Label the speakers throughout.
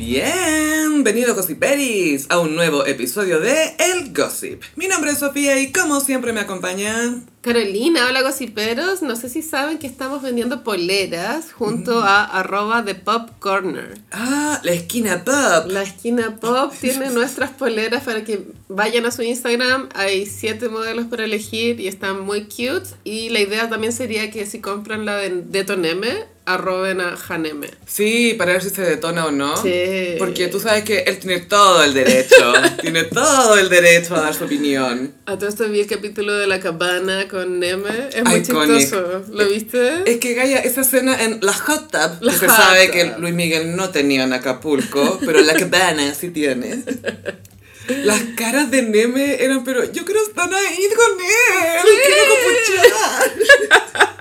Speaker 1: Bienvenido Gossiperis a un nuevo episodio de El Gossip. Mi nombre es Sofía y como siempre me acompaña...
Speaker 2: Carolina, hola gossiperos. No sé si saben que estamos vendiendo poleras
Speaker 1: Mm.
Speaker 2: junto a arroba The Pop Corner.
Speaker 1: Ah, la esquina pop.
Speaker 2: La esquina pop tiene nuestras poleras para que vayan a su Instagram. Hay siete modelos para elegir y están muy cute. Y la idea también sería que si compran la de Detoneme, arroben a Janeme.
Speaker 1: Sí, para ver si se detona o no.
Speaker 2: Sí.
Speaker 1: Porque tú sabes que él tiene todo el derecho. tiene todo el derecho a dar su opinión.
Speaker 2: A todo esto vi el capítulo de La Cabana con Neme. Es muy
Speaker 1: Iconic.
Speaker 2: chistoso. ¿Lo viste?
Speaker 1: Es que Gaia, esa escena en la hot tub,
Speaker 2: La
Speaker 1: que se
Speaker 2: hot
Speaker 1: sabe
Speaker 2: tub.
Speaker 1: que Luis Miguel no tenía en Acapulco, pero en la cabana sí tiene. Las caras de Neme eran, pero yo quiero estar ahí con él, quiero copuchar.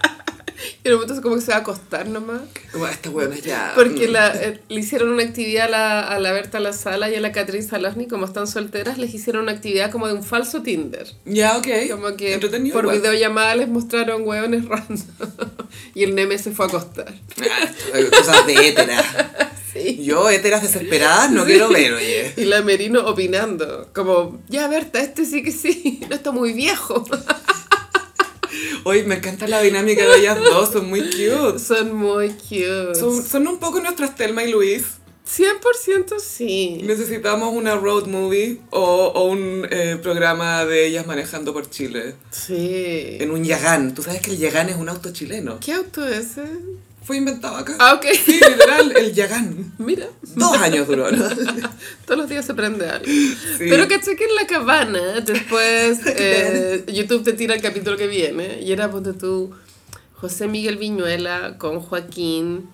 Speaker 2: Y en un momento es como que se va a acostar nomás.
Speaker 1: Como esta huevona ya. mm".
Speaker 2: Porque la- eh, le hicieron una actividad a la, a la Berta La Sala y a la Catherine Salosny, como están solteras, les hicieron una actividad como de un falso Tinder.
Speaker 1: Ya, ok.
Speaker 2: Como que
Speaker 1: Entretenido,
Speaker 2: por
Speaker 1: igual.
Speaker 2: videollamada les mostraron hueones random. y el Neme se fue a acostar.
Speaker 1: Ah, Cosas de hétera.
Speaker 2: Sí.
Speaker 1: Yo, héteras desesperadas, no quiero ver, oye.
Speaker 2: Y la Merino opinando, como, ya Berta, este sí que sí, no está muy viejo.
Speaker 1: Hoy me encanta la dinámica de ellas dos, son muy cute.
Speaker 2: Son muy cute.
Speaker 1: Son, son un poco nuestras Telma y Luis.
Speaker 2: 100% sí.
Speaker 1: Necesitamos una road movie o, o un eh, programa de ellas manejando por Chile.
Speaker 2: Sí.
Speaker 1: En un Yagán. Tú sabes que el Yagán es un auto chileno.
Speaker 2: ¿Qué auto es ese?
Speaker 1: Fue inventado acá.
Speaker 2: Ah, ok.
Speaker 1: Sí, literal, el Yagán.
Speaker 2: Mira.
Speaker 1: Dos años duró, ¿no?
Speaker 2: Todos los días se prende algo.
Speaker 1: Sí.
Speaker 2: Pero caché que en la cabana, después eh, YouTube te tira el capítulo que viene y era ponte tú José Miguel Viñuela con Joaquín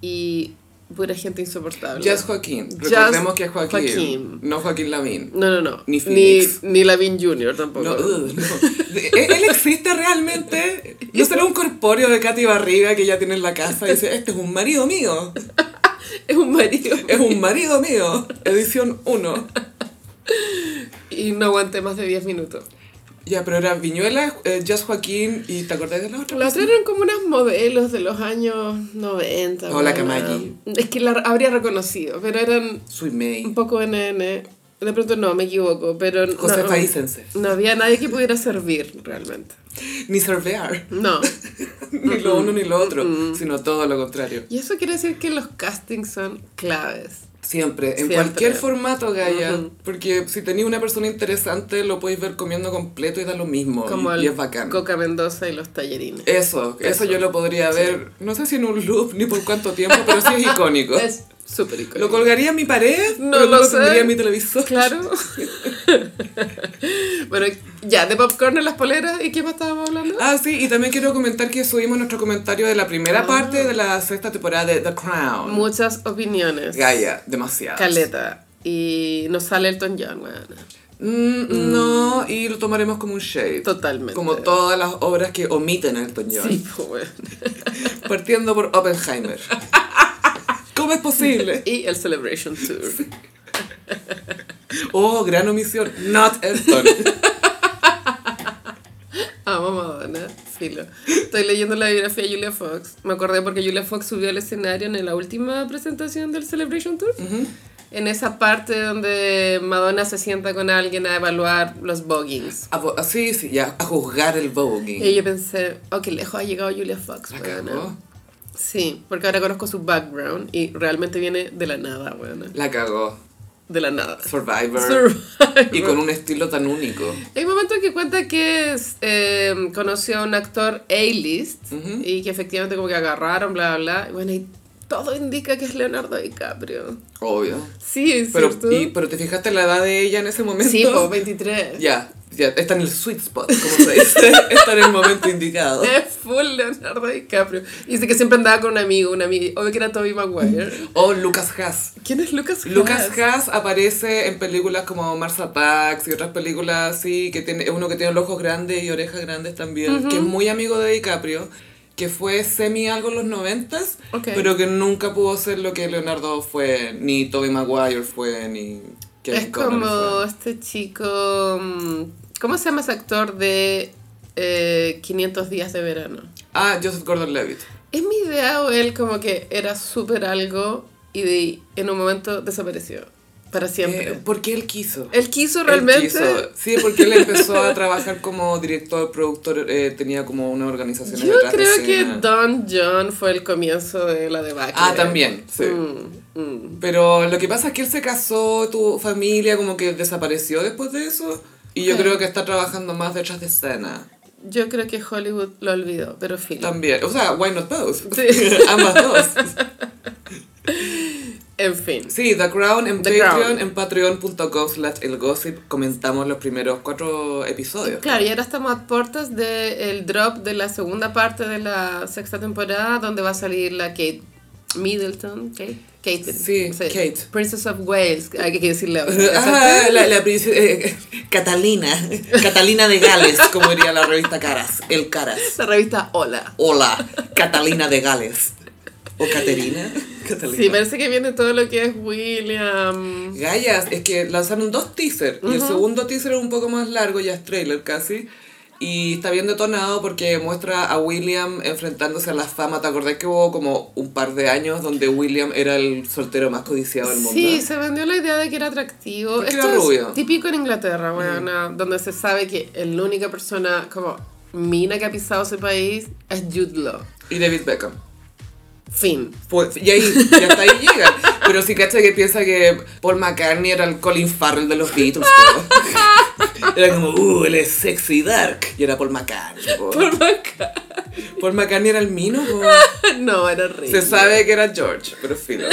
Speaker 2: y pura gente insoportable.
Speaker 1: Just Joaquín.
Speaker 2: Just
Speaker 1: Recordemos que es Joaquín.
Speaker 2: Joaquín.
Speaker 1: No Joaquín Lamín.
Speaker 2: no, no, no.
Speaker 1: Ni
Speaker 2: ni,
Speaker 1: Phoenix.
Speaker 2: ni Lavín Jr. tampoco.
Speaker 1: No, ugh, no. De- e, ¿Él él existe realmente? ¿No será un corpóreo de Katy Barriga que ya tiene en la casa y dice, este es un marido mío?
Speaker 2: Es un marido.
Speaker 1: Es un marido mío. Edición 1.
Speaker 2: Y no aguanté más de 10 minutos.
Speaker 1: Ya, pero eran Viñuela, eh, Just Joaquín y ¿te acordás de la otra?
Speaker 2: Las otras eran como unas modelos de los años 90.
Speaker 1: Hola,
Speaker 2: bueno.
Speaker 1: Camagi.
Speaker 2: Es que la habría reconocido, pero eran
Speaker 1: Sui
Speaker 2: Un
Speaker 1: May.
Speaker 2: poco NN. De pronto no, me equivoco, pero no-
Speaker 1: Josefa
Speaker 2: no,
Speaker 1: Isense.
Speaker 2: no había nadie que pudiera servir realmente.
Speaker 1: Ni Cervear.
Speaker 2: No.
Speaker 1: ni lo uno ni lo otro. Sino todo lo contrario.
Speaker 2: Y eso quiere decir que los castings son claves.
Speaker 1: Siempre. En
Speaker 2: Siempre.
Speaker 1: cualquier formato, Gaia.
Speaker 2: Ujú.
Speaker 1: Porque si tenéis una persona interesante, lo podéis ver comiendo completo y da lo mismo.
Speaker 2: Como
Speaker 1: Oh, y,
Speaker 2: el
Speaker 1: y es bacán. ¿Eh?
Speaker 2: Coca Mendoza y los tallerines.
Speaker 1: Eso, eso,
Speaker 2: Eso.
Speaker 1: yo lo podría ver, no sé si en un loop ni por cuánto tiempo, pero sí es icónico.
Speaker 2: Es súper icónico.
Speaker 1: ¿Lo colgaría en mi pared?
Speaker 2: No
Speaker 1: pero
Speaker 2: lo
Speaker 1: lo
Speaker 2: sé.
Speaker 1: tendría en mi televisor.
Speaker 2: Claro. bueno, ya, de popcorn en las poleras. ¿Y qué más estábamos hablando?
Speaker 1: Ah, sí, y también quiero comentar que subimos nuestro comentario de la primera
Speaker 2: Ah.
Speaker 1: parte de la sexta temporada de The Crown.
Speaker 2: Muchas opiniones.
Speaker 1: Gaia, demasiado.
Speaker 2: Caleta. Y nos sale Elton John, weón.
Speaker 1: Mm, no, y lo tomaremos como un shade.
Speaker 2: Totalmente.
Speaker 1: Como todas las obras que omiten a Elton John.
Speaker 2: Sí, pues, weón.
Speaker 1: Partiendo por Oppenheimer. ¿Cómo es posible?
Speaker 2: Y el Celebration Tour.
Speaker 1: Oh, gran omisión. Not Elton.
Speaker 2: Amo a Madonna, filo. Estoy leyendo la biografía de Julia Fox. Me acordé porque Julia Fox subió al escenario en la última presentación del Celebration Tour. En esa parte donde Madonna se sienta con alguien a evaluar los boggings.
Speaker 1: A vo- Ah, pues, sí, sí, ya. A juzgar el voguing.
Speaker 2: Y yo pensé, oh, qué lejos ha llegado Julia Fox,
Speaker 1: La
Speaker 2: weona.
Speaker 1: cagó.
Speaker 2: Sí, porque ahora conozco su background y realmente viene de la nada, weona.
Speaker 1: La cagó.
Speaker 2: De la nada.
Speaker 1: Survivor.
Speaker 2: Survivor.
Speaker 1: Y con un estilo tan único.
Speaker 2: Hay un momento que cuenta que es, eh, conoció a un actor A-list y que efectivamente como que agarraron, bla, bla, bla. Y bueno, y todo indica que es Leonardo DiCaprio.
Speaker 1: Obvio.
Speaker 2: Sí, es
Speaker 1: Pero,
Speaker 2: cierto.
Speaker 1: y- pero te fijaste la edad de ella en ese momento.
Speaker 2: sí, po, 23.
Speaker 1: Ya, ya, está en el sweet spot, como se dice. está en el momento indicado.
Speaker 2: Es full Leonardo DiCaprio. Y dice que siempre andaba con un amigo, un amigo. Obvio que era Toby Maguire.
Speaker 1: O Lucas Haas.
Speaker 2: ¿Quién es Lucas Haas?
Speaker 1: Lucas Haas aparece en películas como Marsa Pax y otras películas así, que tiene, es uno que tiene los ojos grandes y orejas grandes también, que es muy amigo de DiCaprio, que fue semi algo en los noventas,
Speaker 2: Ok.
Speaker 1: pero que nunca pudo ser lo que Leonardo fue, ni Tobey Maguire fue, ni Kevin
Speaker 2: Es
Speaker 1: Connery
Speaker 2: como este chico... mm, ¿Cómo se llama ese actor de eh, 500 días de verano?
Speaker 1: fue. Ah, Joseph Gordon-Levitt.
Speaker 2: Es mi idea o él como que era súper algo y de- en un momento desapareció para siempre.
Speaker 1: Eh, porque él quiso.
Speaker 2: él quiso realmente.
Speaker 1: Él quiso. Sí, porque él empezó a trabajar como director, productor, eh, tenía como una organización
Speaker 2: Yo
Speaker 1: detrás de
Speaker 2: creo que
Speaker 1: escena.
Speaker 2: Don John fue el comienzo de la debacle.
Speaker 1: Ah, también, sí.
Speaker 2: Mm, mm.
Speaker 1: Pero lo que pasa es que él se casó, tu familia como que desapareció después de eso. Y yo
Speaker 2: Ok.
Speaker 1: creo que está trabajando más detrás de escena.
Speaker 2: Yo creo que Hollywood lo olvidó, pero fin.
Speaker 1: También. O sea, why not both?
Speaker 2: Sí.
Speaker 1: Ambas dos.
Speaker 2: En fin.
Speaker 1: Sí, The Crown en
Speaker 2: The
Speaker 1: Patreon,
Speaker 2: Crown.
Speaker 1: en patreon.com slash el gossip comentamos los primeros cuatro episodios.
Speaker 2: Claro, y ahora estamos a puertas del drop de la segunda parte de la sexta temporada, donde va a salir la Kate Middleton. Kate. Kate.
Speaker 1: Sí, Kate.
Speaker 2: Princess of Wales, hay que decirle ahora.
Speaker 1: Ah, la, la princesa- eh, Catalina, Catalina de Gales, como diría la revista Caras, el Caras.
Speaker 2: Esa revista Hola.
Speaker 1: Hola, Catalina de Gales. ¿O Caterina? Catalina.
Speaker 2: Sí, parece que viene todo lo que es William.
Speaker 1: Gallas, es que lanzaron dos teasers y el segundo teaser es un poco más largo, ya es trailer casi. Y está bien detonado porque muestra a William enfrentándose a la fama. ¿Te acordás que hubo como un par de años donde William era el soltero más codiciado del mundo?
Speaker 2: Sí, se vendió la idea de que era atractivo.
Speaker 1: Porque
Speaker 2: Esto
Speaker 1: era
Speaker 2: es
Speaker 1: rubio.
Speaker 2: típico en Inglaterra, weona, donde se sabe que la única persona como mina que ha pisado ese país es Jude Law.
Speaker 1: Y David Beckham.
Speaker 2: Fin.
Speaker 1: Pues, y ahí, y hasta ahí llega. Pero sí, cacha que piensa que Paul McCartney era el Colin Farrell de los Beatles. po. Era como, uh, él es sexy y dark. Y era Paul McCartney. po. Paul, McCartney era el mino. po.
Speaker 2: no, era horrible.
Speaker 1: Se sabe que era George, pero filo.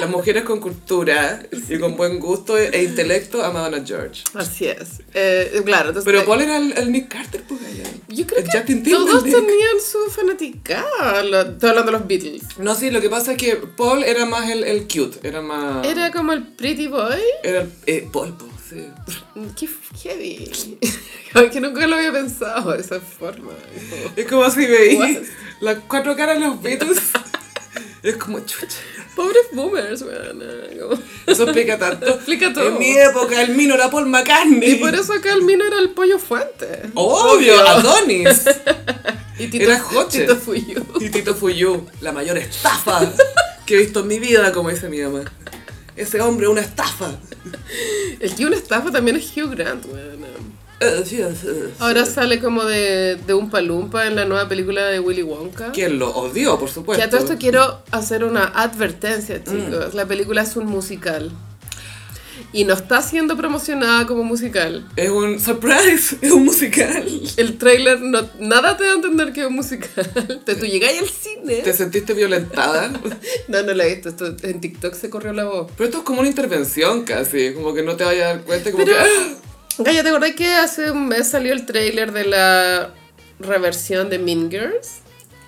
Speaker 1: Las mujeres con cultura y con buen gusto e intelecto amaban a George.
Speaker 2: Así es. Eh, claro, entonces.
Speaker 1: Pero Paul era el, el Nick Carter, pues allá.
Speaker 2: Yo creo
Speaker 1: el
Speaker 2: que
Speaker 1: Justin
Speaker 2: todos
Speaker 1: Timberlake.
Speaker 2: tenían su fanaticada. lo- Estoy hablando de los Beatles.
Speaker 1: No, sí, lo que pasa es que Paul era más el, el cute, era más...
Speaker 2: Era como el pretty boy.
Speaker 1: Era el eh, Paul, po, sí.
Speaker 2: Qué heavy. Como que nunca lo había pensado de esa forma. Como-
Speaker 1: Es como si veí
Speaker 2: What?
Speaker 1: las cuatro caras de los Beatles. Es como chucha.
Speaker 2: Pobres boomers, weona. como-
Speaker 1: Eso explica tanto.
Speaker 2: Explica todo.
Speaker 1: En mi época el mino era Paul McCartney.
Speaker 2: Y por eso acá el mino era el pollo fuente.
Speaker 1: Obvio, Adonis.
Speaker 2: Y
Speaker 1: Era Joche.
Speaker 2: Tito fui yo.
Speaker 1: Y Tito Fuyu, la mayor estafa que he visto en mi vida, como dice mi mamá. Ese hombre, una estafa.
Speaker 2: El que una estafa también es Hugh Grant, weona.
Speaker 1: Eh, sí, eh,
Speaker 2: Ahora sale como de, de un palumpa en la nueva película de Willy Wonka.
Speaker 1: Que lo odió, por supuesto.
Speaker 2: Que a todo esto quiero hacer una
Speaker 1: Mm.
Speaker 2: advertencia, chicos. La película es un musical. Y no está siendo promocionada como musical.
Speaker 1: Es un surprise, es un musical.
Speaker 2: El trailer no, nada te da a entender que es un musical. Entonces tú llegáis al cine.
Speaker 1: ¿Te sentiste violentada?
Speaker 2: No, no la he visto. Esto, en TikTok se corrió la voz.
Speaker 1: Pero esto es como una intervención casi, como que no te vayas a dar cuenta, como
Speaker 2: Pero-
Speaker 1: que... ¡ah!
Speaker 2: Gaya, ¿te acordás que hace un mes salió el trailer de la reversión de Mean Girls?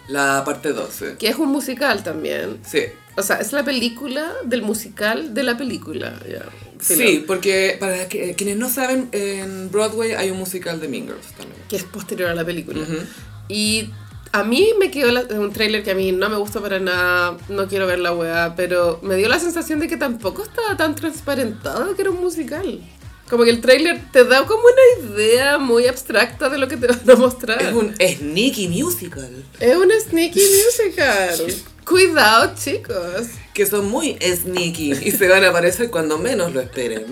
Speaker 1: La parte 12.
Speaker 2: Que es un musical también.
Speaker 1: Sí.
Speaker 2: O sea, es la película del musical de la película. ya.
Speaker 1: Sí, porque para que- quienes no saben, en Broadway hay un musical de Mean Girls también.
Speaker 2: que es posterior a la película.
Speaker 1: Ujú.
Speaker 2: Y a mí me quedó la- un tráiler que a mí no me gustó para nada, no quiero ver la weá, pero me dio la sensación de que tampoco estaba tan transparentado que era un musical. Como que el tráiler te da como una idea muy abstracta de lo que te van a mostrar.
Speaker 1: Es un sneaky musical.
Speaker 2: Es un sneaky musical. Cuidado, chicos.
Speaker 1: que son muy sneaky y se van a aparecer cuando menos lo esperen.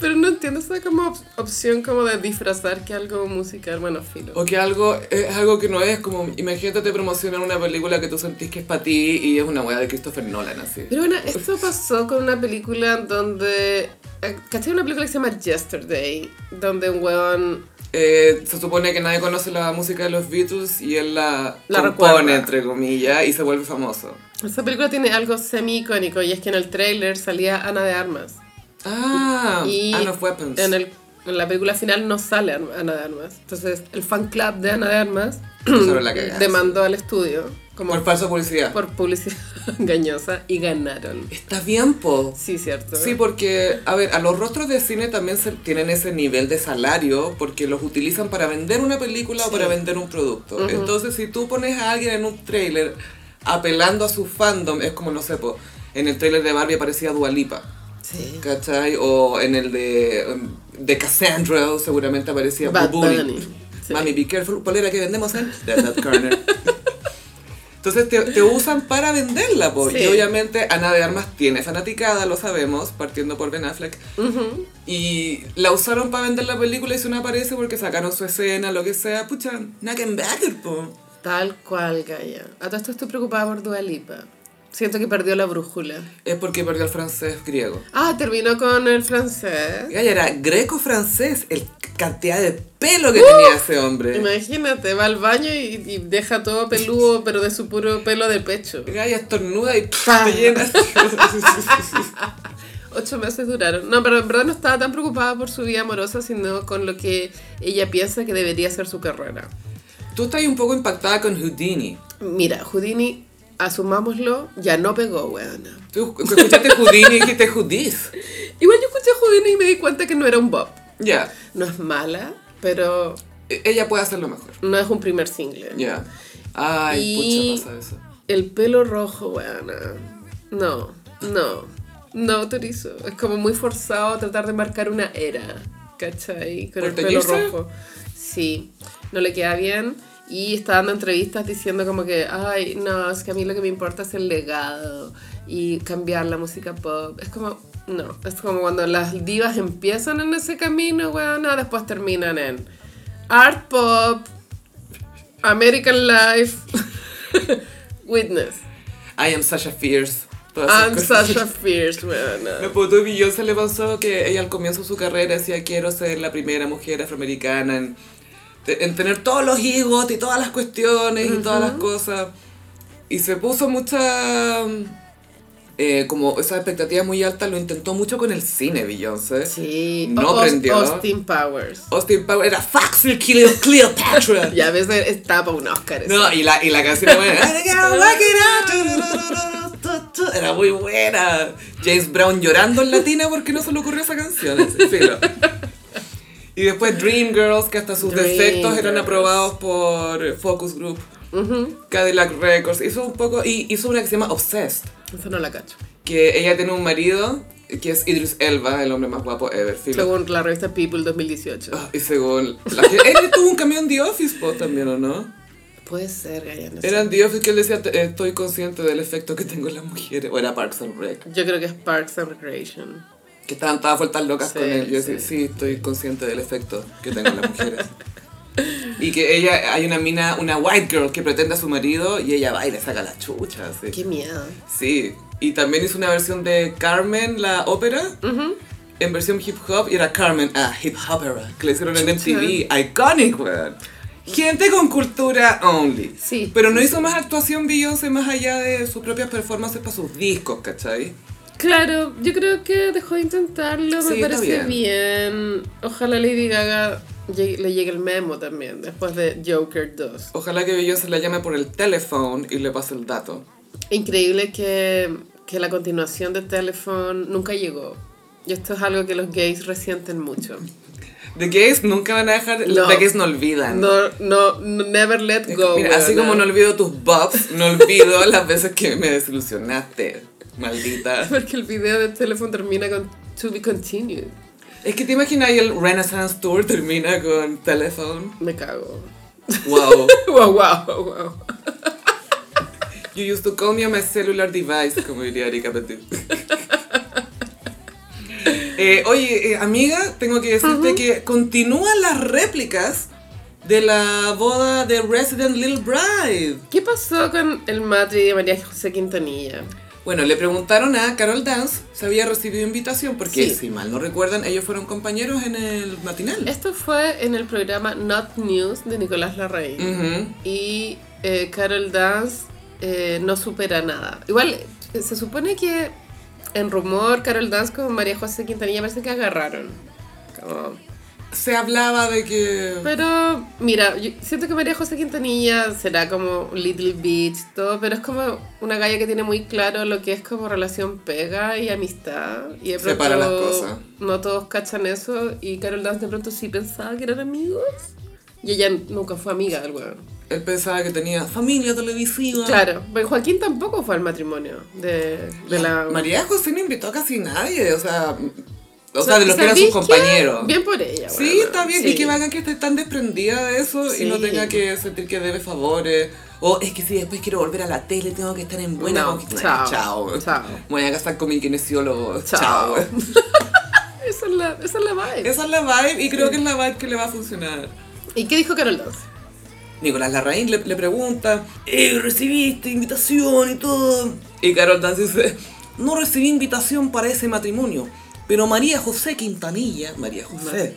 Speaker 2: Pero no entiendo esa como op- opción como de disfrazar que algo musical, bueno, filo.
Speaker 1: O que algo es algo que no es, como imagínate te promocionan una película que tú sentís que es para ti y es una weá de Christopher Nolan así.
Speaker 2: Pero bueno, esto pasó con una película donde... eh, ¿Cachai? Una película que se llama Yesterday, donde un weón...
Speaker 1: Eh, se supone que nadie conoce la música de los Beatles y él la,
Speaker 2: La
Speaker 1: compone,
Speaker 2: recuerda.
Speaker 1: entre comillas, y se vuelve famoso.
Speaker 2: Esa película tiene algo semi-icónico y es que en el tráiler salía Ana de Armas.
Speaker 1: Ah,
Speaker 2: Y
Speaker 1: Anne of Weapons.
Speaker 2: En, el- en la película final no sale Ar- Ana de Armas. Entonces el fan club de Ana de Armas
Speaker 1: Sobre la cagada.
Speaker 2: demandó al estudio como
Speaker 1: Por falsa publicidad.
Speaker 2: por publicidad engañosa y ganaron.
Speaker 1: Está bien, po.
Speaker 2: Sí, cierto.
Speaker 1: Sí, porque, a ver, a los rostros de cine también se- tienen ese nivel de salario porque los utilizan para vender una película o para vender un producto. Entonces, si tú pones a alguien en un tráiler apelando a su fandom, es como, no sé, po, en el tráiler de Barbie aparecía Dualipa,
Speaker 2: Sí.
Speaker 1: ¿cachai? O en el de, um, de Cassandra seguramente aparecía
Speaker 2: Bad
Speaker 1: Boo Bunny.
Speaker 2: Bunny, sí.
Speaker 1: Mami, be careful, polera que vendemos en That, That Corner. Entonces te, te usan para venderla, po.
Speaker 2: Sí.
Speaker 1: Y obviamente Ana de Armas tiene fanaticada, lo sabemos, partiendo por Ben Affleck.
Speaker 2: Ujú.
Speaker 1: Y la usaron para vender la película y si no aparece porque sacaron su escena, lo que sea, pucha, Naken Better, po.
Speaker 2: Tal cual, Gaia. A todo esto estoy preocupada por Dua Lipa. Siento que perdió la brújula.
Speaker 1: Es porque perdió el francés griego.
Speaker 2: Ah, terminó con el francés.
Speaker 1: Gaya era greco-francés, el cantidad de pelo
Speaker 2: Uh,
Speaker 1: que tenía ese hombre.
Speaker 2: Imagínate, va al baño y, y deja todo peludo, pero de su puro pelo de pecho.
Speaker 1: Gaya estornuda y pff,
Speaker 2: Pam.
Speaker 1: te llena.
Speaker 2: Ocho meses duraron. No, pero en verdad no estaba tan preocupada por su vida amorosa, sino con lo que ella piensa que debería ser su carrera.
Speaker 1: Tú estás un poco impactada con Houdini.
Speaker 2: Mira, Houdini, asumámoslo, ya no pegó, weona.
Speaker 1: Tú escuchaste Houdini y dijiste Houdis.
Speaker 2: Igual yo escuché a Houdini y me di cuenta que no era un bop.
Speaker 1: Ya.
Speaker 2: No es mala, pero
Speaker 1: E- Ella puede hacerlo mejor.
Speaker 2: no es un primer single.
Speaker 1: Ya. Ay,
Speaker 2: Y-
Speaker 1: pucha, pasa eso.
Speaker 2: El pelo rojo, weona. No, no, no autorizo. Es como muy forzado tratar de marcar una era, ¿cachai? Con el pelo
Speaker 1: ¿Porteñirse?
Speaker 2: rojo. Sí, no le queda bien. Y está dando entrevistas diciendo como que, ay, no, es que a mí lo que me importa es el legado y cambiar la música pop. Es como, no, es como cuando las divas empiezan en ese camino, weona, después terminan en art pop, American Life, Witness.
Speaker 1: I am Sasha Fierce. Todas esas
Speaker 2: I'm
Speaker 1: cosas.
Speaker 2: Sasha Fierce, weona.
Speaker 1: Me puto Beyoncé le pasó que ella al comienzo de su carrera decía quiero ser la primera mujer afroamericana en, te- en tener todos los higos y todas las cuestiones y todas las cosas. Y se puso mucha... eh, como esa expectativa muy alta, lo intentó mucho con el cine Beyoncé.
Speaker 2: Sí,
Speaker 1: No
Speaker 2: Aus-
Speaker 1: prendió.
Speaker 2: Austin Powers.
Speaker 1: Austin Powers era Fax your Cleo- Cleopatra.
Speaker 2: Y a veces está para un Oscar.
Speaker 1: No, y la, y la canción buena. Era muy buena. James Brown llorando en latina porque no se le ocurrió esa canción. así, filo. Y después Dream Girls, que hasta sus
Speaker 2: Dream
Speaker 1: defectos eran
Speaker 2: Girls.
Speaker 1: aprobados por Focus Group, Cadillac Records. Hizo un poco, y hizo una que se llama Obsessed,
Speaker 2: Eso no la cacho.
Speaker 1: que ella tiene un marido que es Idris Elba, el hombre más guapo ever. filo.
Speaker 2: Según la revista People 2018.
Speaker 1: Ah, Y según la gente- él tuvo un camión de Office po, también, ¿o no?
Speaker 2: Puede ser, Gaya, no sé.
Speaker 1: Eran The Office que él decía, "Te- eh, estoy consciente del efecto que tengo en las mujeres. O era Parks and Rec.
Speaker 2: Yo creo que es Parks and Recreation.
Speaker 1: Que estaban todas vueltas locas
Speaker 2: Sí,
Speaker 1: con él. Yo decía,
Speaker 2: sí.
Speaker 1: sí, estoy consciente del efecto que tengo en las mujeres. y que ella, hay una mina, una white girl que pretende a su marido y ella va y le saca la chucha. así.
Speaker 2: Qué miedo.
Speaker 1: Sí. Y también hizo una versión de Carmen, la ópera. En versión hip hop y era Carmen, ah, hip hopera. Que le hicieron en
Speaker 2: Chucha.
Speaker 1: MTV. Iconic, weón. Gente con cultura only.
Speaker 2: Sí.
Speaker 1: Pero no hizo más actuación Beyoncé más allá de sus propias performances para sus discos, ¿cachai?
Speaker 2: Claro, yo creo que dejó de intentarlo,
Speaker 1: Sí,
Speaker 2: me
Speaker 1: está
Speaker 2: parece bien. Ojalá Lady Gaga llegue- le llegue el memo también, después de Joker 2.
Speaker 1: Ojalá que Beyoncé la llame por el teléfono y le pase el dato.
Speaker 2: Increíble que, que la continuación de Telephone nunca llegó. Y esto es algo que los gays resienten mucho.
Speaker 1: The gays nunca van a dejar,
Speaker 2: No.
Speaker 1: los the gays no olvidan.
Speaker 2: No, no, no- never let go.
Speaker 1: Mira, así
Speaker 2: weona.
Speaker 1: como no olvido tus bobs, no olvido las veces que me desilusionaste, maldita.
Speaker 2: Porque el video de Telephone termina con To Be Continued.
Speaker 1: Es que te imaginas ahí el Renaissance Tour termina con teléfono.
Speaker 2: Me cago.
Speaker 1: Wow.
Speaker 2: Wow, wow, wow.
Speaker 1: You used to call me on my cellular device, como diría Erika Petit. Eh, oye, eh, amiga, tengo que decirte que continúan las réplicas de la boda de Resident Little Bride.
Speaker 2: ¿Qué pasó con el matri de María José Quintanilla?
Speaker 1: Bueno, le preguntaron a Carol Dance si había recibido invitación, porque
Speaker 2: Sí.
Speaker 1: si mal no recuerdan, ellos fueron compañeros en el matinal.
Speaker 2: Esto fue en el programa Not News de Nicolás Larraín.
Speaker 1: Ujú.
Speaker 2: Y eh, Carol Dance eh, no supera nada. Igual, eh, se supone que en rumor Carol Dance con María José Quintanilla parece que agarraron. Como-
Speaker 1: Se hablaba de que...
Speaker 2: Pero mira, yo siento que María José Quintanilla será como Little Bitch, todo, pero es como una galla que tiene muy claro lo que es como relación pega y amistad. Y de pronto
Speaker 1: Separa las cosas.
Speaker 2: No todos cachan eso y Carol Dance de pronto sí pensaba que eran amigos. Y ella nunca fue amiga del weón.
Speaker 1: Él pensaba que tenía familia televisiva.
Speaker 2: Claro, pero Joaquín tampoco fue al matrimonio de, de la...
Speaker 1: María José no invitó a casi nadie, o sea, o sea,
Speaker 2: Sa-
Speaker 1: de los que eran
Speaker 2: ¿sabéis
Speaker 1: sus
Speaker 2: qué?
Speaker 1: compañeros.
Speaker 2: Bien por ella.
Speaker 1: Sí,
Speaker 2: bueno,
Speaker 1: está bien,
Speaker 2: sí.
Speaker 1: y que hagan que esté tan desprendida de eso y no
Speaker 2: Sí.
Speaker 1: tenga que sentir que debe favores O es que si después quiero volver a la tele, tengo que estar en buena
Speaker 2: No,
Speaker 1: conquista.
Speaker 2: chao,
Speaker 1: chao.
Speaker 2: chao.
Speaker 1: Me Voy a casar con mi kinesiólogo. Chao.
Speaker 2: Chao. Esa es la, esa es la vibe.
Speaker 1: Esa es la vibe y creo que es la vibe que le va a funcionar.
Speaker 2: ¿Y qué dijo Carol Dance?
Speaker 1: Nicolás Larraín le, le pregunta, eh, recibiste invitación y todo. Y Carol Dance dice, no recibí invitación para ese matrimonio, pero María José Quintanilla, María José,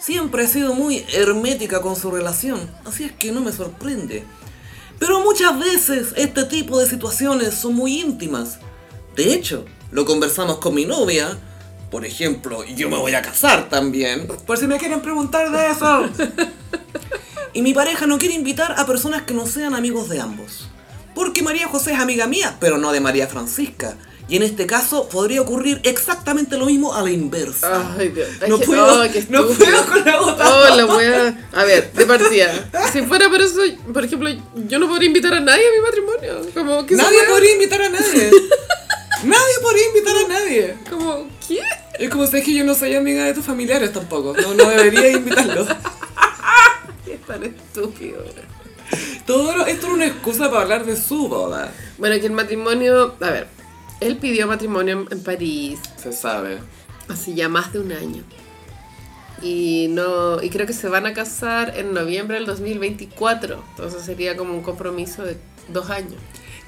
Speaker 1: siempre ha sido muy hermética con su relación, así es que no me sorprende. Pero muchas veces este tipo de situaciones son muy íntimas. De hecho, lo conversamos con mi novia. Por ejemplo, yo me voy a casar también. Por si me quieren preguntar de eso. Y mi pareja no quiere invitar a personas que no sean amigos de ambos. Porque María José es amiga mía, pero no de María Francisca. Y en este caso podría ocurrir exactamente lo mismo a la inversa.
Speaker 2: Ay, Dios.
Speaker 1: No
Speaker 2: Ay, que-
Speaker 1: puedo,
Speaker 2: ay, qué
Speaker 1: no
Speaker 2: estúpido.
Speaker 1: puedo con la
Speaker 2: Oh,
Speaker 1: otra.
Speaker 2: la wea. A ver, de partida. Si fuera por eso, por ejemplo, yo no podría invitar a nadie a mi matrimonio. Como, ¿qué se
Speaker 1: Nadie
Speaker 2: wea?
Speaker 1: podría invitar a nadie. nadie podría invitar a nadie.
Speaker 2: Como, ¿qué?
Speaker 1: Es como si es que yo no soy amiga de tus familiares tampoco. No, no debería invitarlos.
Speaker 2: Qué tan estúpido.
Speaker 1: Todo lo- esto era una excusa para hablar de su boda.
Speaker 2: Bueno, que el matrimonio. A ver, él pidió matrimonio en- en París
Speaker 1: Se sabe.
Speaker 2: hace ya más de un año. Y no. Y creo que se van a casar en noviembre del 2024. Entonces sería como un compromiso de dos años.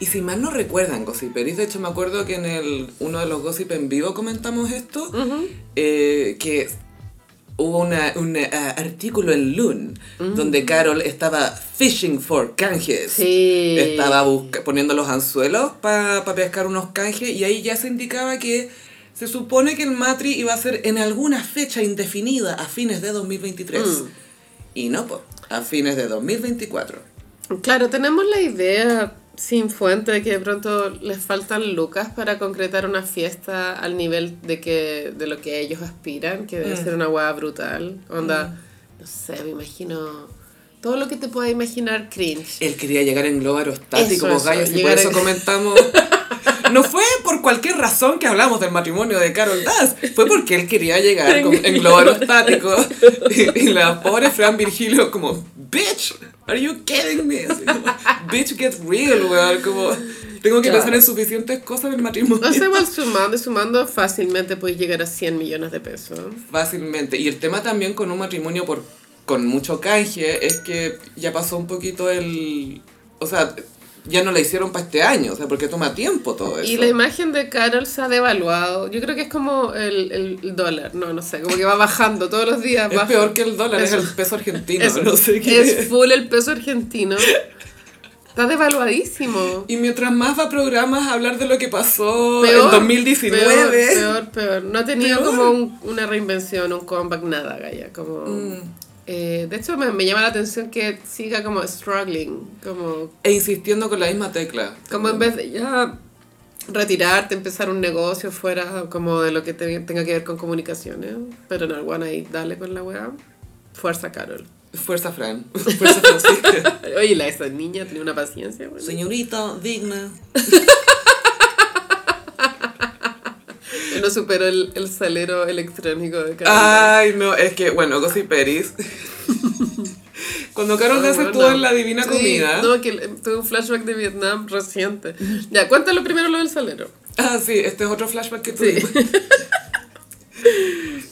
Speaker 1: Y si mal no recuerdan, Gossiperis, de hecho me acuerdo que en el, uno de los Gossip en vivo comentamos esto, eh, que hubo una- un eh, artículo en Loon donde Carol estaba fishing for canjes.
Speaker 2: Sí.
Speaker 1: Estaba busca- poniendo los anzuelos para pescar unos canjes y ahí ya se indicaba que se supone que el matri iba a ser en alguna fecha indefinida a fines de 2023. Y no, po, a fines de 2024.
Speaker 2: Claro, tenemos la idea sin fuente de que de pronto les faltan lucas para concretar una fiesta al nivel de que de lo que ellos aspiran, que debe ser una hueá brutal. Onda, no sé, me imagino todo lo que te pueda imaginar cringe.
Speaker 1: Él quería llegar en globo aerostático,
Speaker 2: Eso,
Speaker 1: vos
Speaker 2: eso,
Speaker 1: gallos, y por
Speaker 2: llegar
Speaker 1: eso
Speaker 2: en-
Speaker 1: comentamos. No fue por cualquier razón que hablamos del matrimonio de Carol Daz, fue porque él quería llegar con- en globo aerostático. Y, y la pobre Fran Virgilio, como, bitch, are you kidding me? Así como, bitch, get real, weón. Como, tengo que
Speaker 2: Claro.
Speaker 1: pensar en suficientes cosas del matrimonio.
Speaker 2: No sé, igual sumando y sumando fácilmente puedes llegar a 100 millones de pesos.
Speaker 1: Fácilmente. Y el tema también con un matrimonio por, con mucho canje es que ya pasó un poquito el... O sea, ya no la hicieron para este año, o sea, porque toma tiempo todo eso.
Speaker 2: Y la imagen de Carol se ha devaluado. Yo creo que es como el, el dólar, no, no sé, como que va bajando todos los días.
Speaker 1: es
Speaker 2: baja.
Speaker 1: peor que el dólar,
Speaker 2: Eso.
Speaker 1: es el peso argentino,
Speaker 2: Eso,
Speaker 1: no sé qué.
Speaker 2: Es full el peso argentino. Está devaluadísimo.
Speaker 1: Y mientras más va a programas a hablar de lo que pasó
Speaker 2: Peor,
Speaker 1: en 2019...
Speaker 2: Peor, peor, peor. No ha tenido
Speaker 1: Peor.
Speaker 2: como un- una reinvención, un comeback, nada, Gaya. Como,
Speaker 1: Mm.
Speaker 2: eh, de hecho, me, me llama la atención que siga como struggling. Como,
Speaker 1: E insistiendo con la misma tecla.
Speaker 2: como en vez de ya retirarte, empezar un negocio fuera como de lo que te- tenga que ver con comunicaciones. Pero en alguna ahí, dale con la weá. Fuerza, Carol.
Speaker 1: Fuerza, Fran. Fuerza, Francisca.
Speaker 2: Oye, la, esa niña tenía una paciencia. bueno.
Speaker 1: Señorita, digna.
Speaker 2: No superó el, el salero electrónico de Carolina.
Speaker 1: Ay, no, es que, bueno, Gossip Peris. Cuando Carol Dance estuvo en La Divina
Speaker 2: Sí,
Speaker 1: Comida.
Speaker 2: No, que le- tuve un flashback de Vietnam reciente. Ya, cuéntalo primero lo del salero.
Speaker 1: Ah, sí, este es otro flashback que tuvimos.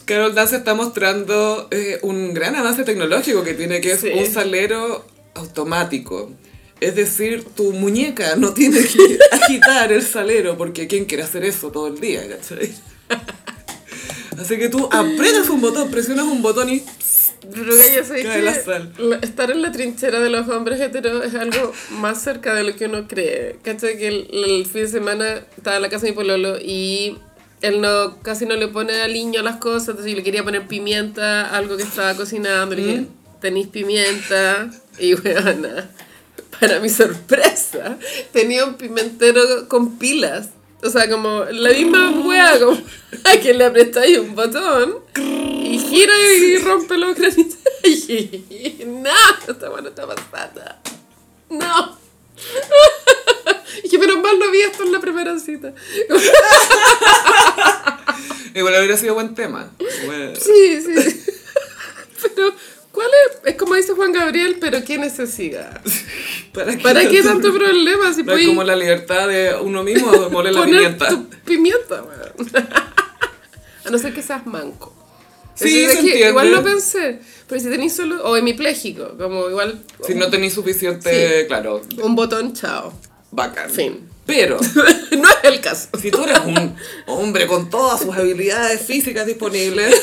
Speaker 1: Carol Dance está mostrando eh, un gran avance tecnológico que tiene, que es
Speaker 2: Sí.
Speaker 1: un salero automático. Es decir, tu muñeca no tiene que agitar el salero, porque ¿quién quiere hacer eso todo el día? ¿cachai? Así que tú aprietas un botón, presionas un botón y
Speaker 2: Pero ya
Speaker 1: Cae
Speaker 2: sé que
Speaker 1: la sal.
Speaker 2: la- estar en la trinchera de los hombres heteros es algo más cerca de lo que uno cree. ¿Cachai? Que el, el fin de semana estaba en la casa de mi pololo y él no, casi no le pone aliño a las cosas, entonces yo le quería poner pimienta a algo que estaba cocinando. Le
Speaker 1: Mm.
Speaker 2: dije, tenéis pimienta. Y bueno, para mi sorpresa, tenía un pimentero con pilas. O sea, como la misma
Speaker 1: Mm.
Speaker 2: hueá, como a que le apretáis un botón y gira y rompe los granitos. Y no, esta hueá no está pasando. No. Y que menos mal no vi esto en la primera cita.
Speaker 1: Igual hubiera sido buen tema. Bueno.
Speaker 2: Sí, sí. Pero, ¿cuál es? Es como dice Juan Gabriel, pero qué necesidad.
Speaker 1: ¿Para qué,
Speaker 2: ¿Para qué tanto problema? Si
Speaker 1: No es
Speaker 2: puedes
Speaker 1: como la libertad de uno mismo moler la
Speaker 2: poner
Speaker 1: pimienta.
Speaker 2: tu pimienta, weón. A no ser que seas manco.
Speaker 1: Sí,
Speaker 2: Eso es
Speaker 1: se
Speaker 2: que
Speaker 1: entiende.
Speaker 2: Igual lo pensé, pero si tenéis solo, o hemipléjico, como igual
Speaker 1: Si no tenéis suficiente, claro,
Speaker 2: un botón, chao.
Speaker 1: bacán.
Speaker 2: Fin.
Speaker 1: Pero,
Speaker 2: no es el caso.
Speaker 1: si tú eres un hombre con todas sus habilidades físicas disponibles,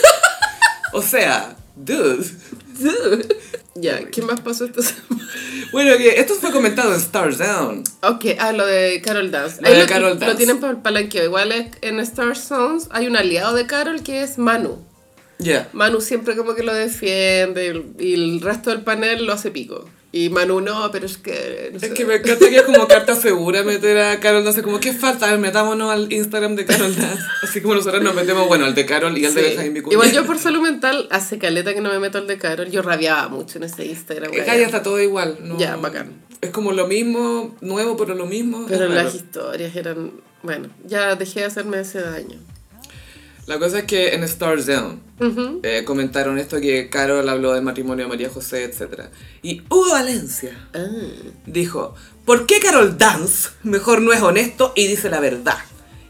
Speaker 1: o sea, dude.
Speaker 2: Ya, ¿qué más pasó esta semana?
Speaker 1: Bueno, que esto fue comentado en Stars Down.
Speaker 2: Ok, ah, lo de Carol Dance.
Speaker 1: Lo
Speaker 2: Ahí
Speaker 1: de Carol Dance.
Speaker 2: Lo tienen para el palanqueo. Igual es- en Star Songs hay un aliado de Carol que es Manu.
Speaker 1: Ya.
Speaker 2: Manu siempre como que lo defiende y el- y el resto del panel lo hace pico. Y Manu no, pero es que... no
Speaker 1: Es
Speaker 2: sé.
Speaker 1: que me encanta que es como carta segura meter a Carol Dance. Como, ¿qué falta? A ver, metámonos al Instagram de Carol Dance. Así como nosotros nos metemos, bueno, al de Carol y al de
Speaker 2: Sí.
Speaker 1: Benjamín Vicuña.
Speaker 2: Igual yo por salud mental, hace caleta que no me meto al de Carol, yo rabiaba mucho en ese Instagram.
Speaker 1: Acá
Speaker 2: weón.
Speaker 1: ya está todo igual. No,
Speaker 2: Ya, bacán.
Speaker 1: Es como lo mismo, nuevo, pero lo mismo.
Speaker 2: Pero
Speaker 1: Es
Speaker 2: las
Speaker 1: raro.
Speaker 2: historias eran... Bueno, ya dejé de hacerme ese daño.
Speaker 1: La cosa es que en Star Zone eh, comentaron esto que Carol habló del matrimonio de María José, etc. Y Hugo Valencia
Speaker 2: Ah.
Speaker 1: dijo, ¿por qué Carol Dance mejor no es honesto y dice la verdad?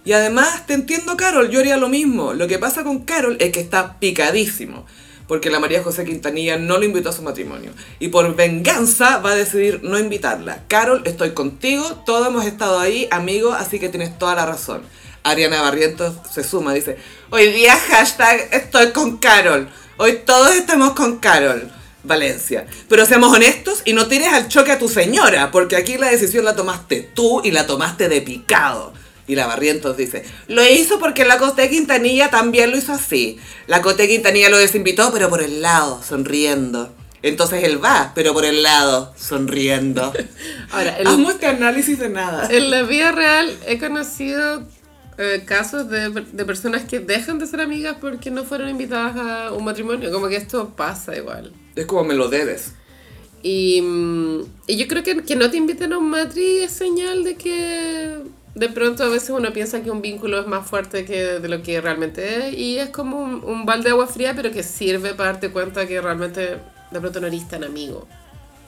Speaker 1: Y además, te entiendo Carol, yo haría lo mismo. Lo que pasa con Carol es que está picadísimo. Porque la María José Quintanilla no lo invitó a su matrimonio. Y por venganza va a decidir no invitarla. Carol, estoy contigo, todos hemos estado ahí, amigo, así que tienes toda la razón. Ariana Barrientos se suma, dice, hoy día hashtag estoy con Carol. Hoy todos estamos con Carol. Valencia. Pero seamos honestos y no tires al choque a tu señora, porque aquí la decisión la tomaste tú y la tomaste de picado. Y la Barrientos dice, lo hizo porque la Coté Quintanilla también lo hizo así. La Coté Quintanilla lo desinvitó, pero por el lado, sonriendo. Entonces él va, pero por el lado, sonriendo.
Speaker 2: Ahora, el,
Speaker 1: Amo este análisis de nada.
Speaker 2: En la vida real he conocido eh, casos de, de personas que dejan de ser amigas porque no fueron invitadas a un matrimonio. Como que esto pasa igual.
Speaker 1: Es como me lo debes.
Speaker 2: Y, mm, y yo creo que que no te inviten a un matri es señal de que de pronto a veces uno piensa que un vínculo es más fuerte que de lo que realmente es. Y es como un, un balde de agua fría, pero que sirve para darte cuenta que realmente de pronto no eres tan amigo.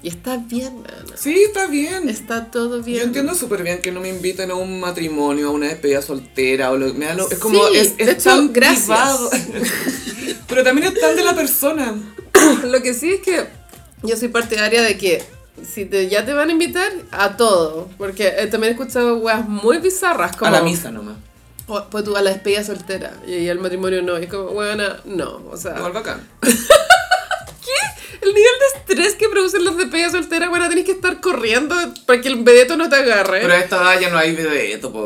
Speaker 2: Y está bien, Ana.
Speaker 1: Sí, está bien.
Speaker 2: Está todo bien.
Speaker 1: Yo entiendo súper bien que no me inviten a un matrimonio, a una despedida soltera, o lo, me da lo- es como,
Speaker 2: Sí,
Speaker 1: es, es
Speaker 2: de hecho,
Speaker 1: tan
Speaker 2: gracias.
Speaker 1: privado. Pero también es tan de la persona.
Speaker 2: Lo que sí es que yo soy partidaria de que si te, ya te van a invitar, a todo. Porque eh, también he escuchado weas muy bizarras como...
Speaker 1: A la misa nomás.
Speaker 2: o- Pues tú a la despedida soltera y, y al matrimonio no. Y es como, weona, no. O sea,
Speaker 1: Igual bacán.
Speaker 2: el nivel de estrés que producen las despedidas solteras, bueno, tenés que estar corriendo para que el vedeto no te agarre.
Speaker 1: Pero a esta edad ya no hay vedeto, po.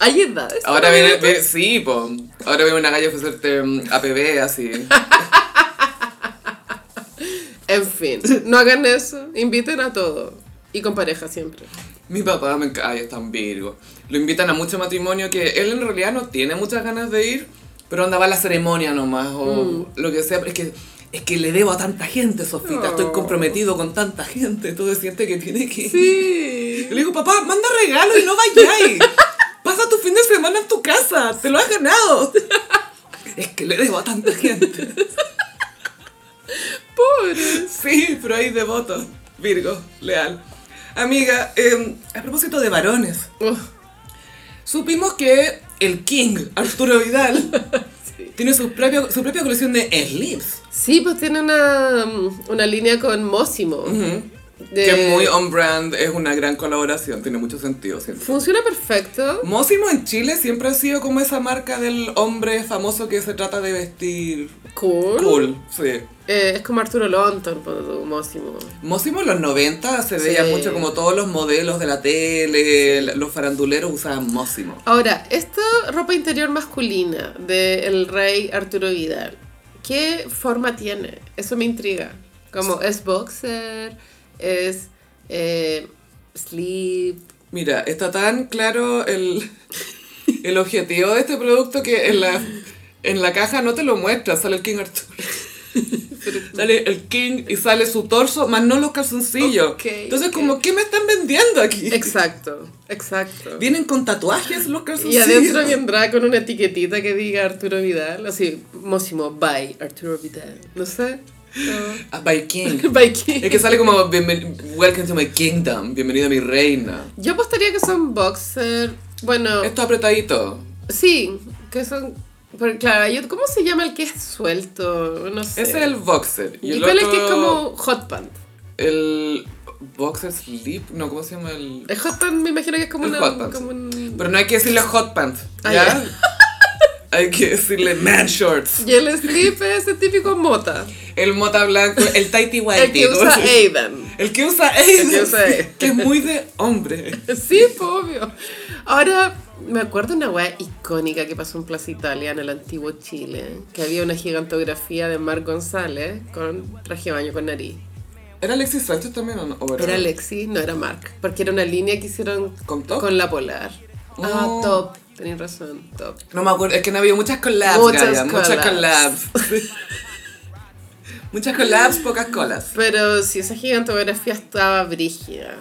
Speaker 2: Hay edades.
Speaker 1: Ahora
Speaker 2: para
Speaker 1: viene,
Speaker 2: vedetos.
Speaker 1: viene- sí, po. Ahora viene una galla a ofrecerte mm, APB, así.
Speaker 2: En fin, no hagan eso. Inviten a todo. Y con pareja siempre.
Speaker 1: Mi papá me encanta, es tan virgo. Lo invitan a mucho matrimonio que él en realidad no tiene muchas ganas de ir, pero andaba a la ceremonia nomás o lo que sea. pero Es que, es que le debo a tanta gente, Sofita. Estoy
Speaker 2: Oh.
Speaker 1: comprometido con tanta gente. Entonces siente que tiene que ir.
Speaker 2: Sí.
Speaker 1: Y le digo, papá, manda regalo y no vayáis. Pasa tu fin de semana en tu casa. Te lo has ganado. es que le debo a tanta gente.
Speaker 2: Pobre.
Speaker 1: Sí, pero hay devoto. Virgo, leal. Amiga, eh, a propósito de varones,
Speaker 2: Uf,
Speaker 1: supimos que el King, Arturo Vidal,
Speaker 2: sí.
Speaker 1: tiene su, propio, su propia colección de slips.
Speaker 2: Sí, pues tiene una, mm, una línea con Mósimo. De-
Speaker 1: Que muy on brand, es una gran colaboración, tiene mucho sentido. siento.
Speaker 2: Funciona perfecto.
Speaker 1: Mósimo en Chile siempre ha sido como esa marca del hombre famoso que se trata de vestir
Speaker 2: Cool.
Speaker 1: cool, sí.
Speaker 2: Eh, es como Arturo Lonton, ponte tú, Mósimo.
Speaker 1: Mósimo en los 90 se veía
Speaker 2: Sí.
Speaker 1: mucho como todos los modelos de la tele, los faranduleros usaban Mósimo.
Speaker 2: Ahora, esta ropa interior masculina del rey Arturo Vidal, ¿qué forma tiene? Eso me intriga. Como es boxer, es eh, sleep.
Speaker 1: Mira, está tan claro el, el objetivo de este producto que en la, en la caja no te lo muestra, sale el King Arturo. Sale el King y sale su torso, más no los calzoncillos.
Speaker 2: Ok,
Speaker 1: Entonces,
Speaker 2: ok.
Speaker 1: como, ¿qué me están vendiendo aquí?
Speaker 2: Exacto, exacto.
Speaker 1: Vienen con tatuajes los
Speaker 2: Y
Speaker 1: calzoncillos.
Speaker 2: adentro vendrá con una etiquetita que diga Arturo Vidal, así, Mósimo, by Arturo Vidal. No sé. Como-
Speaker 1: Ah, by King.
Speaker 2: By King.
Speaker 1: Es que sale como bienven- Welcome to my kingdom, bienvenido a mi reina.
Speaker 2: Yo apostaría que son boxer. Bueno,
Speaker 1: Esto apretadito.
Speaker 2: sí, que son. Pero claro, yo- ¿cómo se llama el que es suelto? No sé.
Speaker 1: Ese es el boxer.
Speaker 2: ¿Y,
Speaker 1: el
Speaker 2: cuál es que
Speaker 1: otro-
Speaker 2: es como hot pant?
Speaker 1: El boxer sleep, no, ¿cómo se llama el...?
Speaker 2: El hot pant me imagino que es como,
Speaker 1: El
Speaker 2: una,
Speaker 1: hot pants.
Speaker 2: como un.
Speaker 1: Pero no hay que decirle hot pants,
Speaker 2: Ah,
Speaker 1: ¿ya?
Speaker 2: ya.
Speaker 1: Hay que decirle man shorts.
Speaker 2: Y el slip es el típico mota.
Speaker 1: El mota blanco, el tighty whitey.
Speaker 2: El que
Speaker 1: ¿cómo
Speaker 2: usa
Speaker 1: se-
Speaker 2: Aiden.
Speaker 1: El que usa
Speaker 2: El que usa
Speaker 1: Aiden,
Speaker 2: E. Aiden.
Speaker 1: que es muy de hombre.
Speaker 2: Sí, po, obvio. Ahora, me acuerdo una weá icónica que pasó en Plaza Italia, en el antiguo Chile, que había una gigantografía de Marc González con traje de baño con nariz.
Speaker 1: ¿Era Alexis Sánchez también o no? ¿O
Speaker 2: Era Alexis, no era Marc, porque era una línea que hicieron
Speaker 1: ¿Con top?
Speaker 2: con la polar. Ah,
Speaker 1: Oh.
Speaker 2: top. Tenéis razón, top.
Speaker 1: No me acuerdo, es que no había muchas collabs,
Speaker 2: Muchas
Speaker 1: Gaia, muchas
Speaker 2: collabs.
Speaker 1: collabs. muchas collabs, pocas colas.
Speaker 2: Pero si esa gigantografía estaba brígida.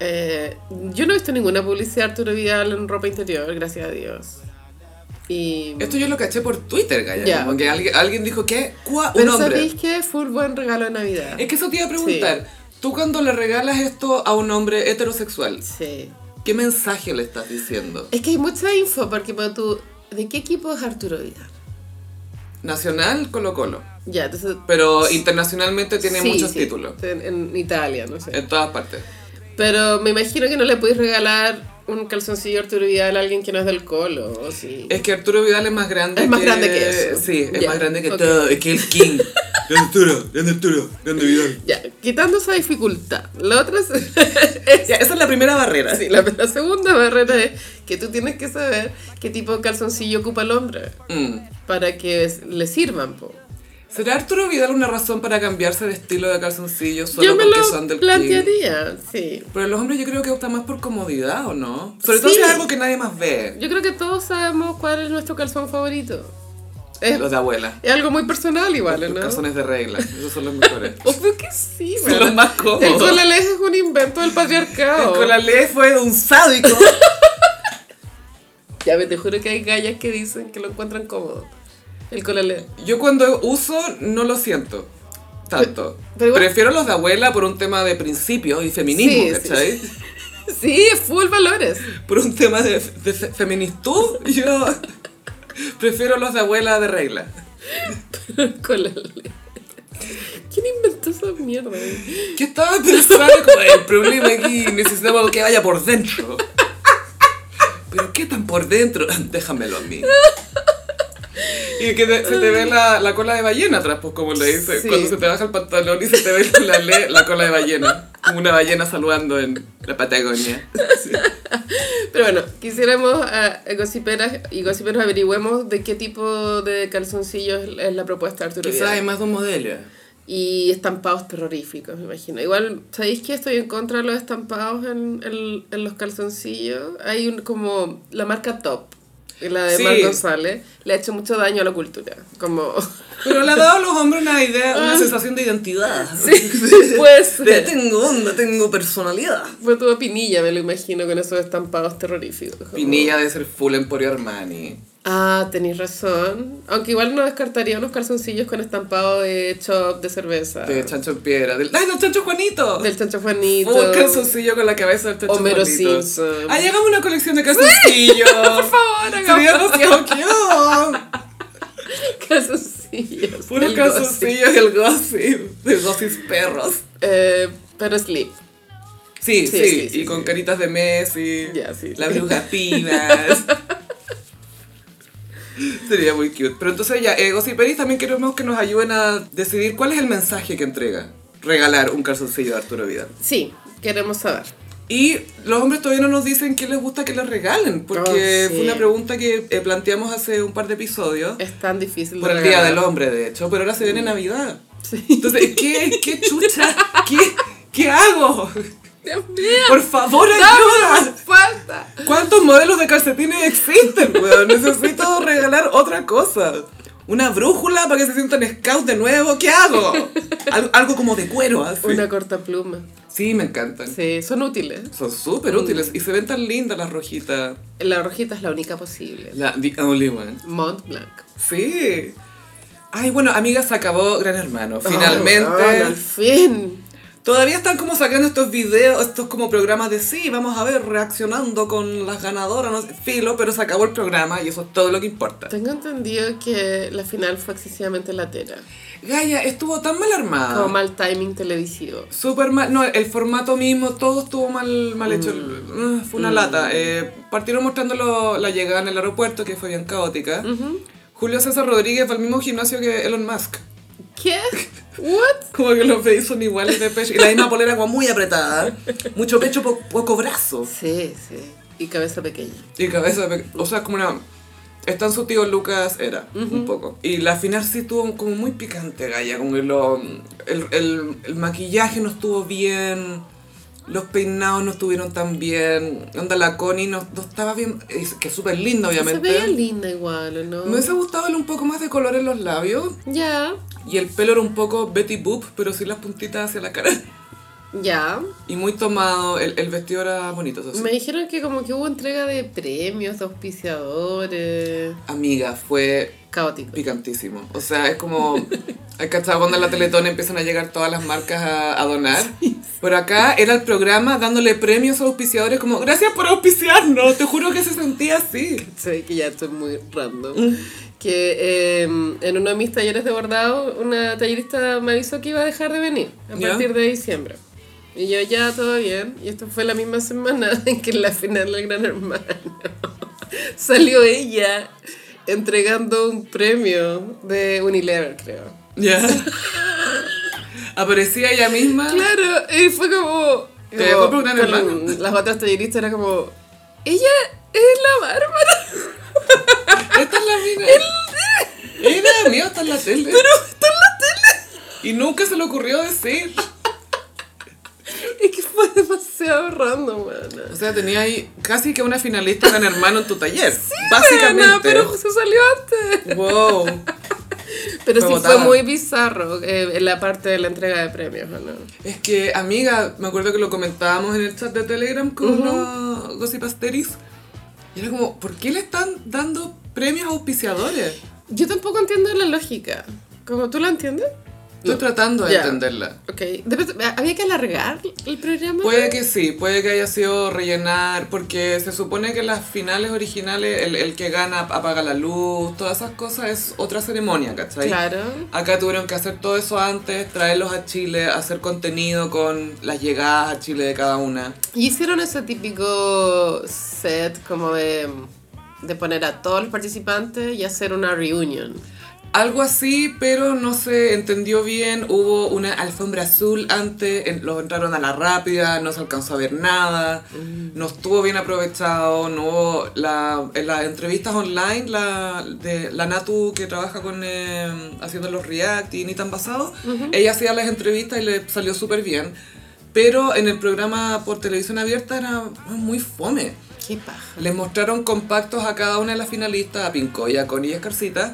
Speaker 2: Eh, yo no he visto ninguna publicidad de Arturo Vidal en ropa interior, gracias a Dios. Y...
Speaker 1: Esto yo lo caché por Twitter, Gaya,
Speaker 2: Ya.
Speaker 1: como que alguien, alguien dijo que ¿Cuá? un
Speaker 2: Pero
Speaker 1: hombre.
Speaker 2: sabéis que fue un buen regalo de Navidad.
Speaker 1: Es que eso te iba a preguntar. Tú cuando le regalas esto a un hombre heterosexual,
Speaker 2: Sí.
Speaker 1: ¿qué mensaje le estás diciendo?
Speaker 2: Es que hay mucha info, porque cuando tú. ¿De qué equipo es Arturo Vidal?
Speaker 1: Nacional, Colo Colo.
Speaker 2: Ya, entonces.
Speaker 1: Pero internacionalmente tiene
Speaker 2: sí,
Speaker 1: muchos
Speaker 2: sí,
Speaker 1: títulos.
Speaker 2: En, en Italia, no sé.
Speaker 1: En todas partes.
Speaker 2: Eh. Pero me imagino que no le podéis regalar un calzoncillo Arturo Vidal a alguien que no es del colo, o sí.
Speaker 1: Es que Arturo Vidal es más grande
Speaker 2: Es más grande que eso.
Speaker 1: Sí, es
Speaker 2: Ya,
Speaker 1: más grande que
Speaker 2: ok.
Speaker 1: todo. Es que el King. grande Arturo, grande Arturo, grande Vidal.
Speaker 2: Ya, quitando esa dificultad. La otra es. es-
Speaker 1: Ya, esa es la primera barrera.
Speaker 2: sí, la, la segunda barrera es que tú tienes que saber qué tipo de calzoncillo ocupa el hombre
Speaker 1: Mm.
Speaker 2: para que es- le sirvan, po.
Speaker 1: ¿Será Arturo Vidal una razón para cambiarse de estilo de calzoncillos solo
Speaker 2: Yo me
Speaker 1: porque
Speaker 2: lo
Speaker 1: son del King?
Speaker 2: plantearía, sí.
Speaker 1: Pero los hombres yo creo que optan más por comodidad, ¿o no? Sobre todo
Speaker 2: Sí.
Speaker 1: si es algo que nadie más ve.
Speaker 2: Yo creo que todos sabemos cuál es nuestro calzón favorito. Es,
Speaker 1: Los de abuela.
Speaker 2: es algo muy personal igual,
Speaker 1: Los
Speaker 2: ¿no?
Speaker 1: calzones de regla. Esos son los mejores.
Speaker 2: Obvio que sí,
Speaker 1: Son
Speaker 2: man.
Speaker 1: los más cómodos.
Speaker 2: El colalés es un invento del patriarcado.
Speaker 1: El colalé fue de un sádico.
Speaker 2: Ya, ve, te juro que hay gallas que dicen que lo encuentran cómodo. El colalés.
Speaker 1: Yo cuando uso no lo siento tanto.
Speaker 2: pero igual-
Speaker 1: Prefiero los de abuela por un tema de principio y feminismo,
Speaker 2: Sí, sí,
Speaker 1: ¿cachai?
Speaker 2: Sí, es full valores.
Speaker 1: Por un tema de, de fe- feministud, yo prefiero los de abuela de regla.
Speaker 2: El colalés. ¿Quién inventó esa mierda? güey?
Speaker 1: ¿Qué estaba pensando? Como, el problema aquí, necesitamos que vaya por dentro. ¿Pero qué tan por dentro? Déjamelo a mí. Y que te- se te ve la, la cola de ballena atrás, pues como le dice,
Speaker 2: Sí.
Speaker 1: cuando se te baja el pantalón y se te ve el colalé, la cola de ballena. Como una ballena saludando en la Patagonia.
Speaker 2: Pero bueno, quisiéramos a gossiperas y gossiperos averigüemos de qué tipo de calzoncillo es es la propuesta de Arturo
Speaker 1: Quizás
Speaker 2: Vidal.
Speaker 1: hay más de un modelo.
Speaker 2: Y estampados terroríficos, me imagino. Igual, ¿sabéis que estoy en contra de los estampados en, en- en los calzoncillos? Hay un, como la marca Top, la de
Speaker 1: Sí.
Speaker 2: Marc González, le ha hecho mucho daño a la cultura. Como,
Speaker 1: Pero le ha dado a los hombres una idea, una sensación de identidad.
Speaker 2: pues,
Speaker 1: De, tengo onda, tengo personalidad.
Speaker 2: fue tu pinilla, me lo imagino, con esos estampados terroríficos. como-
Speaker 1: Pinilla de ser full Emporio Armani.
Speaker 2: Ah, tenéis razón. Aunque igual no descartaría unos calzoncillos con estampado de chop, de cerveza.
Speaker 1: De Chancho en Piedra. Del, ¡Ay, del Chancho Juanito!
Speaker 2: Ah. del chancho Juanito.
Speaker 1: Un calzoncillo con la cabeza del Chancho
Speaker 2: Homero
Speaker 1: Juanito.
Speaker 2: Simpson.
Speaker 1: ¡Ay, hagamos una colección de calzoncillos!
Speaker 2: Por favor,
Speaker 1: Sería
Speaker 2: hagamos
Speaker 1: demasiado cute.
Speaker 2: calzoncillos.
Speaker 1: Puros
Speaker 2: del gossip.
Speaker 1: calzoncillos del gossip. De gossip perros.
Speaker 2: Eh, pero slip.
Speaker 1: Sí,
Speaker 2: Sí,
Speaker 1: sí,
Speaker 2: sí, sí,
Speaker 1: y con caritas de Messi.
Speaker 2: Ya, sí,
Speaker 1: Las
Speaker 2: sí.
Speaker 1: brujapinas. Sería muy cute. Pero entonces ya, eh, Gossiperis también queremos que nos ayuden a decidir cuál es el mensaje que entrega regalar un calzoncillo de Arturo Vidal.
Speaker 2: Sí, queremos saber.
Speaker 1: Y los hombres todavía no nos dicen qué les gusta que les regalen, porque
Speaker 2: Oh, sí.
Speaker 1: fue una pregunta que eh, planteamos hace un par de episodios,
Speaker 2: Es tan difícil. de
Speaker 1: por el Día
Speaker 2: regalar.
Speaker 1: del Hombre, de hecho, pero ahora se viene Navidad.
Speaker 2: Sí.
Speaker 1: Entonces, ¿qué, qué chucha? ¿Qué, ¿Qué hago?
Speaker 2: Dios mío.
Speaker 1: Por favor,
Speaker 2: dame
Speaker 1: ayuda.
Speaker 2: respuesta.
Speaker 1: ¿Cuántos modelos de calcetines existen, weón? Necesito regalar otra cosa. Una brújula para que se sientan scout de nuevo. ¿Qué hago? Al- algo como de cuero, así.
Speaker 2: Una corta pluma.
Speaker 1: Sí, me encantan.
Speaker 2: Sí, Mm. son útiles.
Speaker 1: Son súper útiles y se ven tan lindas las rojitas.
Speaker 2: La rojita es la única posible.
Speaker 1: La, the only one.
Speaker 2: Mont Blanc.
Speaker 1: ¿eh? Sí. Ay, bueno, amigas, se acabó Gran Hermano. Finalmente.
Speaker 2: Oh, no, al fin.
Speaker 1: Todavía están como sacando estos videos, estos como programas de sí, vamos a ver, reaccionando con las ganadoras, no sé, filo, pero se acabó el programa y eso es todo lo que importa.
Speaker 2: Tengo entendido que la final fue excesivamente latera.
Speaker 1: Gaia estuvo tan mal armada.
Speaker 2: Como mal timing televisivo.
Speaker 1: Súper mal. No, el formato mismo, todo estuvo mal, mal hecho. Mm. Mm, fue una
Speaker 2: Mm.
Speaker 1: lata. Eh, partieron mostrando lo- la llegada en el aeropuerto, que fue bien caótica.
Speaker 2: Ujú.
Speaker 1: Julio César Rodríguez fue al mismo gimnasio que Elon Musk.
Speaker 2: ¿Qué? ¿What?
Speaker 1: Como que los veis son iguales de pecho. Y la misma polera como muy apretada. ¿eh? Mucho pecho, po- poco brazo.
Speaker 2: Sí, sí. Y cabeza pequeña.
Speaker 1: Y cabeza pe- O sea, como una... Está en su tío Lucas era, un poco. Y la final sí estuvo como muy picante, Gaya. Como que lo, el, el- el maquillaje no estuvo bien. Los peinados no estuvieron tan bien. Onda, la Connie no, no estaba bien. es que es súper linda,
Speaker 2: Se veía
Speaker 1: obviamente.
Speaker 2: linda igual, ¿o no?
Speaker 1: Me hubiese gustado darle un poco más de color en los labios.
Speaker 2: Ya,
Speaker 1: Y el pelo era un poco Betty Boop, pero sí las puntitas hacia la cara.
Speaker 2: ya.
Speaker 1: Y muy tomado, el, el vestido era bonito, eso sí.
Speaker 2: Me dijeron que como que hubo entrega de premios, de auspiciadores.
Speaker 1: Amiga, fue
Speaker 2: Caótico.
Speaker 1: picantísimo. O sea, es como... Hay cachado cuando en la Teletón empiezan a llegar todas las marcas a, a donar. Pero acá era el programa dándole premios a auspiciadores como, gracias por auspiciarnos, te juro que se sentía así.
Speaker 2: Sé que ya estoy muy
Speaker 1: Mm.
Speaker 2: random. Que eh, en uno de mis talleres de bordado, una tallerista me avisó que iba a dejar de venir a
Speaker 1: Ya.
Speaker 2: partir de diciembre. Y yo ya todo bien. Y esto fue la misma semana en que en la final del Gran Hermano salió ella entregando un premio de Unilever, creo.
Speaker 1: Ya. Aparecía ella misma.
Speaker 2: Claro, y fue como.
Speaker 1: Te dejó por
Speaker 2: como
Speaker 1: Gran
Speaker 2: con
Speaker 1: Hermano.
Speaker 2: Las otras talleristas era como. Ella es la Bárbara.
Speaker 1: Esta es la mina. Era, amiga, está en la tele. Pero está en la tele. Y nunca se le ocurrió decir.
Speaker 2: Es que fue demasiado random, weona.
Speaker 1: O sea, tenía ahí casi que una finalista gran hermano en tu taller.
Speaker 2: Ana,
Speaker 1: básicamente.
Speaker 2: pero José salió antes.
Speaker 1: Wow.
Speaker 2: Pero
Speaker 1: Fue
Speaker 2: sí
Speaker 1: votada.
Speaker 2: fue muy bizarro eh, en la parte de la entrega de premios, ¿o ¿no?
Speaker 1: Es que, amiga, me acuerdo que lo comentábamos en el chat de Telegram con los Gossipasteris. Y era como, ¿por qué le están dando premios a auspiciadores?
Speaker 2: Yo tampoco entiendo la lógica. Como tú la entiendes?
Speaker 1: Estoy tratando de
Speaker 2: Ya.
Speaker 1: entenderla.
Speaker 2: Ok. Dep- ¿Había que alargar el programa?
Speaker 1: Puede que sí, puede que haya sido rellenar, porque se supone que las finales originales, el, el que gana apaga la luz, todas esas cosas, es otra ceremonia, ¿cachai?
Speaker 2: Claro.
Speaker 1: Acá tuvieron que hacer todo eso antes, traerlos a Chile, hacer contenido con las llegadas a Chile de cada una.
Speaker 2: Y hicieron ese típico set como de, de poner a todos los participantes y hacer una reunion.
Speaker 1: Algo así, pero no se entendió bien. Hubo una alfombra azul antes, en- los entraron a la rápida, no se alcanzó a ver nada, no estuvo bien aprovechado, no hubo la- en las entrevistas online, la, de, la Natu que trabaja con eh, haciendo los react y ni tan pasado, ella hacía las entrevistas y le salió súper bien. Pero en el programa por televisión abierta era muy fome.
Speaker 2: Qué paja.
Speaker 1: Les mostraron compactos a cada una de las finalistas, a Pincoya, Connie y Escarcita.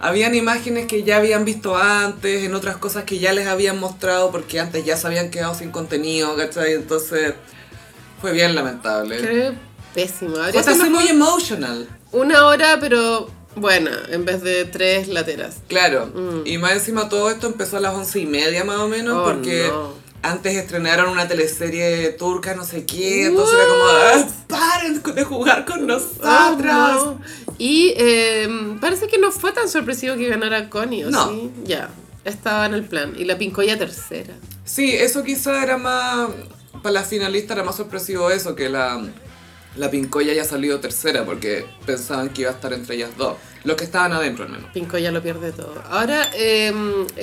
Speaker 1: Habían imágenes que ya habían visto antes, en otras cosas que ya les habían mostrado porque antes ya se habían quedado sin contenido, ¿cachai? Entonces fue bien lamentable.
Speaker 2: Qué pésimo. Habría
Speaker 1: Fue hasta
Speaker 2: sido
Speaker 1: así muy emotional.
Speaker 2: una hora, pero buena, en vez de tres lateras.
Speaker 1: Claro. Y más encima todo esto empezó a las once y media más o menos
Speaker 2: Mm. Oh,
Speaker 1: porque
Speaker 2: no.
Speaker 1: antes estrenaron una teleserie turca, no sé qué. Entonces era como, "Ah, paren de jugar con
Speaker 2: Ah,
Speaker 1: nosotras.
Speaker 2: no. Y eh, parece que no fue tan sorpresivo que ganara Connie, ¿o
Speaker 1: No.
Speaker 2: sí? Ya, estaba en el plan. Y la pincoya tercera.
Speaker 1: Sí, eso quizá era más. Para la finalista era más sorpresivo eso, que la, la Pincoya haya salido tercera, porque pensaban que iba a estar entre ellas dos. Los que estaban adentro, al menos.
Speaker 2: Pincoya lo pierde todo. Ahora, eh,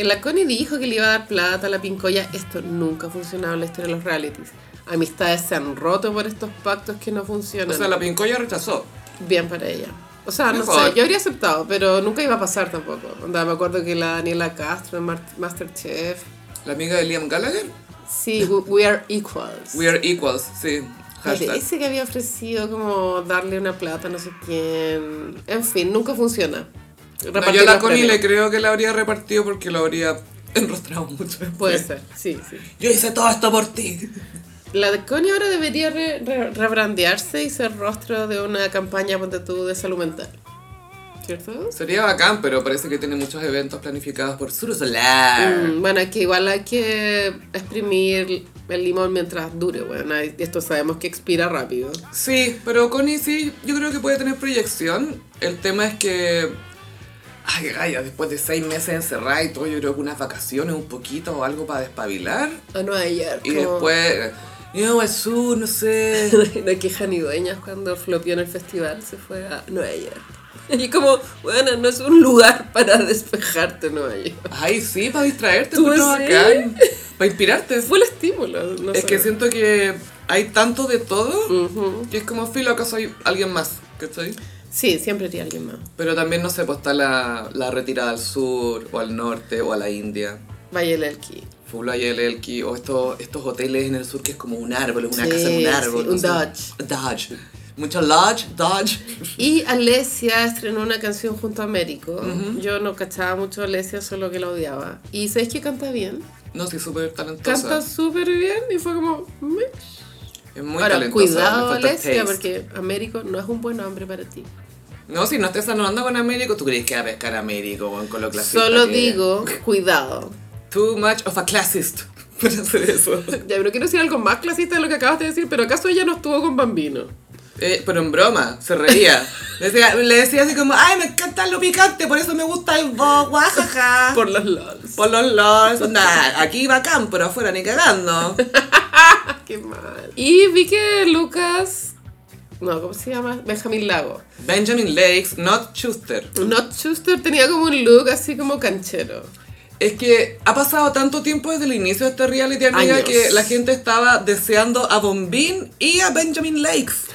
Speaker 2: la Connie dijo que le iba a dar plata a la pincoya. Esto nunca ha funcionado en la historia de los realities. Amistades se han roto por estos pactos que no funcionan.
Speaker 1: O sea, la Pincoya rechazó.
Speaker 2: Bien para ella. O sea, no
Speaker 1: Mejor.
Speaker 2: sé, yo habría aceptado, pero nunca iba a pasar tampoco. Onda, me acuerdo que la Daniela Castro en Mar- Masterchef.
Speaker 1: La amiga de Liam Gallagher.
Speaker 2: Sí, we, we are equals.
Speaker 1: We are equals, sí. Hashtag.
Speaker 2: Parece que había ofrecido como darle una plata a no sé quién. En fin, nunca funciona.
Speaker 1: No, yo a la Connie le creo que la habría repartido porque la habría enrostrado mucho. después.
Speaker 2: Puede ser, sí, sí.
Speaker 1: Yo hice todo esto por ti.
Speaker 2: La de Connie ahora debería re- re- rebrandearse y ser rostro de una campaña, ponte tú, de salud mental. ¿cierto?
Speaker 1: Sería bacán, pero parece que tiene muchos eventos planificados por Sur Solar.
Speaker 2: Mm, bueno, es que igual hay que exprimir el limón mientras dure, bueno, hay- esto sabemos que expira rápido.
Speaker 1: Sí, pero Connie sí, yo creo que puede tener proyección. El tema es que. Ay, gaya, después de seis meses encerrada y todo, yo creo que unas vacaciones, un poquito o algo para despabilar.
Speaker 2: A Nueva York.
Speaker 1: Y
Speaker 2: como-
Speaker 1: después. No, al sur, no sé.
Speaker 2: No queja ni dueñas cuando flopió en el festival, se fue a Nueva York. Y como, bueno, no es un lugar para despejarte Nueva York.
Speaker 1: Ay, sí, para distraerte,
Speaker 2: ¿Tú
Speaker 1: encuentro
Speaker 2: sí?
Speaker 1: bacán. Para inspirarte.
Speaker 2: Fue el estímulo, no
Speaker 1: Es
Speaker 2: sé.
Speaker 1: que siento que hay tanto de todo
Speaker 2: Ujú.
Speaker 1: que es como filo, acá soy alguien más, ¿cachai?
Speaker 2: Sí, siempre haría alguien más.
Speaker 1: Pero también, no sé, pues está la, la retirada al sur, o al norte, o a la India.
Speaker 2: Valle del Elqui.
Speaker 1: Full y el Elqui, o estos, estos hoteles en el sur que es como un árbol, es una
Speaker 2: Sí,
Speaker 1: casa en un árbol.
Speaker 2: sí, un
Speaker 1: no sé. Dodge. Mucho lodge, dodge.
Speaker 2: Y Alesia estrenó una canción junto a Américo. Yo no cachaba mucho a Alesia, solo que la odiaba. Y sabéis que canta bien.
Speaker 1: No, sí, súper talentosa.
Speaker 2: Canta súper bien y fue como. "Meh".
Speaker 1: Es muy
Speaker 2: Ahora,
Speaker 1: talentosa.
Speaker 2: cuidado,
Speaker 1: le falta taste.
Speaker 2: Alesia, porque Américo no es un buen hombre para ti.
Speaker 1: No, si no estás hablando con Américo, tú crees que va a pescar a Américo, weón, con lo clasista
Speaker 2: Solo
Speaker 1: que-
Speaker 2: digo, cuidado.
Speaker 1: Too much of a classist para hacer eso.
Speaker 2: Pues, Ya, pero quiero decir algo más clasista de lo que acabas de decir, pero ¿acaso ella no estuvo con Bambino?
Speaker 1: Eh, pero en broma, se reía. Le decía, le decía así como, ay, me encanta lo picante, por eso me gusta el bo, guajaja. Por,
Speaker 2: Por los lols.
Speaker 1: por los lols. Onda, aquí bacán, pero afuera ni cagando. Ah,
Speaker 2: Qué mal. Y vi que Lucas... No, ¿cómo se llama? Benjamín Lago.
Speaker 1: Benjamin Lakes, not Schuster.
Speaker 2: Not Schuster tenía como un look así como canchero.
Speaker 1: Es que ha pasado tanto tiempo desde el inicio de este reality, amiga,
Speaker 2: Años.
Speaker 1: que la gente estaba deseando a Bombín y a Benjamin Lakes.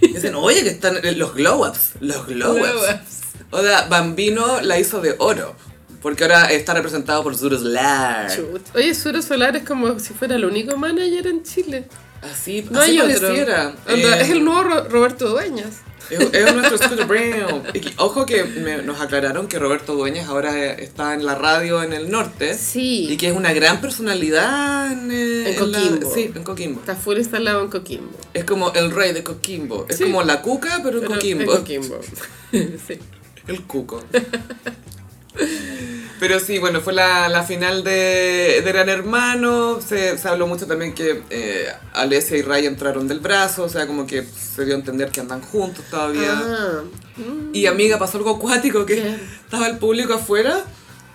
Speaker 1: Dicen, oye, que están eh, los glow-ups, los glow-ups. O sea, Bambino la hizo de oro, porque ahora está representado por Zuru Slar.
Speaker 2: Chut. Oye, Suro Solar es como si fuera el único manager en Chile.
Speaker 1: Así,
Speaker 2: No
Speaker 1: así
Speaker 2: hay otro.
Speaker 1: pareciera.
Speaker 2: Onda,
Speaker 1: Eh,
Speaker 2: Es el nuevo Ro- Roberto Dueñas.
Speaker 1: Es, es nuestro Scooter Brown. Y que- Ojo que me- nos aclararon que Roberto Dueñas ahora eh, está en la radio en el norte.
Speaker 2: Sí.
Speaker 1: Y que es una gran personalidad en, eh,
Speaker 2: En
Speaker 1: la-
Speaker 2: Coquimbo.
Speaker 1: sí, en Coquimbo.
Speaker 2: Está full instalado en Coquimbo.
Speaker 1: Es como el rey de Coquimbo. Es
Speaker 2: Sí.
Speaker 1: como la cuca, pero en
Speaker 2: Pero
Speaker 1: Coquimbo.
Speaker 2: En Coquimbo. sí.
Speaker 1: El cuco. Pero sí, bueno, fue la, la final de, de Gran Hermano. Se, se habló mucho también que eh, Alesia y Ray entraron del brazo. O sea, como que se dio a entender que andan juntos todavía.
Speaker 2: Ah.
Speaker 1: Y amiga, pasó algo acuático que
Speaker 2: ¿Qué?
Speaker 1: estaba el público afuera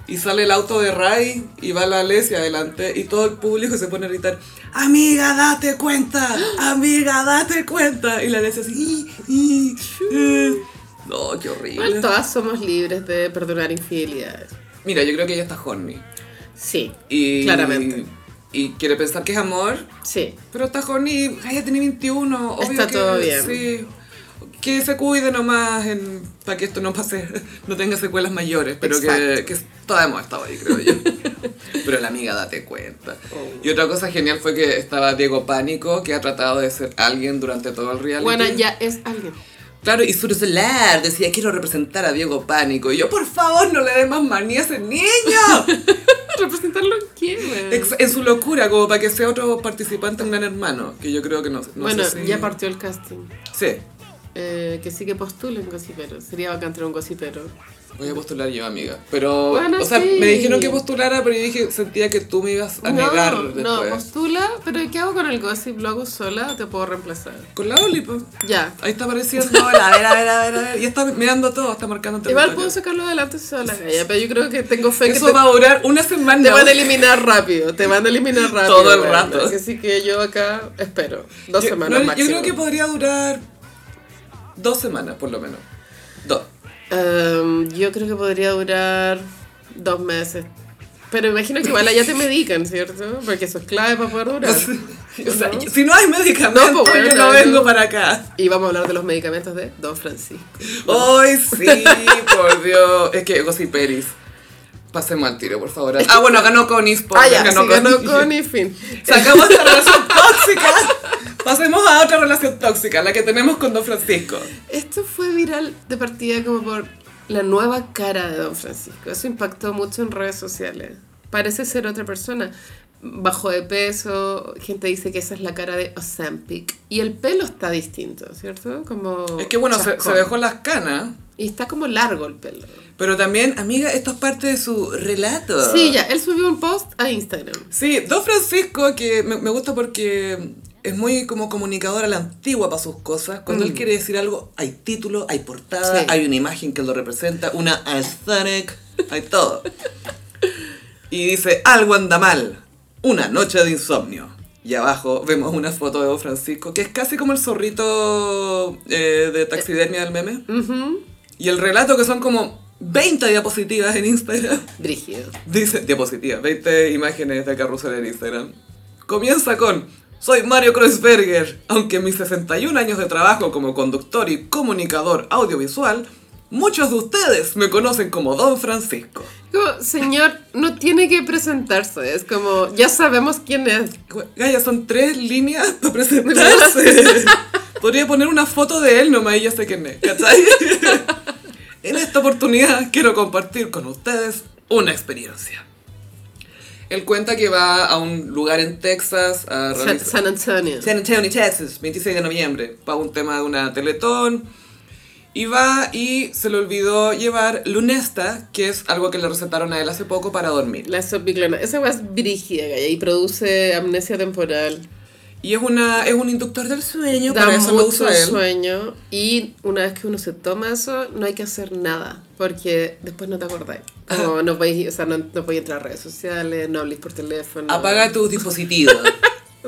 Speaker 1: y sale el auto de Ray y va la Alesia adelante y todo el público se pone a gritar, amiga, date cuenta, amiga, date cuenta. Y la Alesia así, "Ih, ih, eh". no, qué
Speaker 2: Igual
Speaker 1: horrible.
Speaker 2: todas somos libres de perdonar infidelidades.
Speaker 1: Mira, yo creo que ella está horny.
Speaker 2: Sí,
Speaker 1: Y,
Speaker 2: Claramente.
Speaker 1: Y quiere pensar que es amor,
Speaker 2: sí.
Speaker 1: pero está horny, ay, ya tiene 21, obvio
Speaker 2: Está
Speaker 1: que-
Speaker 2: todo bien.
Speaker 1: Sí. Que se cuide nomás para que esto no pase, no tenga secuelas mayores, pero que,
Speaker 2: Exacto.
Speaker 1: que toda hemos estado ahí, creo yo. pero la amiga, date cuenta.
Speaker 2: Oh.
Speaker 1: Y otra cosa genial fue que estaba Diego Pánico, que ha tratado de ser alguien durante todo el reality.
Speaker 2: Bueno, ya es alguien.
Speaker 1: Claro, y Sur Solar decía, quiero representar a Diego Pánico. Y yo, por favor, no le dé más manía a ese niño.
Speaker 2: ¿Representarlo en quién, güey?
Speaker 1: Ex- en su locura, como para que sea otro participante, un gran hermano, que yo creo que no, no
Speaker 2: bueno,
Speaker 1: sé si-
Speaker 2: ya partió el casting.
Speaker 1: Sí.
Speaker 2: Eh, que sí que postulen gossipero. Sería bacán tener un gossipero.
Speaker 1: Voy a postular yo, amiga. Pero,
Speaker 2: Bueno,
Speaker 1: o sea,
Speaker 2: sí.
Speaker 1: me dijeron que postulara, pero yo dije, sentía que tú me ibas a negar
Speaker 2: no,
Speaker 1: después.
Speaker 2: no, postula, pero ¿qué hago con el gossip? ¿Lo hago sola o te puedo reemplazar?
Speaker 1: Con la Oli, pues.
Speaker 2: Ya.
Speaker 1: Ahí está apareciendo. A ver, a ver, a ver, a ver, a ver. Y está mirando todo, está marcando
Speaker 2: Igual
Speaker 1: territorio.
Speaker 2: puedo sacarlo adelante sola, Gaya, pero yo creo que tengo fe que
Speaker 1: Eso
Speaker 2: te,
Speaker 1: va a durar una semana.
Speaker 2: te van a eliminar rápido. Te van a eliminar rápido.
Speaker 1: Todo el
Speaker 2: güey.
Speaker 1: rato.
Speaker 2: Así que yo acá espero. Dos
Speaker 1: Yo-
Speaker 2: semanas
Speaker 1: no,
Speaker 2: máximo.
Speaker 1: Yo creo que podría durar dos semanas, por lo menos. Dos.
Speaker 2: Em, yo creo que podría durar dos meses. Pero imagino que igual allá te medican, ¿cierto? Porque eso es clave para poder durar.
Speaker 1: O sea,
Speaker 2: ¿No?
Speaker 1: si no hay medicamento,
Speaker 2: No, pues,
Speaker 1: yo
Speaker 2: bueno,
Speaker 1: no vengo
Speaker 2: no.
Speaker 1: para acá.
Speaker 2: Y vamos a hablar de los medicamentos de Don Francisco.
Speaker 1: ¡Ay, sí! Por Dios. Es que Gossiperis. Pasemos al tiro, por favor. Ah, bueno, ganó Conis. por-
Speaker 2: ah, ya,
Speaker 1: ganó
Speaker 2: sí, ganó
Speaker 1: Conis.
Speaker 2: con y fin.
Speaker 1: Sacamos esta relación tóxica. Pasemos a otra relación tóxica, la que tenemos con Don Francisco.
Speaker 2: Esto fue viral de partida como por la nueva cara de Don Francisco. Eso impactó mucho en redes sociales. Parece ser otra persona. bajo de peso, gente dice que esa es la cara de Ozempic. Y el pelo está distinto, ¿cierto? Como
Speaker 1: Es que bueno, se, se
Speaker 2: Oh, chascón.
Speaker 1: dejó las canas,
Speaker 2: Y está como largo el pelo.
Speaker 1: pero también, amiga, esto es parte de su relato.
Speaker 2: Sí, ya, él subió un post a Instagram.
Speaker 1: Sí, Don Francisco, que me, me gusta porque es muy como comunicador a la antigua para sus cosas. Cuando él quiere decir algo, hay título, hay portada,
Speaker 2: Sí.
Speaker 1: hay una imagen que lo representa, una aesthetic, hay todo. Y dice, algo anda mal, una noche de insomnio. Y abajo vemos una foto de Don Francisco, que es casi como el zorrito eh, de taxidermia del meme.
Speaker 2: Ujú.
Speaker 1: Y el relato, que son como 20 diapositivas en Instagram.
Speaker 2: Brígido.
Speaker 1: Dice, diapositiva, 20 imágenes del carrusel en Instagram. Comienza con, soy Mario Kreuzberger, aunque en mis 61 años de trabajo como conductor y comunicador audiovisual, muchos de ustedes me conocen como Don Francisco.
Speaker 2: Como, señor, no tiene que presentarse. Es como, ya sabemos quién es.
Speaker 1: Gaya, son tres líneas para presentarse. Podría poner una foto de él nomás y ya sé quién es, ¿cachai? En esta oportunidad quiero compartir con ustedes una experiencia. Él cuenta que va a un lugar en Texas a
Speaker 2: San,
Speaker 1: realizar-
Speaker 2: San Antonio.
Speaker 1: San Antonio, Texas, 26 de noviembre, para un tema de una teletón. Y va y se le olvidó llevar lunesta, que es algo que le recetaron a él hace poco para dormir.
Speaker 2: La sopiclona. Esa weá es brígida, galla, y produce amnesia temporal.
Speaker 1: Y es, una, es un inductor del sueño,
Speaker 2: Da
Speaker 1: para eso lo
Speaker 2: mucho
Speaker 1: usa él.
Speaker 2: sueño. Y una vez que uno se toma eso, no hay que hacer nada. Porque después no te acordáis. Como no podéis, o sea, no, no podéis entrar a redes sociales, no habléis por teléfono.
Speaker 1: Apaga tus dispositivos.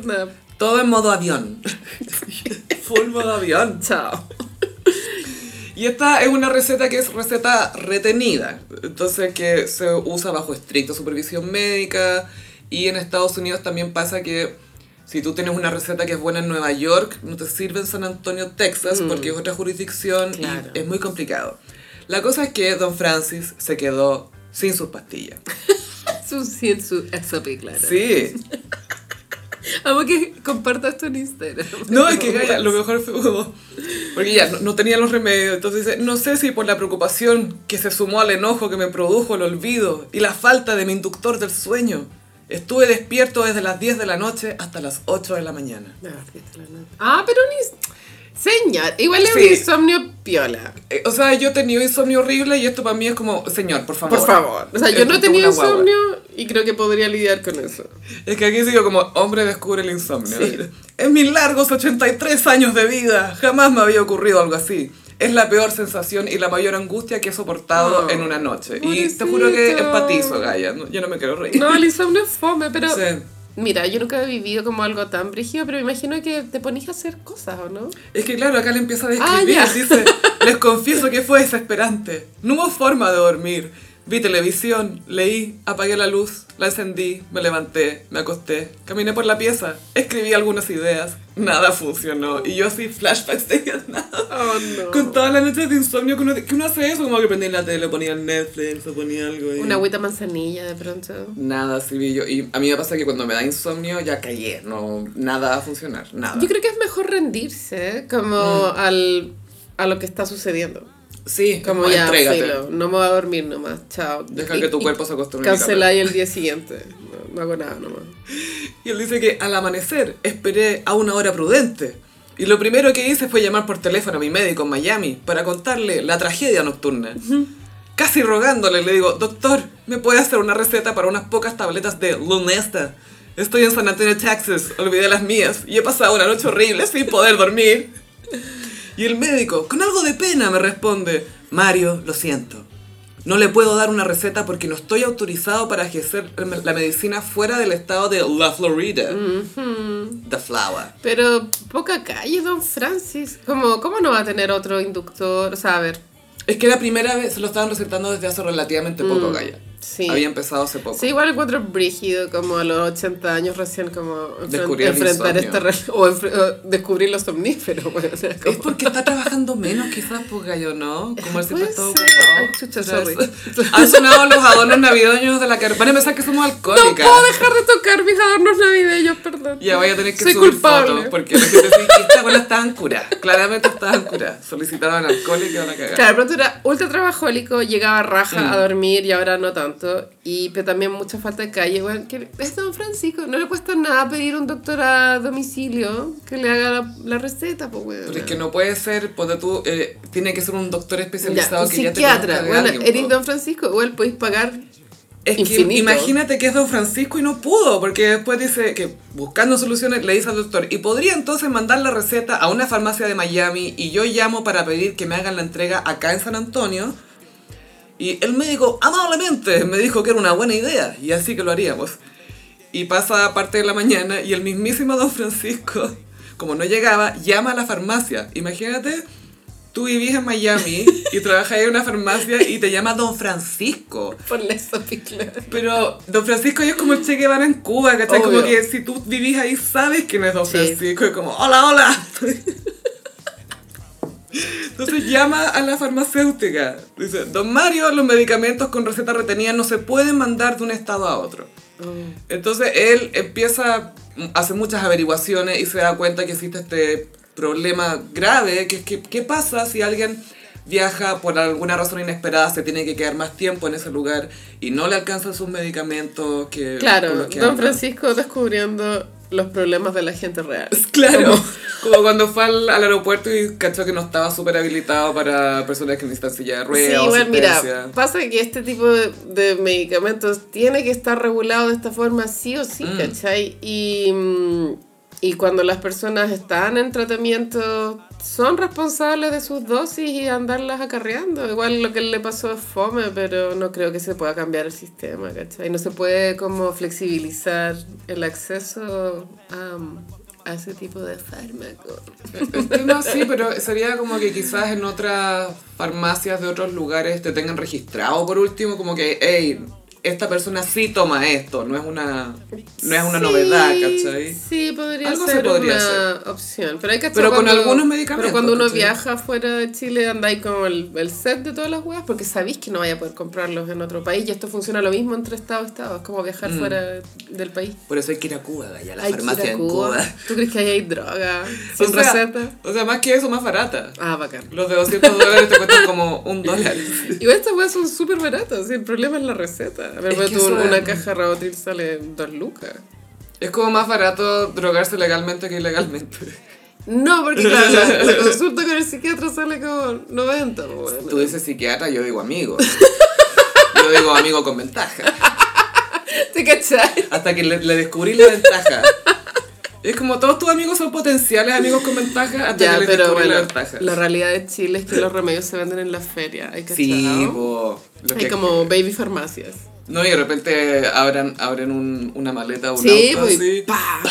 Speaker 2: Nada.
Speaker 1: Todo en modo avión. Full modo avión.
Speaker 2: Chao.
Speaker 1: Y esta es una receta que es receta retenida, entonces que se usa bajo estricta supervisión médica y en Estados Unidos también pasa que si tú tienes una receta que es buena en Nueva York, no te sirve en San Antonio, Texas, porque es otra jurisdicción
Speaker 2: Claro.
Speaker 1: y es muy complicado. La cosa es que Don Francis se quedó sin sus pastillas.
Speaker 2: Su, sí, su sopiclona.
Speaker 1: Sí.
Speaker 2: Amo que compartas tu en Instagram.
Speaker 1: No, es que Gaia, lo mejor fue como- Porque ya no, no tenía los remedios, entonces dice, no sé si por la preocupación que se sumó al enojo que me produjo el olvido y la falta de mi inductor del sueño, estuve despierto desde las 10 de la noche hasta las 8 de la mañana.
Speaker 2: No, fíjate la nota. Ah, pero un ins- Señor, igual es un
Speaker 1: Sí.
Speaker 2: insomnio piola.
Speaker 1: Eh, o sea, yo he tenido insomnio horrible y esto para mí es como, señor, por favor.
Speaker 2: Por favor. O sea, yo no
Speaker 1: Es
Speaker 2: he tenido
Speaker 1: una guagua.
Speaker 2: insomnio y creo que podría lidiar con eso.
Speaker 1: Es que aquí sigo como, hombre descubre el insomnio.
Speaker 2: Sí.
Speaker 1: En mis largos 83 años de vida, jamás me había ocurrido algo así. Es la peor sensación y la mayor angustia que he soportado
Speaker 2: Oh,
Speaker 1: en una noche. Y te
Speaker 2: pobrecito.
Speaker 1: juro que empatizo, Gaia. No- Yo no me quiero reír.
Speaker 2: No, el insomnio es fome, pero.
Speaker 1: Sí.
Speaker 2: Mira, yo nunca he vivido como algo tan brígido, pero me imagino que te pones a hacer cosas, ¿o no?
Speaker 1: Es que claro, acá le empieza a
Speaker 2: Ah,
Speaker 1: describir.
Speaker 2: ya.
Speaker 1: dice, les confieso que fue desesperante. No hubo forma de dormir. Vi televisión, leí, apagué la luz, la encendí, me levanté, me acosté, caminé por la pieza, escribí algunas ideas, nada funcionó. Y yo así, flashbacks de nada.
Speaker 2: Oh, no.
Speaker 1: Con todas las noches de insomnio que uno, que uno hace eso, como que prendía la tele, ponía el Netflix o ponía algo. Y...
Speaker 2: Una agüita manzanilla de pronto.
Speaker 1: Nada, sí, vi yo. Y a mí me pasa que cuando me da insomnio ya callé, no, nada va a funcionar, nada.
Speaker 2: Yo creo que es mejor rendirse, ¿eh? como
Speaker 1: Mm.
Speaker 2: al, a lo que está sucediendo.
Speaker 1: Sí,
Speaker 2: Como ya, filo, no me voy a dormir nomás, chao.
Speaker 1: Ah, Deja
Speaker 2: Y-
Speaker 1: que tu
Speaker 2: y
Speaker 1: cuerpo se acostumbre.
Speaker 2: Cancela ahí el día siguiente. No, no hago nada nomás.
Speaker 1: Y él dice que al amanecer esperé a una hora prudente. Y lo primero que hice fue llamar por teléfono a mi médico en Miami para contarle la tragedia nocturna. Casi rogándole, le digo, doctor, ¿me puede hacer una receta para unas pocas tabletas de Lunesta? Estoy en San Antonio, Texas, olvidé las mías y he pasado una noche horrible sin poder dormir. Y el médico, con algo de pena, me responde, Mario, lo siento. No le puedo dar una receta porque no estoy autorizado para ejercer la medicina fuera del estado de La Florida. The flower.
Speaker 2: Pero poca calle, don Francis. Como, ¿Cómo no va a tener otro inductor? O sea, a ver.
Speaker 1: Es que la primera vez se lo estaban recetando desde hace relativamente poco, Gaya.
Speaker 2: Mm, sí.
Speaker 1: Había empezado hace poco.
Speaker 2: Sí, igual encuentro brígido como a los 80 años recién como enfren-
Speaker 1: Descubrir el
Speaker 2: enfrentar
Speaker 1: insomnio.
Speaker 2: esta re- o, enfre- o descubrir los somníferos. bueno, o sea,
Speaker 1: Es
Speaker 2: como-
Speaker 1: porque está trabajando menos, quizás, pues gallo, ¿no? Como él siempre
Speaker 2: Puede
Speaker 1: está todo
Speaker 2: ser.
Speaker 1: ocupado.
Speaker 2: Ay, chucha, sorry.
Speaker 1: Han sonado los adornos navideños de la carpa. Van a pensar que somos
Speaker 2: No
Speaker 1: alcohólicas.
Speaker 2: puedo dejar de tocar mis adornos navideños, perdón.
Speaker 1: Ya voy a tener que
Speaker 2: Soy
Speaker 1: subir
Speaker 2: culpable.
Speaker 1: fotos porque la gente dice que estas buenas estaban curadas. Claramente estaban curadas. Solicitaban alcohol y quedaron a cagar. Mm.
Speaker 2: Claro, de pronto era ultra trabajólico, llegaba raja a dormir y ahora no tanto. Y pero también mucha falta de calle. Bueno, que es Don Francisco, no le cuesta nada pedir a un doctor a domicilio que le haga la, la receta, pues, weón.
Speaker 1: Pero es que no puede ser, porque tú, eh, tiene que ser un doctor
Speaker 2: Ya,
Speaker 1: especializado
Speaker 2: un
Speaker 1: que ya te
Speaker 2: psiquiatra,
Speaker 1: conozca de
Speaker 2: bueno,
Speaker 1: alguien, po.
Speaker 2: eres Don Francisco, igual podéis pagar.
Speaker 1: Es que
Speaker 2: infinito.
Speaker 1: imagínate que es Don Francisco y no pudo, porque después dice que buscando soluciones le dice al doctor, y podría entonces mandar la receta a una farmacia de Miami y yo llamo para pedir que me hagan la entrega acá en San Antonio. Y el médico amablemente me dijo que era una buena idea y así que lo haríamos. Y pasa parte de la mañana y el mismísimo Don Francisco, como no llegaba, llama a la farmacia. Imagínate, tú vivís en Miami y trabajas en una farmacia y te llama Don Francisco.
Speaker 2: Por la sopicla.
Speaker 1: Pero Don Francisco ellos como el Che Guevara en Cuba, ¿cachai?
Speaker 2: Obvio.
Speaker 1: Como que si tú vivís ahí sabes quién es Don
Speaker 2: Sí.
Speaker 1: Francisco. Y como, hola, hola. Entonces llama a la farmacéutica. Dice, Don Mario, los medicamentos con receta retenida no se pueden mandar de un estado a otro. Oh, Entonces él empieza, hace muchas averiguaciones y se da cuenta que existe este problema grave, que es que, ¿qué pasa si alguien viaja por alguna razón inesperada, se tiene que quedar más tiempo en ese lugar y no le alcanzan sus medicamentos que... con
Speaker 2: Claro,
Speaker 1: los que
Speaker 2: Don
Speaker 1: anda?
Speaker 2: Francisco descubriendo los problemas de la gente real.
Speaker 1: Claro,
Speaker 2: Como-
Speaker 1: como, cuando fue al, al aeropuerto y cachó que no estaba súper habilitado para personas que necesitan silla de ruedas.
Speaker 2: Sí,
Speaker 1: o
Speaker 2: igual, mira,
Speaker 1: asistencia.
Speaker 2: pasa que este tipo de, de medicamentos tiene que estar regulado de esta forma sí o sí,
Speaker 1: Mm.
Speaker 2: ¿cachai? Y, mm, y cuando las personas están en tratamiento son responsables de sus dosis y andarlas acarreando. Igual lo que le pasó es fome, pero no creo que se pueda cambiar el sistema, ¿cachai? No se puede como flexibilizar el acceso a, a ese tipo de fármacos.
Speaker 1: No, sí, pero sería como que quizás en otras farmacias de otros lugares te tengan registrado por último, como que, hey, esta persona sí toma esto, no es una, no es una
Speaker 2: Sí,
Speaker 1: novedad, ¿cachai?
Speaker 2: Sí, podría
Speaker 1: Algo se
Speaker 2: ser
Speaker 1: podría
Speaker 2: una opción. Pero hay que
Speaker 1: Pero
Speaker 2: achar
Speaker 1: con
Speaker 2: cuando-
Speaker 1: algunos medicamentos,
Speaker 2: Pero cuando uno
Speaker 1: ¿cachai?
Speaker 2: viaja fuera de Chile, andáis con el, el set de todas las huevas, porque sabéis que no vais a poder comprarlos en otro país. Y esto funciona lo mismo entre estado y estado. Es como viajar fuera del país.
Speaker 1: Por eso hay que ir a Cuba, vaya, a Mm. la
Speaker 2: Hay que ir
Speaker 1: farmacia
Speaker 2: a
Speaker 1: en
Speaker 2: Cuba.
Speaker 1: Cuba.
Speaker 2: ¿Tú crees que ahí hay droga?
Speaker 1: O
Speaker 2: Sin
Speaker 1: sea-
Speaker 2: receta.
Speaker 1: O sea, más que eso, más barata.
Speaker 2: Ah, bacán.
Speaker 1: Los de 200 dólares te cuestan como un dólar.
Speaker 2: Igual estas huevas son súper baratas. y el problema es la receta. A ver,
Speaker 1: Es
Speaker 2: pues,
Speaker 1: que
Speaker 2: tú,
Speaker 1: eso es-
Speaker 2: una caja de Rabotril sale dos lucas.
Speaker 1: Es como más barato drogarse legalmente que ilegalmente.
Speaker 2: No, porque claro, la, la consulta con el psiquiatra sale como 90, pues, bueno.
Speaker 1: Tú dices psiquiatra, yo digo amigo. Yo digo amigo con ventaja.
Speaker 2: ¿Te cachai?
Speaker 1: Hasta que le, le descubrí la ventaja. Es como todos tus amigos son potenciales amigos con ventaja hasta
Speaker 2: Ya,
Speaker 1: que les
Speaker 2: pero
Speaker 1: descubrí
Speaker 2: bueno,
Speaker 1: la
Speaker 2: la,
Speaker 1: ventaja.
Speaker 2: realidad de Chile es que los remedios se venden en las ferias, ¿hay cachado?
Speaker 1: sí, po, lo
Speaker 2: Hay
Speaker 1: que-
Speaker 2: como baby farmacias.
Speaker 1: No, y de repente abran, abren un- una maleta o un
Speaker 2: Sí,
Speaker 1: auto
Speaker 2: pues,
Speaker 1: así.
Speaker 2: pa.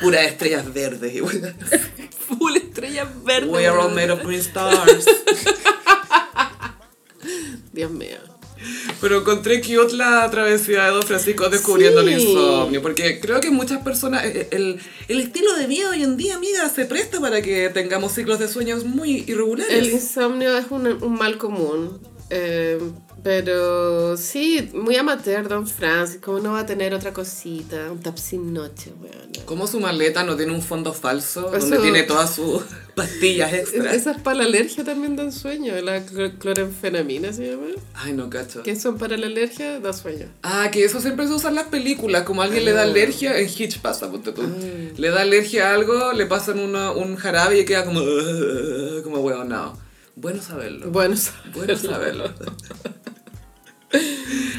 Speaker 1: Pura de estrellas verdes. y weón.
Speaker 2: Full estrella verde.
Speaker 1: We are all
Speaker 2: weón.
Speaker 1: made of green stars.
Speaker 2: Dios mío.
Speaker 1: Pero encontré cute la travesía de Don Francisco descubriendo el
Speaker 2: Sí.
Speaker 1: insomnio, porque creo que muchas personas, eh, eh, el, el estilo de vida hoy en día, amiga, se presta para que tengamos ciclos de sueños muy irregulares.
Speaker 2: El insomnio es un, un mal común. eh, pero sí, muy amateur, Don Francis. ¿Cómo no va a tener otra cosita? Un tap sin noche, weón.
Speaker 1: Como su maleta no tiene un fondo falso,
Speaker 2: Eso-
Speaker 1: donde tiene todas sus pastillas extra.
Speaker 2: Esas para la alergia también dan sueño, la cl- clorenfenamina se llama.
Speaker 1: Ay, no, cacho.
Speaker 2: Que son para la alergia, da sueño.
Speaker 1: Ah, que eso siempre se usa en las películas, como alguien le da
Speaker 2: Ah.
Speaker 1: alergia, en Hitch pasa, ponte tú. Le da alergia a algo, le pasan una- un jarabe y queda como... como huevonao. Bueno saberlo.
Speaker 2: Bueno,
Speaker 1: Bueno saberlo.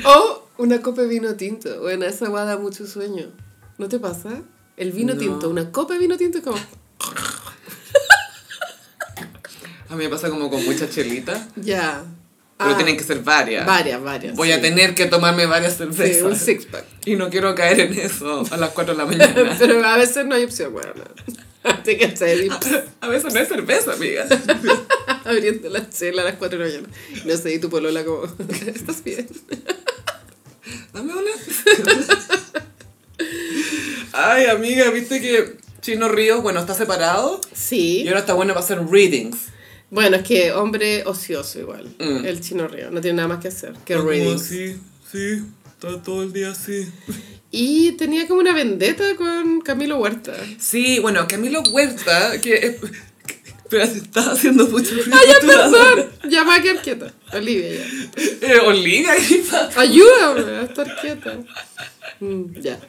Speaker 2: o una copa de vino tinto. Bueno, esa guada da mucho sueño. ¿No te pasa? El vino
Speaker 1: No.
Speaker 2: tinto, una copa de vino tinto es como,
Speaker 1: A mí me pasa como con muchas chelitas,
Speaker 2: ya.
Speaker 1: pero
Speaker 2: Ah,
Speaker 1: tienen que ser varias.
Speaker 2: Varias, varias.
Speaker 1: Voy a
Speaker 2: sí.
Speaker 1: tener que tomarme varias
Speaker 2: Sí, un
Speaker 1: cervezas.
Speaker 2: six pack.
Speaker 1: y no quiero caer en eso a las 4 de la mañana.
Speaker 2: Pero a veces no hay opción, bueno. no. Te cachai,
Speaker 1: a veces no es cerveza, amiga.
Speaker 2: abriendo la chela a las 4 de la mañana. No sé, y tu polola como, ¿estás bien?
Speaker 1: Dame una. Ay, amiga, viste que Chino Ríos, bueno, está separado
Speaker 2: Sí.
Speaker 1: y ahora está bueno para hacer readings.
Speaker 2: Bueno, es que hombre ocioso igual.
Speaker 1: Mm.
Speaker 2: El chino río. No tiene nada más que hacer que
Speaker 1: Está como
Speaker 2: readings.
Speaker 1: así, sí, está todo el día así.
Speaker 2: Y tenía como una vendetta con Camilo Huerta.
Speaker 1: Sí, bueno, Camilo Huerta, que es- Espérate, estás haciendo mucho ruido.
Speaker 2: ¡Ay, ya
Speaker 1: tu lado.
Speaker 2: perdón! Ya me voy a quedar quieta. Olivia, ya.
Speaker 1: Eh, Olivia, ¿qué pasa?
Speaker 2: Ayúdame a estar quieta. Mm, ya.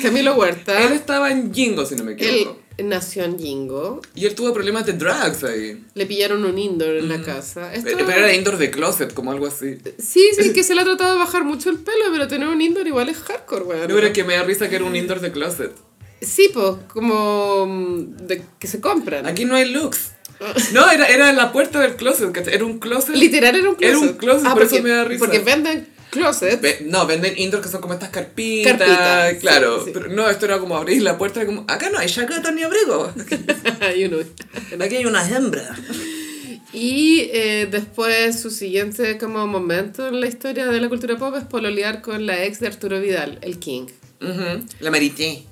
Speaker 2: Camilo
Speaker 1: Él
Speaker 2: Huerta.
Speaker 1: estaba en Jingo, si no me
Speaker 2: Él
Speaker 1: equivoco.
Speaker 2: nació en Jingo.
Speaker 1: Y él tuvo problemas de drugs ahí.
Speaker 2: Le pillaron un indoor en la casa. Esto-
Speaker 1: Mm. Pero pero era indoor de closet, como algo así.
Speaker 2: Sí, sí, que se le ha tratado de bajar mucho el pelo, pero tener un indoor igual es hardcore, weón.
Speaker 1: No, pero que me da risa que era un indoor de closet.
Speaker 2: Sí, pues, como mm, de, que se compran.
Speaker 1: Aquí no hay looks. No, era, era la puerta del closet, ¿cachai? Era un closet.
Speaker 2: Literal era un closet. Ah,
Speaker 1: Era un closet, por eso
Speaker 2: porque,
Speaker 1: me da risa.
Speaker 2: Porque venden closet.
Speaker 1: Ve- no, venden indoor que son como estas carpitas.
Speaker 2: Carpitas,
Speaker 1: claro.
Speaker 2: sí, sí.
Speaker 1: Pero no, esto era como abrir la puerta y como, acá no hay chaqueta ni abrigo.
Speaker 2: y uno-
Speaker 1: Aquí hay una hembra.
Speaker 2: Y eh, después su siguiente como momento en la historia de la cultura pop es pololear con la ex de Arturo Vidal, el King.
Speaker 1: Ujú, La marité.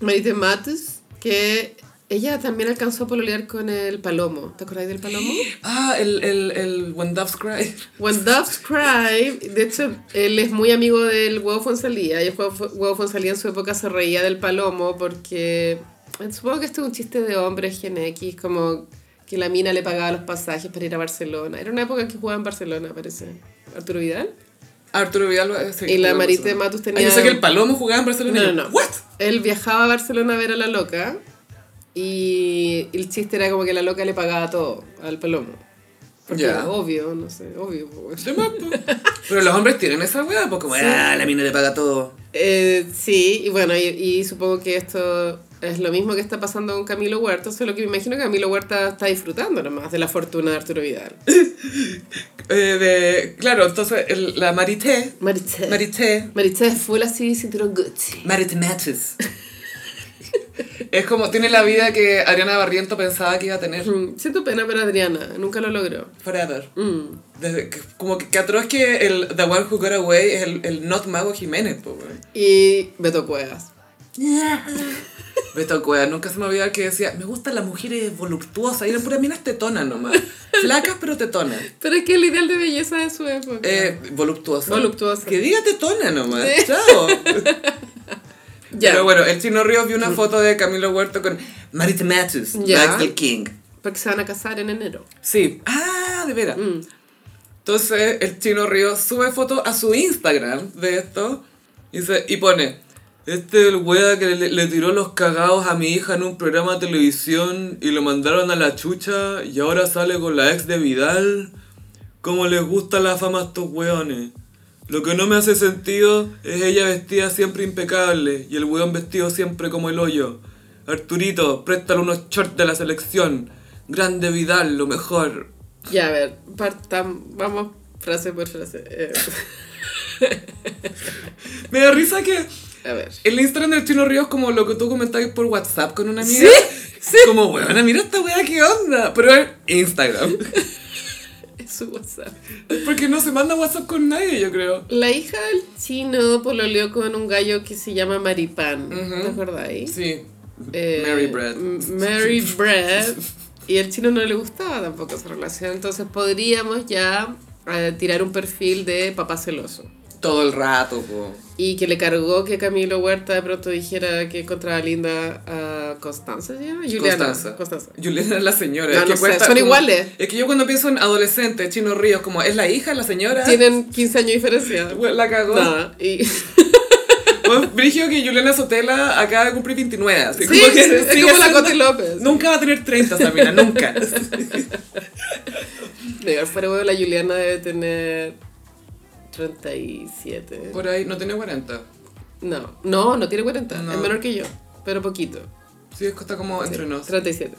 Speaker 2: Marite Matus, que ella también alcanzó a pololear con el Palomo. ¿Te acordáis del Palomo?
Speaker 1: Ah, el, el, el When Doves Cry.
Speaker 2: When Doves Cry, de hecho, él es muy amigo del huevo Fonsalía. Y el huevo Fo- huevo Fonsalía en su época se reía del palomo porque eh, supongo que esto es un chiste de hombres Gen X, como que la mina le pagaba los pasajes para ir a Barcelona. Era una época que jugaba en Barcelona, parece. Arturo Vidal.
Speaker 1: Arturo Vidal. eh, sí,
Speaker 2: Y la
Speaker 1: jugaba en
Speaker 2: Marité
Speaker 1: Barcelona.
Speaker 2: Matus
Speaker 1: Ah,
Speaker 2: tenía-
Speaker 1: yo sé que el Palomo jugaba en Barcelona.
Speaker 2: No,
Speaker 1: Y yo,
Speaker 2: no, no.
Speaker 1: ¿What?
Speaker 2: Él viajaba a Barcelona a ver a la loca y el chiste era como que la loca le pagaba todo al palomo. Porque
Speaker 1: Ya.
Speaker 2: era obvio, no sé, obvio. pues.
Speaker 1: De más, po. Pero los hombres tienen esa weá, pues como,
Speaker 2: Sí.
Speaker 1: ah, la mina le paga todo.
Speaker 2: Eh, sí, y bueno, y, y supongo que esto es lo mismo que está pasando con Camilo Huerta, solo que me imagino que Camilo Huerta está disfrutando nomás de la fortuna de Arturo Vidal.
Speaker 1: Eh, de, claro, entonces el- la Marité.
Speaker 2: Maritza.
Speaker 1: Marité.
Speaker 2: Maritza es full así, cinturón Gucci.
Speaker 1: Marité Matches. es como, tiene la vida que Ariana Barriento pensaba que iba a tener.
Speaker 2: Mm, Siento pena, pero Adriana nunca lo logró.
Speaker 1: Forever.
Speaker 2: Mm.
Speaker 1: Desde que- como que, que atroz que el The One Who Got Away es el, el Not Mago Jiménez, po, weón.
Speaker 2: Y Beto Cuevas.
Speaker 1: Beto Cueva, nunca se me olvidaba que decía, me gustan las mujeres voluptuosas, y eran puras minas tetonas nomás. Flacas pero tetonas.
Speaker 2: Pero es que el ideal de belleza de su época.
Speaker 1: Eh, voluptuosa.
Speaker 2: Voluptuosa.
Speaker 1: Que diga tetona nomás.
Speaker 2: Sí.
Speaker 1: Chao.
Speaker 2: ya.
Speaker 1: Pero bueno, el chino Ríos vio una foto de Camilo Huerto con Marita Matthews,
Speaker 2: Ya.
Speaker 1: Axel King.
Speaker 2: Porque se van a casar en enero.
Speaker 1: Sí. Ah, de veras.
Speaker 2: Mm.
Speaker 1: Entonces el chino Ríos sube fotos a su Instagram de esto y, se- y pone, este es el wea que le, le tiró los cagados a mi hija en un programa de televisión y lo mandaron a la chucha y ahora sale con la ex de Vidal. ¿Cómo les gusta la fama a estos weones? Lo que no me hace sentido es ella vestida siempre impecable y el weón vestido siempre como el hoyo. Arturito, préstale unos shorts de la selección. Grande Vidal, lo mejor.
Speaker 2: Ya, a ver, partam, vamos frase por frase. Eh,
Speaker 1: Me da risa que
Speaker 2: a ver.
Speaker 1: El Instagram del Chino Ríos como lo que tú comentabas por WhatsApp con una amiga.
Speaker 2: Sí,
Speaker 1: Como, weona, mira esta weá, ¿qué onda? Pero es Instagram.
Speaker 2: Es su WhatsApp.
Speaker 1: Porque no se manda WhatsApp con nadie, yo creo.
Speaker 2: La hija del chino pololeó con un gallo que se llama Maripán.
Speaker 1: Ujú.
Speaker 2: ¿Te acordáis?
Speaker 1: Sí.
Speaker 2: Eh,
Speaker 1: Mary Brad.
Speaker 2: M- Mary Brad. Y el chino no le gustaba tampoco esa relación. Entonces podríamos ya eh, tirar un perfil de papá celoso.
Speaker 1: Todo el rato, po.
Speaker 2: Y que le cargó que Camilo Huerta de pronto dijera que encontraba linda a Constanza, ¿se llama? Juliana.
Speaker 1: Constanza.
Speaker 2: Constanza.
Speaker 1: Juliana es la señora.
Speaker 2: No,
Speaker 1: es que
Speaker 2: no sé, son iguales.
Speaker 1: Es que yo cuando pienso en adolescente, Chino Ríos, como, ¿es la hija, la señora?
Speaker 2: Tienen 15 años de diferencia.
Speaker 1: We- La cagó.
Speaker 2: Nada. Y,
Speaker 1: Pues, Brigio que Juliana Sotela acaba de cumplir 29. Así
Speaker 2: Sí,
Speaker 1: como que
Speaker 2: sí, es
Speaker 1: sigue
Speaker 2: como la
Speaker 1: siendo-
Speaker 2: Coti López.
Speaker 1: Nunca va a tener 30 esa mina, nunca.
Speaker 2: De verdad, fuera huevo, la Juliana debe tener 37.
Speaker 1: Por ahí, no tiene 40.
Speaker 2: No, no, no tiene 40.
Speaker 1: No.
Speaker 2: Es menor que yo, pero poquito.
Speaker 1: Sí, es que está como entre nos.
Speaker 2: 37.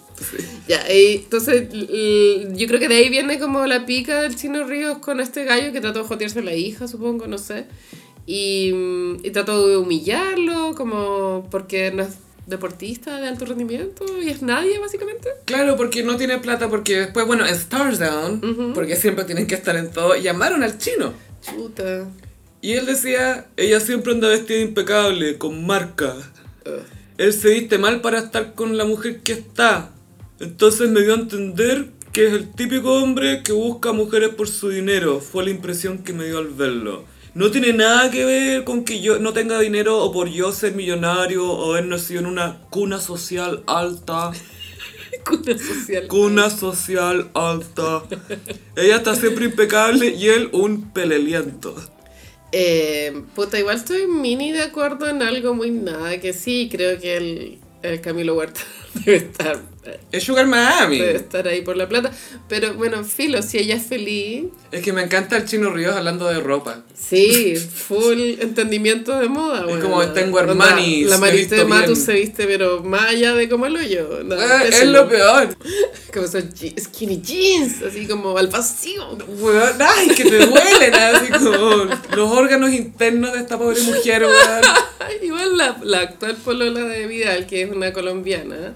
Speaker 2: Ya, y entonces l- yo creo que de ahí viene como la pica del chino Ríos con este gallo que trató de jotearse a la hija, supongo, no sé. Y, mm, y trató de humillarlo, como porque no es deportista de alto rendimiento y es nadie, básicamente.
Speaker 1: Claro, porque no tiene plata, porque después, bueno, en Stardown, porque siempre tienen que estar en todo, llamaron al chino.
Speaker 2: Chuta.
Speaker 1: Y él decía, ella siempre anda vestida impecable, con marca. Él se viste mal para estar con la mujer que está. Entonces me dio a entender que es el típico hombre que busca mujeres por su dinero. Fue la impresión que me dio al verlo. No tiene nada que ver con que yo no tenga dinero o por yo ser millonario o haber nacido en una cuna social alta.
Speaker 2: Cuna social.
Speaker 1: Cuna social alta. Ella está siempre impecable y él un peleliento.
Speaker 2: Eh, puta, igual estoy mini de acuerdo en algo muy nada, que sí, creo que el, el Camilo Huerta debe estar,
Speaker 1: Es Sugar Miami.
Speaker 2: debe estar ahí por la plata. Pero bueno, filo, si ella es feliz,
Speaker 1: Es que me encanta el chino Ríos hablando de ropa.
Speaker 2: sí, full entendimiento de moda. bueno.
Speaker 1: como, tengo
Speaker 2: Onda,
Speaker 1: Armanis,
Speaker 2: La
Speaker 1: me
Speaker 2: Marité
Speaker 1: visto
Speaker 2: Matus
Speaker 1: bien.
Speaker 2: se viste, pero más allá de como el hoyo. onda,
Speaker 1: Ah, es
Speaker 2: pésimo.
Speaker 1: lo peor.
Speaker 2: Como son je- skinny jeans, así como al vacío.
Speaker 1: Weón, ay, que te duelen así como los órganos internos de esta pobre mujer, weón.
Speaker 2: Ay, Igual la, la actual polola de Vidal, que es una colombiana,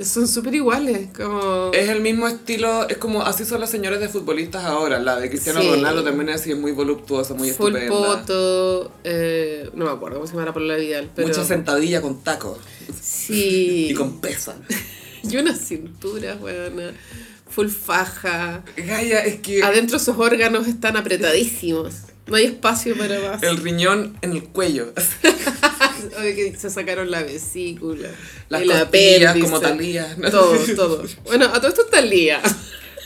Speaker 2: son súper iguales, como...
Speaker 1: Es el mismo estilo, es como así son las señoras de futbolistas ahora. La de Cristiano
Speaker 2: Sí.
Speaker 1: Ronaldo también es así, es muy voluptuosa, muy
Speaker 2: full
Speaker 1: estupenda.
Speaker 2: poto, eh, no me acuerdo cómo se llama la polola de Vidal, pero...
Speaker 1: Mucha sentadilla con tacos
Speaker 2: Sí.
Speaker 1: y con pesas.
Speaker 2: Y una cintura, weona. Full faja.
Speaker 1: Gaya, es que
Speaker 2: Adentro sus órganos están apretadísimos. No hay espacio para más.
Speaker 1: el riñón en el cuello,
Speaker 2: Oye, que se sacaron la vesícula.
Speaker 1: las
Speaker 2: el
Speaker 1: costillas
Speaker 2: apéndice,
Speaker 1: como Talía. ¿no?
Speaker 2: Todo, todo. Bueno, a todo esto está Lía.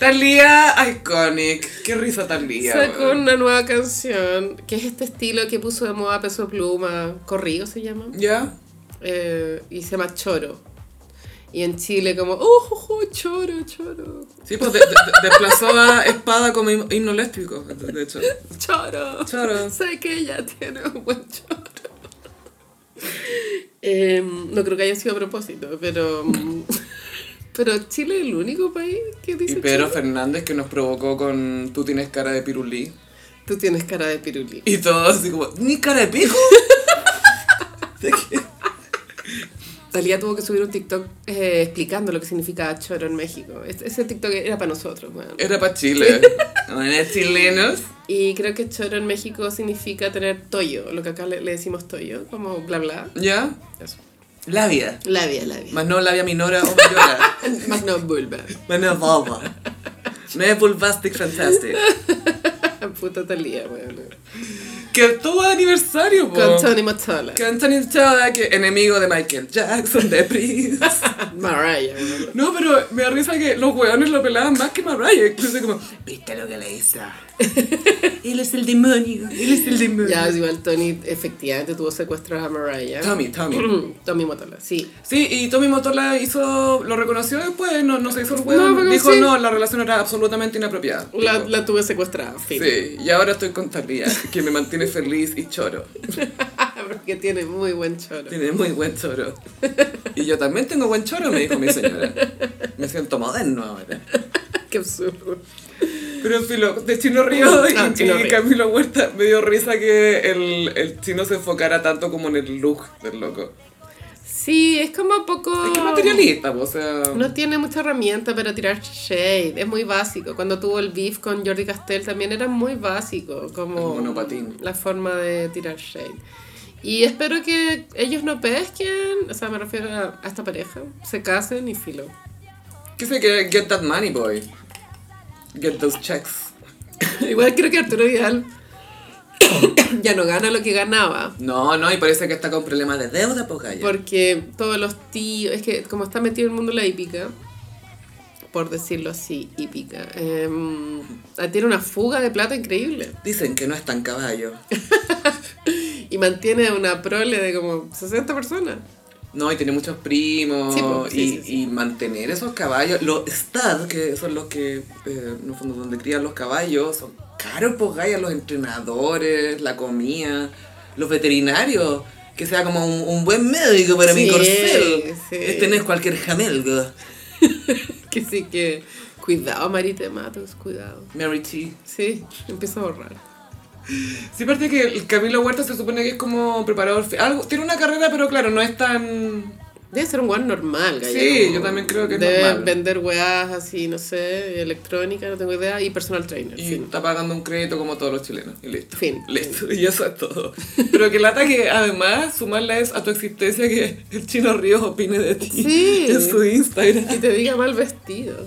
Speaker 1: Talía iconic. Qué risa Talía.
Speaker 2: Sacó
Speaker 1: weón.
Speaker 2: una nueva canción, que es este estilo que puso de moda Peso Pluma, corrido se llama,
Speaker 1: ¿Ya?
Speaker 2: eh, y se llama Choro. Y en Chile como, oh, jo, jo, choro, choro,
Speaker 1: Sí, pues de- de- de- desplazó a Espada como him- himno eléctrico, de hecho.
Speaker 2: choro.
Speaker 1: Choro.
Speaker 2: Sé que ella tiene un buen choro. Em, no creo que haya sido a propósito, pero... mm, pero Chile es el único país que
Speaker 1: Y
Speaker 2: dice
Speaker 1: Pedro
Speaker 2: choro.
Speaker 1: Fernández que nos provocó con Tú tienes cara de pirulí.
Speaker 2: Tú tienes cara de pirulí.
Speaker 1: Y todos así como, ¿ni cara de pico?
Speaker 2: Talía tuvo que subir un TikTok eh, explicando lo que significaba choro en México. Es- Ese TikTok era para nosotros, weón.
Speaker 1: Era para Chile. Bueno, chilenos.
Speaker 2: Y creo que choro en México significa tener toyo, lo que acá le, le decimos toyo, como bla bla.
Speaker 1: ¿Ya?
Speaker 2: Eso.
Speaker 1: Labia.
Speaker 2: Labia, labia.
Speaker 1: Más no labia minora o mayora.
Speaker 2: Más no vulva.
Speaker 1: Más no vulva. Me vulvastic fantastic.
Speaker 2: Puta Talía, weón.
Speaker 1: Que tuvo de aniversario, po.
Speaker 2: Con Tony Motola.
Speaker 1: Que Anthony Chava, que enemigo de Michael Jackson, de Prince.
Speaker 2: Mariah, weón.
Speaker 1: No, pero me da risa que los hueones lo pelaban más que Mariah. Incluso como, ¿viste lo que le hizo? él es el demonio, él es el demonio.
Speaker 2: Ya, igual Tony efectivamente tuvo secuestros a Mariah.
Speaker 1: Tommy, Tommy.
Speaker 2: Tommy Motola, sí.
Speaker 1: Sí, y Tommy Motola hizo, lo reconoció después, no, no se hizo el
Speaker 2: No,
Speaker 1: hueón.
Speaker 2: pero
Speaker 1: Dijo,
Speaker 2: sí.
Speaker 1: no, la relación era absolutamente inapropiada.
Speaker 2: La,
Speaker 1: Dijo.
Speaker 2: la tuve secuestrada, fin.
Speaker 1: Sí, y ahora estoy con Talía, que me mantiene feliz y choro.
Speaker 2: Porque tiene muy buen choro.
Speaker 1: Tiene muy buen choro. Y yo también tengo buen choro, me dijo mi señora. Me siento moderno ahora.
Speaker 2: Qué absurdo.
Speaker 1: Pero filo, de Chino Río y,
Speaker 2: Ah, Chino
Speaker 1: y
Speaker 2: Río.
Speaker 1: Camilo Huerta me dio risa que el, el chino se enfocara tanto como en el look del loco.
Speaker 2: Sí, es como poco...
Speaker 1: Es que es materialista, po, o sea.
Speaker 2: No tiene mucha herramienta para tirar shade, es muy básico. Cuando tuvo el beef con Jordi Castell también era muy básico, como
Speaker 1: El monopatín.
Speaker 2: la forma de tirar shade. Y espero que ellos no pesquen, o sea, me refiero a, a esta pareja, se casen y filo.
Speaker 1: ¿Qué sé que get that money, boy? Get those checks.
Speaker 2: Igual creo que Arturo Vidal ya no gana lo que ganaba.
Speaker 1: No, no, y parece que está con problemas de deuda, po, gallo.
Speaker 2: Porque todos los tíos, es que como está metido en el mundo de la hípica, por decirlo así, hípica, em, tiene una fuga de plata increíble.
Speaker 1: Dicen que no es tan caballo.
Speaker 2: Y mantiene una prole de como 60 personas.
Speaker 1: No, y tiene muchos primos.
Speaker 2: Sí, po, sí,
Speaker 1: y,
Speaker 2: sí, sí.
Speaker 1: y mantener esos caballos. Los stud, que son los que, eh, en el fondo, donde crían los caballos, son caros, pues, gallas, los entrenadores, la comida, los veterinarios. Que sea como un, un buen médico para mi
Speaker 2: Sí,
Speaker 1: corcel.
Speaker 2: sí.
Speaker 1: Este no es cualquier jamelgo.
Speaker 2: Que sí que, cuidado Marite Matos, cuidado.
Speaker 1: Mary T.
Speaker 2: Sí, empieza a borrar.
Speaker 1: Sí, aparte que el Camilo Huerta se supone que es como preparador. fi- Algo, tiene una carrera, pero claro, no es tan.
Speaker 2: Debe ser un weón normal, gallo.
Speaker 1: Sí,
Speaker 2: como
Speaker 1: yo también creo que es
Speaker 2: debe
Speaker 1: normal.
Speaker 2: vender weas así, no sé, electrónica, no tengo idea, y personal trainer.
Speaker 1: Y
Speaker 2: fin.
Speaker 1: está pagando un crédito como todos los chilenos. Y listo.
Speaker 2: Fin.
Speaker 1: Listo. Y eso es todo. Pero que lata que además sumarla es a tu existencia que el chino Ríos opine de ti
Speaker 2: Sí.
Speaker 1: en su Instagram.
Speaker 2: Y te diga mal vestido.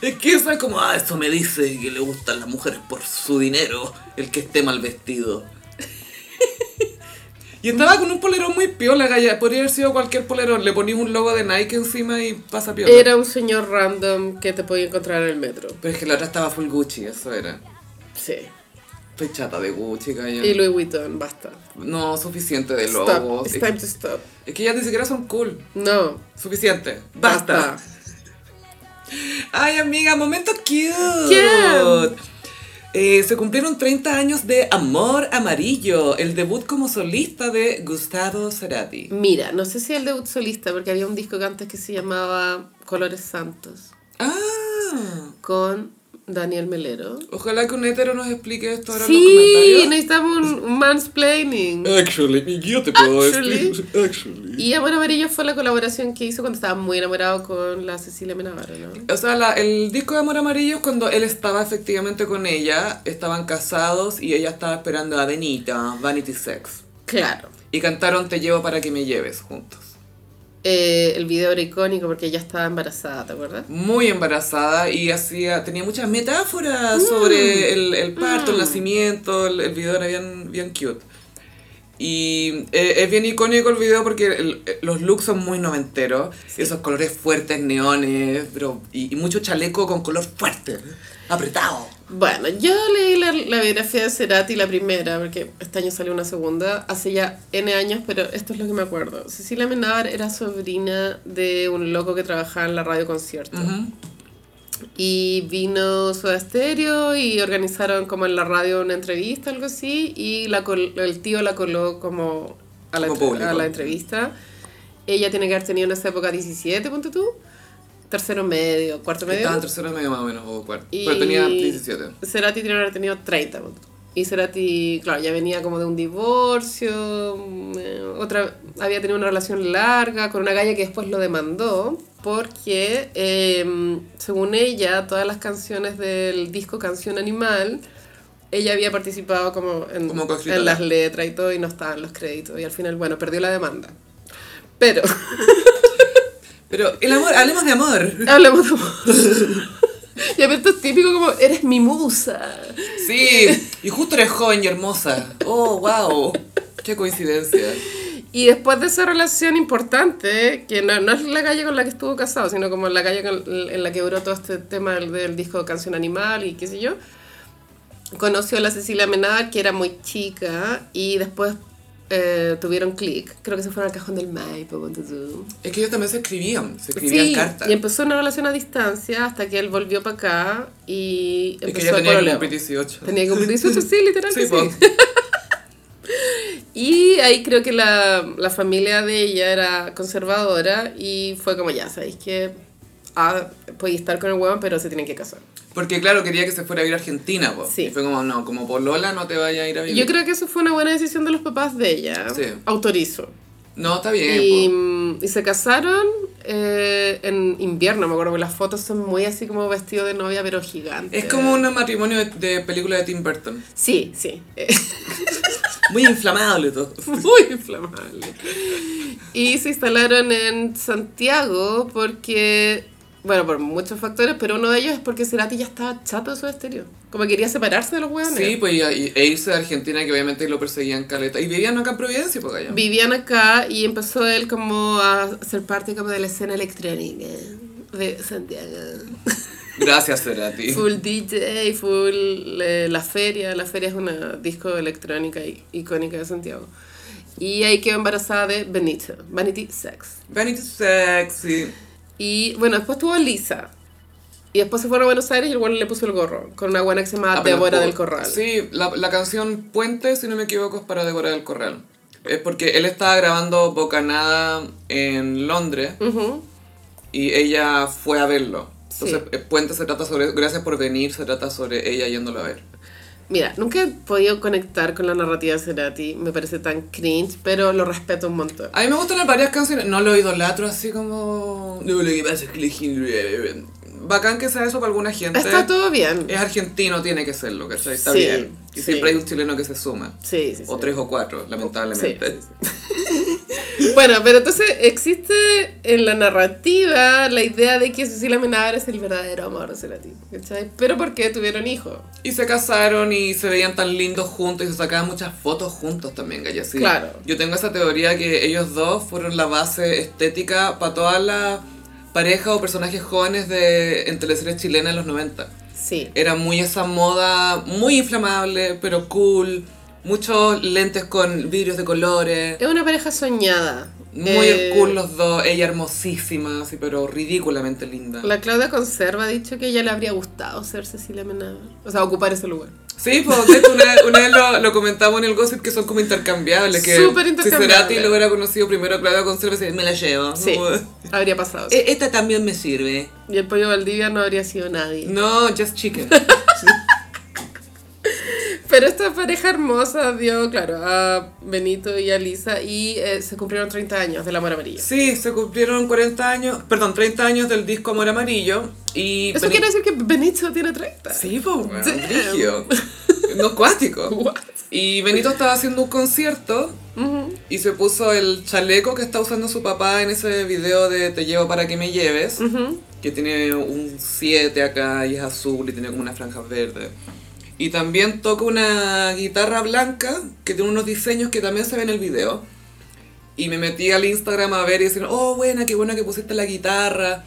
Speaker 1: Es que eso es como, ah, eso me dice que le gustan las mujeres por su dinero, el que esté mal vestido. Y estaba con un polerón muy piola, galla. Podría haber sido cualquier polerón. Le ponía un logo de Nike encima y pasa piola.
Speaker 2: Era un señor random que te podía encontrar en el metro.
Speaker 1: Pero es que la otra estaba full Gucci, eso era.
Speaker 2: Sí.
Speaker 1: Estoy chata de Gucci, galla.
Speaker 2: Y Louis Vuitton, basta.
Speaker 1: No, suficiente de
Speaker 2: Stop.
Speaker 1: logos.
Speaker 2: It's
Speaker 1: Es
Speaker 2: time
Speaker 1: que,
Speaker 2: to stop.
Speaker 1: es que ya ni siquiera son cool.
Speaker 2: No.
Speaker 1: Suficiente. Basta. Ay, amiga, momento cute.
Speaker 2: Cute.
Speaker 1: Eh, se cumplieron 30 años de Amor Amarillo, el debut como solista de Gustavo Cerati.
Speaker 2: Mira, no sé si el debut solista, porque había un disco que antes que se llamaba Colores Santos
Speaker 1: Ah,
Speaker 2: con Daniel Melero.
Speaker 1: ojalá que un hétero nos explique esto ahora
Speaker 2: Sí,
Speaker 1: en los comentarios.
Speaker 2: necesitamos un, un mansplaining.
Speaker 1: Actually, yo te
Speaker 2: puedo Actually.
Speaker 1: Actually.
Speaker 2: Y Amor Amarillo fue la colaboración que hizo cuando estaba muy enamorado con la Cecilia Menavarro, ¿no?
Speaker 1: O sea, la- el disco de Amor Amarillo es cuando él estaba efectivamente con ella, estaban casados y ella estaba esperando a Benita, Vanity Sex.
Speaker 2: Claro.
Speaker 1: Y cantaron Te llevo para que me lleves juntos.
Speaker 2: Eh, el video era icónico porque ella estaba embarazada, ¿te acuerdas?
Speaker 1: muy embarazada y hacía, tenía muchas metáforas sobre el, el parto, el nacimiento, el, el video era bien, bien cute. Y eh, es bien icónico el video porque el- eh, los looks son muy noventeros, esos colores fuertes, neones, pero, y, y mucho chaleco con color fuerte, apretado.
Speaker 2: Bueno, yo leí la, la biografía de Cerati, la primera, porque este año salió una segunda, hace ya N años, pero esto es lo que me acuerdo. Cecilia Menabar era sobrina de un loco que trabajaba en la radio concierto. Y vino su estéreo y organizaron como en la radio una entrevista, algo así, y la col- el tío la coló como a la,
Speaker 1: Como
Speaker 2: entre-
Speaker 1: público.
Speaker 2: a la entrevista. Ella tiene que haber tenido en esa época 17, ponte tú, tercero medio, cuarto medio.
Speaker 1: Estaba en tercero medio más o menos, o cuarto,
Speaker 2: Y-
Speaker 1: pero tenía 17.
Speaker 2: Cerati tiene que haber tenido 30. punto. Y Cerati, claro, ya venía como de un divorcio, mm, eh, otra, había tenido una relación larga con una galla que después lo demandó, porque eh, según ella, todas las canciones del disco Canción Animal, ella había participado como en,
Speaker 1: Como coescritora.
Speaker 2: en las letras y todo, y no estaban los créditos, y al final, bueno, perdió la demanda. Pero,
Speaker 1: Pero el amor, hablemos de amor.
Speaker 2: hablemos de... y aparte es típico como, eres mi musa.
Speaker 1: Sí, y justo eres joven y hermosa. Oh, wow. Qué coincidencia.
Speaker 2: Y después de esa relación importante, que no, no es la calle con la que estuvo casado, sino como la calle con- en la que duró todo este tema del, del disco Canción Animal y qué sé yo, conoció a la Cecilia Menar, que era muy chica, y después eh, tuvieron clic. Creo que se fueron al cajón del Maipo, ponte tú.
Speaker 1: Es que ellos también se escribían, se escribían cartas.
Speaker 2: y empezó una relación a distancia hasta que él volvió para acá y
Speaker 1: Es que
Speaker 2: empezó
Speaker 1: ella
Speaker 2: a
Speaker 1: tenía que
Speaker 2: pololear.
Speaker 1: cumplir 18.
Speaker 2: Tenía que cumplir 18, sí, literal. que
Speaker 1: Sí,
Speaker 2: sí.
Speaker 1: po.
Speaker 2: Y ahí creo que la, la familia de ella era conservadora y fue como, ya, sabéis que ah, podéis estar con el huevón, pero se tienen que casar.
Speaker 1: Porque claro, quería que se fuera a ir a Argentina, po.
Speaker 2: Sí.
Speaker 1: Y fue como, no, como por Lola no te vaya a ir a vivir.
Speaker 2: Yo creo que eso fue una buena decisión de los papás de ella.
Speaker 1: Sí.
Speaker 2: Autorizo.
Speaker 1: No, está bien,
Speaker 2: Y,
Speaker 1: po.
Speaker 2: mm, y se casaron eh, en invierno, me acuerdo, que las fotos son muy así como vestido de novia, pero gigante.
Speaker 1: Es como un matrimonio de, de película de Tim Burton.
Speaker 2: Sí, sí. Eh,
Speaker 1: Muy inflamable todo.
Speaker 2: muy inflamable. Y se instalaron en Santiago porque, bueno, por muchos factores, pero uno de ellos es porque Cerati ya estaba chato de su estéreo. Como quería separarse de los hueones.
Speaker 1: Sí, pues y, y- e irse de Argentina, que obviamente lo perseguían caleta. Y vivían acá en Providencia, po, allá.
Speaker 2: Vivían acá y empezó él como a ser parte como de la escena electrónica de Santiago.
Speaker 1: Gracias, Cerati.
Speaker 2: Full DJ, full eh, la feria. La feria es una disco electrónica i- icónica de Santiago. Y ahí quedó embarazada de Benito, Vanity Sex.
Speaker 1: Vanity Sexy.
Speaker 2: Y bueno, después tuvo a Lisa. Y después se fueron a Buenos Aires y el güey le puso el gorro. Con una buena que se llamaba
Speaker 1: Ah, pero
Speaker 2: Débora
Speaker 1: por-
Speaker 2: del Corral.
Speaker 1: Sí, la, la canción Puente, si no me equivoco, es para Débora del Corral. Es porque él estaba grabando Bocanada en Londres
Speaker 2: Ujú.
Speaker 1: y ella fue a verlo. Entonces,
Speaker 2: Sí.
Speaker 1: eh, Puente se trata sobre, gracias por venir, se trata sobre ella yéndolo a ver.
Speaker 2: Mira, nunca he podido conectar con la narrativa de Cerati. Me parece tan cringe, pero lo respeto un montón.
Speaker 1: A mí me gustan las varias canciones, no lo idolatro así como... No, lo que pasa es que le- Bacán que sea eso para alguna gente.
Speaker 2: Está todo bien.
Speaker 1: Es argentino, tiene que serlo, ¿cachai? Está
Speaker 2: Sí,
Speaker 1: bien. Y
Speaker 2: sí.
Speaker 1: siempre hay un chileno que se suma.
Speaker 2: Sí, sí, sí.
Speaker 1: O tres o cuatro,
Speaker 2: Sí,
Speaker 1: lamentablemente.
Speaker 2: sí, sí. Bueno, pero entonces existe en la narrativa la idea de que Cecilia Menabra es el verdadero amor de Cerati, ¿cachai? Pero porque tuvieron hijos.
Speaker 1: Y se casaron y se veían tan lindos juntos y se sacaban muchas fotos juntos también, Gaya. sí.
Speaker 2: Claro.
Speaker 1: Yo tengo esa teoría que ellos dos fueron la base estética para todas las parejas o personajes jóvenes de, en teleseries chilenas en los 90.
Speaker 2: Sí.
Speaker 1: Era muy esa moda, muy inflamable, pero cool. Muchos lentes con vidrios de colores.
Speaker 2: Es una pareja soñada.
Speaker 1: Muy
Speaker 2: Eh,
Speaker 1: cool los dos. Ella hermosísima, así, pero ridículamente linda.
Speaker 2: La Claudia Conserva ha dicho que ella le habría gustado ser Cecilia Menabra. O sea, ocupar ese lugar.
Speaker 1: Sí, pues de hecho, una, una vez lo, lo comentamos en el gossip que son como intercambiables. Que
Speaker 2: Súper
Speaker 1: Si
Speaker 2: intercambiables.
Speaker 1: Cerati lo hubiera conocido primero a Claudia Conserva, se- me la llevo.
Speaker 2: Sí,
Speaker 1: Como,
Speaker 2: habría pasado. eso.
Speaker 1: "E- Esta también me sirve.
Speaker 2: Y el pollo Valdivia no habría sido nadie.
Speaker 1: No, just chicken.
Speaker 2: Pero esta pareja hermosa dio, claro, a Benito y a Lisa y eh, se cumplieron 30 años del amor amarillo.
Speaker 1: Sí, se cumplieron 40 años, perdón, 30 años del disco Amor Amarillo. Y
Speaker 2: Eso
Speaker 1: Beni-
Speaker 2: quiere decir que Benito tiene 30.
Speaker 1: Sí, pues, bueno,
Speaker 2: Damn.
Speaker 1: brígido. No cuático.
Speaker 2: What?
Speaker 1: Y Benito estaba haciendo un concierto
Speaker 2: Ujú.
Speaker 1: y se puso el chaleco que está usando su papá en ese video de Te llevo para que me lleves, que tiene un 7 acá y es azul y tiene como unas franjas verdes. Y también toca una guitarra blanca que tiene unos diseños que también se ven en el video. Y me metí al Instagram a ver y decían, oh, buena, qué buena que pusiste la guitarra,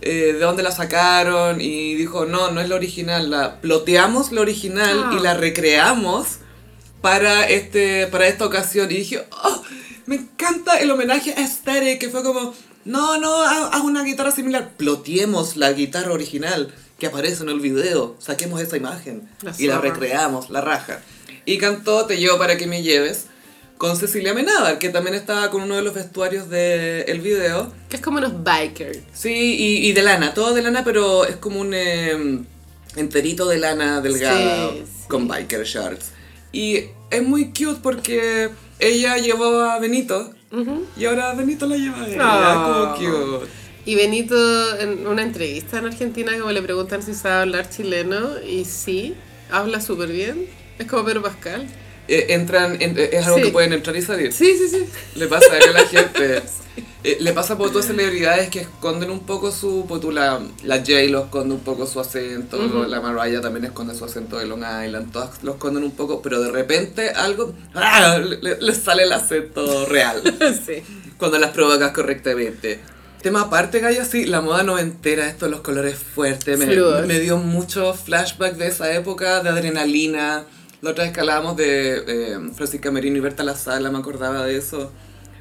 Speaker 1: eh, de dónde la sacaron. Y dijo, no, no es la original, la ploteamos la original
Speaker 2: Ah.
Speaker 1: y la recreamos para, este, para esta ocasión. Y dije, oh, me encanta el homenaje a Aesthetic, que fue como, no, no, ha- haz una guitarra similar. Ploteemos la guitarra original que aparece en el video, saquemos esa imagen
Speaker 2: La
Speaker 1: y la
Speaker 2: zorra.
Speaker 1: recreamos, la raja. Y cantó Te llevo para que me lleves con Cecilia Menábar, que también estaba con uno de los vestuarios del video.
Speaker 2: Que es como unos bikers.
Speaker 1: Sí, y, y de lana, todo de lana, pero es como un eh, enterito de lana delgada
Speaker 2: Sí, sí.
Speaker 1: con biker shorts. Y es muy cute porque ella llevó a Benito y ahora Benito la lleva a ella.
Speaker 2: Ah.
Speaker 1: Como cute.
Speaker 2: Y Benito, en una entrevista en Argentina, como le preguntan si sabe hablar chileno, y sí, habla súper bien. Es como Pedro Pascal.
Speaker 1: Eh, entran, en- eh, es algo
Speaker 2: Sí.
Speaker 1: que pueden entrar y salir.
Speaker 2: Sí, sí, sí.
Speaker 1: Le pasa a la gente. Eh, le pasa por todas celebridades que esconden un poco su. por tú la, la J-Lo esconde un poco su acento, la Mariah también esconde su acento de Long Island, todas lo esconden un poco, pero de repente algo. ¡ah! Le, le- le sale el acento real
Speaker 2: sí.
Speaker 1: cuando las provocas correctamente. Tema aparte, Gaya, sí, la moda noventera, esto, los colores fuertes, me,
Speaker 2: Flúor.
Speaker 1: me dio mucho flashback de esa época, de adrenalina. La otra vez que hablábamos de eh, Francisca Merino y Berta La Sala, me acordaba de eso.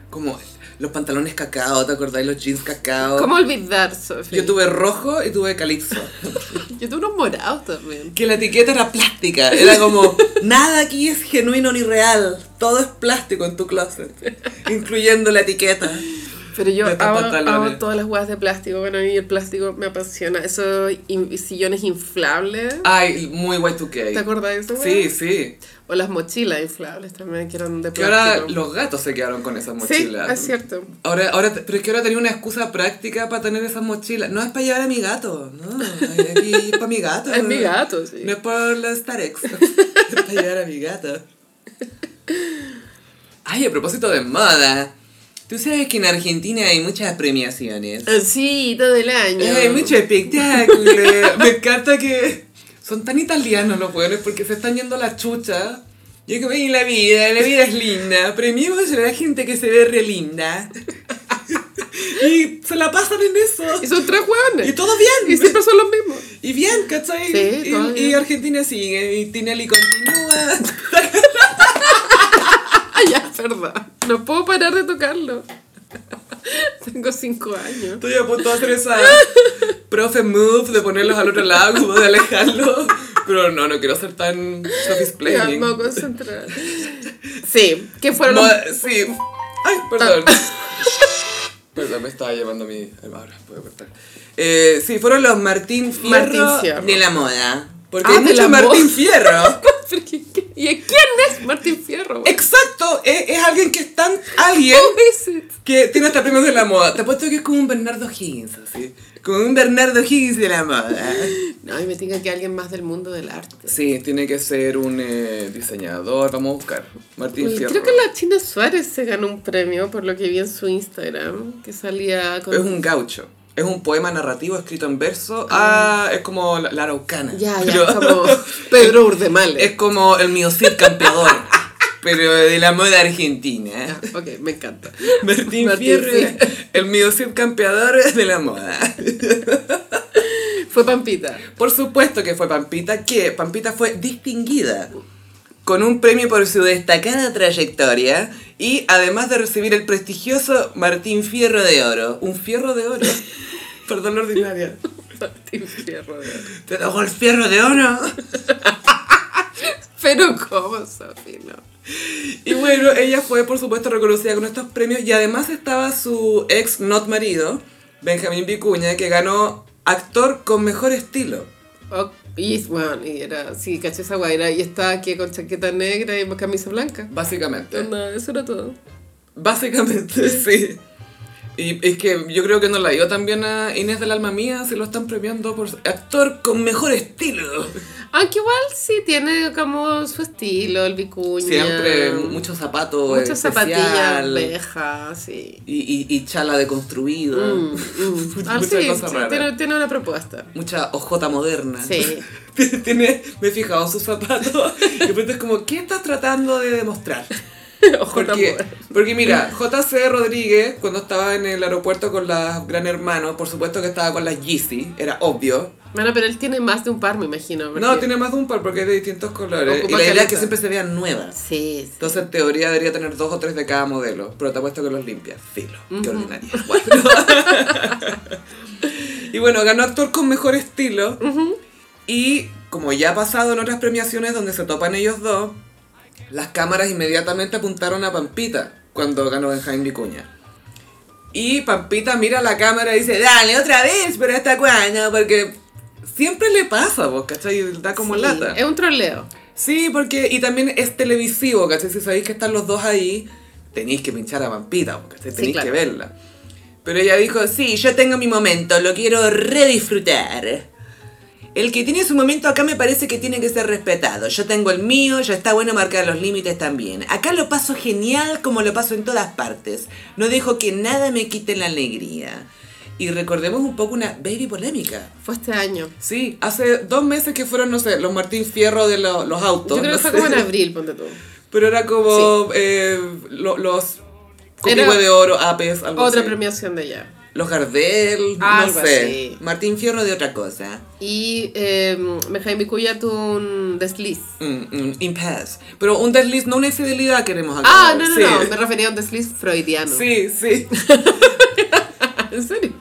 Speaker 1: Como los pantalones cacao, ¿te acordáis? Los jeans cacao.
Speaker 2: ¿Cómo olvidar, Sofía?
Speaker 1: Yo tuve rojo y tuve calipso.
Speaker 2: Yo tuve unos morados también.
Speaker 1: que la etiqueta era plástica, era como, nada aquí es genuino ni real, todo es plástico en tu closet, incluyendo la etiqueta.
Speaker 2: Pero yo
Speaker 1: De estos
Speaker 2: amo,
Speaker 1: pantalones.
Speaker 2: amo todas las huevas de plástico. Bueno, a mí el plástico me apasiona. Esos in- sillones inflables.
Speaker 1: Ay, muy Y2K.
Speaker 2: ¿Te acordás de eso?
Speaker 1: Sí, sí.
Speaker 2: O las mochilas inflables también, que eran de
Speaker 1: Que ahora
Speaker 2: plástico.
Speaker 1: los gatos se quedaron con esas
Speaker 2: sí,
Speaker 1: mochilas.
Speaker 2: es cierto.
Speaker 1: Ahora, ahora, te- pero es que ahora tenía una excusa práctica para tener esas mochilas. No es para llevar a mi gato, no. Aquí es para mi gato.
Speaker 2: Es mi gato, sí.
Speaker 1: No es por los Starex. es para llevar a mi gato. Ay, a propósito de moda. Tú sabes que en Argentina hay muchas premiaciones.
Speaker 2: Eh, Sí, todo el año.
Speaker 1: Ay, mucho espectáculo. ah, Me encanta que son tan italianos los hueones porque se están yendo a la chucha. Y es como, "Ay, la vida, la vida es linda. Premiemos a la gente que se ve re linda. Y se la pasan en
Speaker 2: Y
Speaker 1: eso.
Speaker 2: son tres
Speaker 1: Y
Speaker 2: hueones.
Speaker 1: todo
Speaker 2: Y
Speaker 1: bien.
Speaker 2: siempre son los mismos.
Speaker 1: Y bien, ¿cachai?
Speaker 2: Sí,
Speaker 1: y,
Speaker 2: todo
Speaker 1: y
Speaker 2: bien.
Speaker 1: Argentina sigue. Y Tinelli continúa.
Speaker 2: Ah, ya, verdad. No puedo parar de tocarlo. Tengo cinco años.
Speaker 1: Estoy a punto de hacer esa profe move de ponerlos al otro lado, como de alejarlos. Pero no, no quiero ser tan
Speaker 2: Ya, me
Speaker 1: sophisticated.
Speaker 2: voy a concentrar. Sí, que fueron los... Ah.
Speaker 1: Moda- sí. Ay, perdón. perdón, me estaba llamando mi hermano. Puedo cortar. Eh, sí, fueron los Martín Fierro,
Speaker 2: Martín Fierro.
Speaker 1: de la moda. Porque
Speaker 2: Ah,
Speaker 1: hay
Speaker 2: de
Speaker 1: muchos
Speaker 2: la
Speaker 1: Martín
Speaker 2: moda.
Speaker 1: Fierro.
Speaker 2: ¿Por qué? ¿Qué? ¿Y quién es Martín Fierro? güey?
Speaker 1: Exacto, e, es, es alguien que es tan alguien
Speaker 2: Who is it?
Speaker 1: que tiene hasta premios de la moda. Te apuesto que es como un Bernardo Higgins, así. Como un Bernardo Higgins de la moda.
Speaker 2: No, y me tenga que alguien más del mundo del arte.
Speaker 1: Sí, tiene que ser un eh, diseñador. Vamos a buscar. Martín
Speaker 2: Uy,
Speaker 1: Fierro.
Speaker 2: creo que la China Suárez se ganó un premio por lo que vi en su Instagram, que salía con...
Speaker 1: Es un gaucho. Es un poema narrativo escrito en verso. Ah, es como la, la araucana.
Speaker 2: Ya, ya,
Speaker 1: Pero-
Speaker 2: como Pedro eh. Urdemales.
Speaker 1: Es como el miocid campeador, pero de la moda argentina.
Speaker 2: Ya, ok, me encanta.
Speaker 1: Martín,
Speaker 2: Martín
Speaker 1: Fierro,
Speaker 2: Fierro.
Speaker 1: el miocid campeador de la moda.
Speaker 2: Fue Pampita.
Speaker 1: Por supuesto que fue Pampita, que Pampita fue distinguida con un premio por su destacada trayectoria y además de recibir el prestigioso Martín Fierro de Oro. Un fierro de oro. Perdón, la ordinaria.
Speaker 2: Martín Fierro. güey.
Speaker 1: ¿Te tocó el fierro de oro?
Speaker 2: Pero cómo, Sofi, no.
Speaker 1: Y bueno, ella fue por supuesto reconocida con estos premios y además estaba su ex not marido, Benjamín Vicuña, que ganó actor con mejor estilo.
Speaker 2: O- Oh, y, bueno, y era, sí, caché esa guaira y estaba aquí con chaqueta negra y camisa blanca.
Speaker 1: Básicamente.
Speaker 2: Onda, Pues eso era todo.
Speaker 1: Básicamente, sí. Y es que yo creo que nos la dio también a Inés del Alma Mía, se lo están premiando por actor con mejor estilo.
Speaker 2: Aunque igual sí tiene como su estilo, el vicuña.
Speaker 1: Siempre muchos zapatos.
Speaker 2: Muchas zapatillas,
Speaker 1: especial.
Speaker 2: ovejas, sí.
Speaker 1: Y, y, y chala deconstruida.
Speaker 2: Mm, mm.
Speaker 1: Mucha
Speaker 2: Ah, sí,
Speaker 1: cosa
Speaker 2: sí,
Speaker 1: rara.
Speaker 2: tiene, tiene una propuesta.
Speaker 1: mucha ojota moderna.
Speaker 2: Sí.
Speaker 1: Tiene, me he fijado en sus zapatos y de repente es como, ¿qué estás tratando de demostrar?
Speaker 2: Ojo
Speaker 1: Porque,
Speaker 2: tambor.
Speaker 1: porque mira, JC Rodríguez, cuando estaba en el aeropuerto con las Gran Hermano, por supuesto que estaba con las Yeezy, era obvio.
Speaker 2: Bueno, pero él tiene más de un par, me imagino.
Speaker 1: No,
Speaker 2: porque-
Speaker 1: tiene más de un par porque es de distintos colores. y
Speaker 2: Ocupa
Speaker 1: la idea es
Speaker 2: caleta.
Speaker 1: que siempre se vean nuevas.
Speaker 2: Sí, sí.
Speaker 1: Entonces, en teoría, debería tener dos o tres de cada modelo. Pero te apuesto que los limpia. Filo. Qué ordinaria. Bueno. y bueno, ganó actor con mejor estilo. Y como ya ha pasado en otras premiaciones donde se topan ellos dos, las cámaras inmediatamente apuntaron a Pampita cuando ganó Benjamín Vicuña. Y Pampita mira la cámara y dice, dale, otra vez, pero hasta cuándo, porque siempre le pasa, vos, ¿cachai? Da como
Speaker 2: Sí,
Speaker 1: lata.
Speaker 2: Es un troleo.
Speaker 1: Sí, porque. Y también es televisivo, ¿cachai? Si sabéis que están los dos ahí, tenéis que pinchar a Pampita, po, ¿cachai?
Speaker 2: Sí,
Speaker 1: Tenéis
Speaker 2: claro.
Speaker 1: que verla. Pero ella dijo: Sí, yo tengo mi momento, lo quiero redisfrutar. El que tiene su momento acá me parece que tiene que ser respetado. Yo tengo el mío, ya está bueno marcar los límites también. Acá lo paso genial como lo paso en todas partes. No dejo que nada me quite la alegría. Y recordemos un poco una baby polémica.
Speaker 2: Fue este año.
Speaker 1: Sí, hace dos meses que fueron, no sé, los Martín Fierro de lo- los autos.
Speaker 2: Yo creo
Speaker 1: no
Speaker 2: que fue
Speaker 1: sé.
Speaker 2: como en abril, ponte tú.
Speaker 1: Pero era como eh, lo- los Copihue
Speaker 2: Era
Speaker 1: de Oro, Apes, algo
Speaker 2: Otra Ah,
Speaker 1: así.
Speaker 2: premiación de allá.
Speaker 1: Los Gardel,
Speaker 2: Algo
Speaker 1: no sé.
Speaker 2: así.
Speaker 1: Martín Fierro de otra cosa.
Speaker 2: Y eh, Benjamín Vicuña tuvo un desliz.
Speaker 1: Mm, mm, impasse. Pero un desliz, no una infidelidad queremos acá.
Speaker 2: Ah, no, no,
Speaker 1: sí.
Speaker 2: no. Me refería a un desliz freudiano.
Speaker 1: Sí, sí.
Speaker 2: ¿En serio?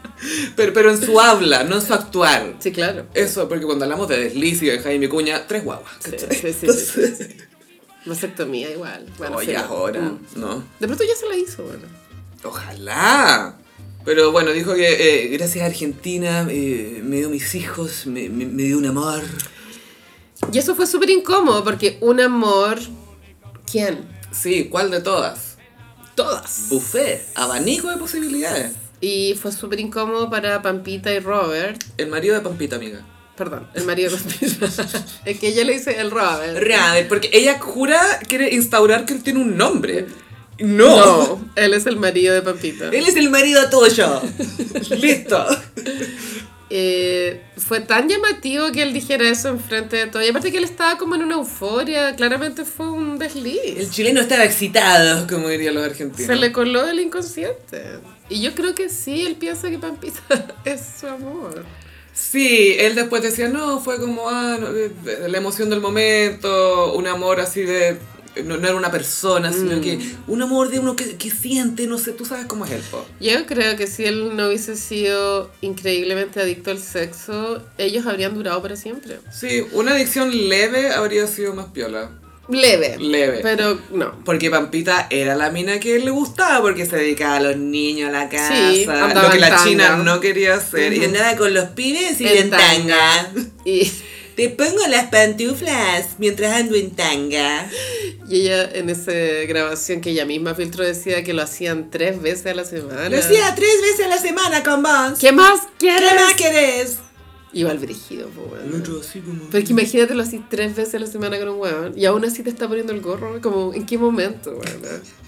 Speaker 1: Pero, pero en su habla, no en su actuar.
Speaker 2: Sí, claro.
Speaker 1: Eso, porque cuando hablamos de desliz y de Jaime Cuña, tres guaguas.
Speaker 2: Sí,
Speaker 1: ¿cachai?
Speaker 2: sí, sí, sí, sí, sí. Vasectomía igual. Bueno,
Speaker 1: Oh,
Speaker 2: sí.
Speaker 1: ya es hora,
Speaker 2: Mm.
Speaker 1: ¿no?
Speaker 2: De pronto ya se la hizo, bueno.
Speaker 1: Ojalá. Pero bueno, dijo que eh, gracias a Argentina eh, me dio mis hijos, me, me- me dio un amor.
Speaker 2: Y eso fue súper incómodo porque un amor... ¿Quién?
Speaker 1: Sí, ¿cuál de todas?
Speaker 2: Todas.
Speaker 1: Buffet, abanico de posibilidades.
Speaker 2: Y fue súper incómodo para Pampita y Robert.
Speaker 1: El marido de Pampita, amiga.
Speaker 2: Perdón, el marido de Pampita. es que ella le dice el Robert.
Speaker 1: Real, porque ella jura, quiere instaurar que él tiene un nombre. No.
Speaker 2: No, él es el marido de Pampita.
Speaker 1: Él es el marido tuyo. Listo.
Speaker 2: Eh, fue tan llamativo que él dijera eso enfrente de todo. Y aparte que él estaba como en una euforia. Claramente fue un
Speaker 1: El
Speaker 2: desliz.
Speaker 1: chileno estaba excitado, como dirían los argentinos.
Speaker 2: Se le coló del inconsciente. Y yo creo que sí, él piensa que Pampita es su amor.
Speaker 1: Sí, él después decía, no, fue como ah, no, eh, la emoción del momento, un amor así de... No, no era una persona, sino que
Speaker 2: Mm.
Speaker 1: un amor de uno que, que siente, no sé, tú sabes cómo es el pop.
Speaker 2: Yo creo que si él no hubiese sido increíblemente adicto al sexo, ellos habrían durado para siempre.
Speaker 1: Sí, una adicción leve habría sido más piola.
Speaker 2: Leve.
Speaker 1: Leve.
Speaker 2: Eh, Pero no.
Speaker 1: Porque Pampita era la mina que le gustaba porque se dedicaba a los niños, a la casa,
Speaker 2: Sí, andaba
Speaker 1: lo que
Speaker 2: en
Speaker 1: la
Speaker 2: tanga.
Speaker 1: china no quería hacer. Y andaba con los pibes y
Speaker 2: En
Speaker 1: en tanga.
Speaker 2: Y
Speaker 3: Te pongo las pantuflas mientras ando en tanga.
Speaker 2: Y ella en esa grabación que ella misma filtró decía que lo hacían tres veces a la semana.
Speaker 3: Lo hacía tres veces a la semana con vos.
Speaker 2: ¿Qué más
Speaker 3: ¿Qué
Speaker 2: quieres?
Speaker 3: más querés?
Speaker 2: Iba al brígido, pues, po, weón.
Speaker 1: El otro así como...
Speaker 2: Pero que imagínate lo así tres veces a la semana con un weón y aún así te está poniendo el gorro, como ¿en qué momento, weón?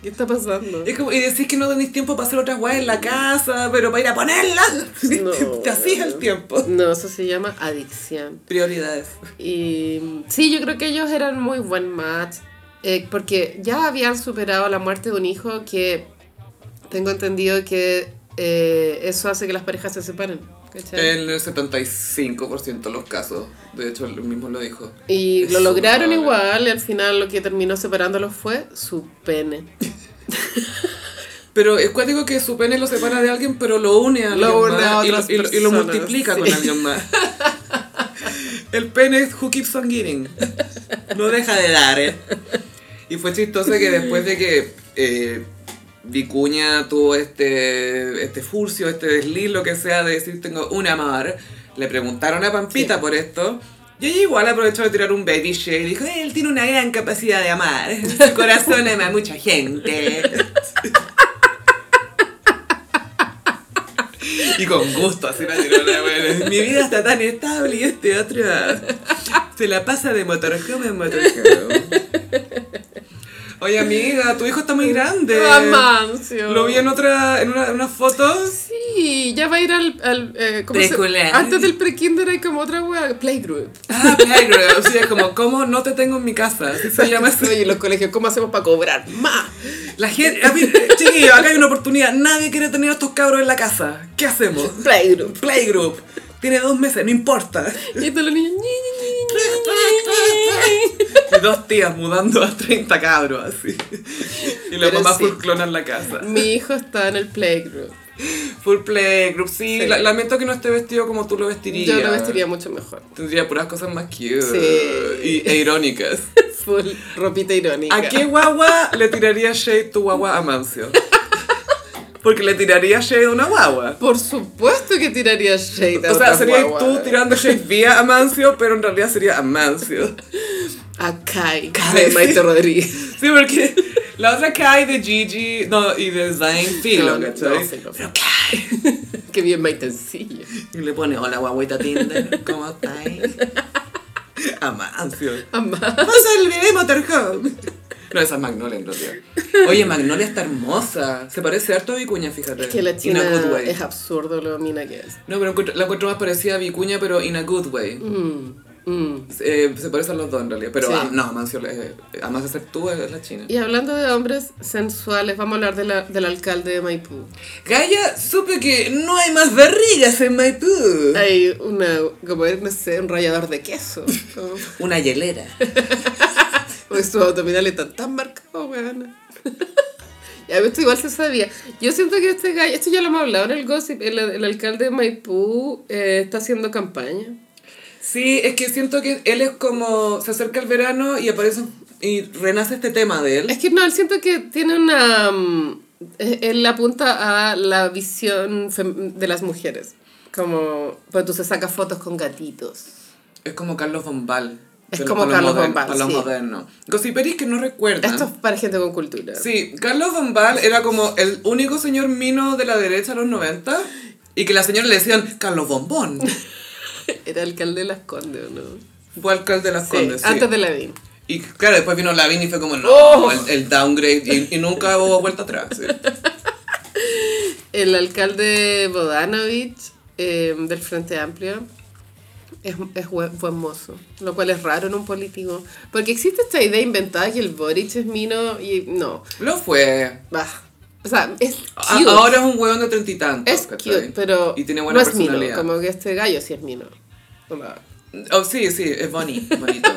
Speaker 2: ¿Qué está pasando?
Speaker 1: Es como, y decís que no tenéis tiempo para hacer otras guayas en la casa, pero para ir a ponerlas.
Speaker 2: No,
Speaker 1: Te hacías el
Speaker 2: weón.
Speaker 1: tiempo.
Speaker 2: No, eso se llama adicción.
Speaker 1: Prioridades.
Speaker 2: Y sí, yo creo que ellos eran muy buen match, eh, porque ya habían superado la muerte de un hijo que tengo entendido que eh, eso hace que las parejas se separen. ¿cachai?
Speaker 1: En el 75% de los casos. De hecho, él mismo lo dijo.
Speaker 2: Y
Speaker 1: Es
Speaker 2: lo
Speaker 1: súper
Speaker 2: lograron
Speaker 1: probable.
Speaker 2: igual, y al final lo que terminó separándolos fue su pene.
Speaker 1: Pero es cuático que su pene lo separa de alguien, pero lo une a alguien
Speaker 2: Lo une
Speaker 1: más
Speaker 2: a
Speaker 1: y lo-
Speaker 2: otras
Speaker 1: y, lo, y lo
Speaker 2: personas,
Speaker 1: multiplica
Speaker 2: sí.
Speaker 1: con alguien más. El pene es who keeps on giving.
Speaker 3: No deja de dar, eh.
Speaker 1: Y fue chistoso que después de que eh, Vicuña tuvo este, este furcio, este desliz, lo que sea, de decir tengo un amor, le preguntaron a Pampita por esto. Y ella igual aprovechó de tirar un baby shade y dijo, él tiene una gran capacidad de amar. Su corazón ama a mucha gente. Y con gusto, así la tiró la buena. Mi vida está tan estable y este otro se la pasa de motorhome en motorhome. Oye, amiga, tu hijo está muy grande.
Speaker 2: ¡Ah, Mancio!
Speaker 1: Lo vi en otra, en una, en unas fotos.
Speaker 2: Sí, ya va a ir al... al eh, ¿cómo se-
Speaker 3: Preescolar.
Speaker 2: Antes del pre-kinder hay como otra wea, playgroup.
Speaker 1: Ah, Playgirl. O sea, como, ¿cómo no te tengo en mi casa? Así se llama así.
Speaker 2: Oye, los colegios, ¿cómo hacemos para cobrar? ¡Más!
Speaker 1: La gente, a mí, chiquillo, acá hay una oportunidad. Nadie quiere tener a estos cabros en la casa. ¿Qué hacemos?
Speaker 2: Playgroup.
Speaker 1: Playgroup. Tiene dos meses, no importa.
Speaker 2: Y todos los niños... "Ñi, ñi, ñi, ñi, ñi".
Speaker 1: Y dos tías mudando a 30 cabros, así. Y la
Speaker 2: Pero
Speaker 1: mamá
Speaker 2: sí.
Speaker 1: full clona en la casa.
Speaker 2: Mi hijo está en el playgroup.
Speaker 1: Full Playgroup. Sí,
Speaker 2: Sí.
Speaker 1: la- lamento que no esté vestido como tú lo vestirías.
Speaker 2: Yo lo vestiría mucho mejor.
Speaker 1: Tendría puras cosas más cute
Speaker 2: Sí.
Speaker 1: y, e irónicas.
Speaker 2: Full ropita irónica.
Speaker 1: ¿A qué guagua le tiraría shade tu guagua a Mancio? Porque le tiraría shade a una guagua.
Speaker 2: Por supuesto que tiraría shade a
Speaker 1: O sea,
Speaker 2: otras
Speaker 1: sería tú
Speaker 2: guaguas.
Speaker 1: tirando shade vía Amancio, pero en realidad sería Amancio.
Speaker 2: A Kai,
Speaker 1: Kai.
Speaker 2: de Maite Rodríguez.
Speaker 1: Sí, porque la otra Kai de Gigi no, y de Zayn, filo,
Speaker 2: No, no,
Speaker 1: ¿cachai?
Speaker 2: no, filo.
Speaker 1: Pero Kai.
Speaker 2: Qué bien Maitecillo.
Speaker 1: Y le pone, hola guagüita Tinder, ¿cómo estáis? Amancio.
Speaker 2: Amá.
Speaker 1: Vamos al bebé Motorhome. No, esa es Magnolia en realidad. Oye, Magnolia está hermosa. Se parece harto a Vicuña, fíjate.
Speaker 2: Que la
Speaker 1: In a good
Speaker 2: china
Speaker 1: way.
Speaker 2: es absurdo lo mina que es.
Speaker 1: No, pero encuentro- la encuentro más parecida a Vicuña, pero in a good way.
Speaker 2: Mm, mm.
Speaker 1: Eh, se parecen los dos en realidad. Pero
Speaker 2: Sí.
Speaker 1: ah, no, Amancio, eh, Amancio ser tú es la china.
Speaker 2: Y hablando de hombres sensuales, vamos a hablar de la- del alcalde de Maipú.
Speaker 1: Gaia, supe que no hay más barrigas en Maipú.
Speaker 2: Hay una, como no sé, un rallador de queso. como-
Speaker 3: Una hielera.
Speaker 2: Porque sus abdominales están tan marcados, weón. Y a esto igual se sabía. Yo siento que este gallo, esto ya lo hemos hablado en el gossip, el, el alcalde de Maipú eh, está haciendo campaña.
Speaker 1: Sí, es que siento que él es como. Se acerca el verano y aparece. Y renace este tema de él.
Speaker 2: Es que no, él siento que tiene una... mm, eh, él apunta a la visión fem- de las mujeres. Como, pues tú se saca fotos con gatitos.
Speaker 1: Es como Carlos Bombal.
Speaker 2: Es
Speaker 1: Pero
Speaker 2: como
Speaker 1: para lo
Speaker 2: Carlos
Speaker 1: moder-
Speaker 2: Bombal,
Speaker 1: Para lo
Speaker 2: sí.
Speaker 1: moderno. Gossiperis que no recuerdan.
Speaker 2: Esto es para gente con cultura.
Speaker 1: Sí, Carlos Bombal era como el único señor mino de la derecha de los 90 y que la señora le decían Carlos Bombón.
Speaker 2: Era alcalde de Las Condes, ¿o ¿no?
Speaker 1: Fue alcalde de las
Speaker 2: Sí,
Speaker 1: Condes. sí.
Speaker 2: Antes de Lavín.
Speaker 1: Y claro, después vino Lavín y fue como, no,
Speaker 2: Oh.
Speaker 1: el, el downgrade y, y nunca hubo vuelta atrás. sí.
Speaker 2: El alcalde Bodanovich eh, del Frente Amplio es, es buen, buen mozo, lo cual es raro en un político. Porque existe esta idea inventada que el Boric es mino y no.
Speaker 1: Lo fue.
Speaker 2: Bah. O sea, es
Speaker 1: A-
Speaker 2: cute.
Speaker 1: ahora es un hueón de treinta y tantos.
Speaker 2: es
Speaker 1: ¿cachai?
Speaker 2: cute, pero
Speaker 1: Y tiene buena
Speaker 2: no es mino.
Speaker 1: personalidad.
Speaker 2: Como que este gallo sí es mino. Onda.
Speaker 1: Oh, sí, sí, es bonito, bonito.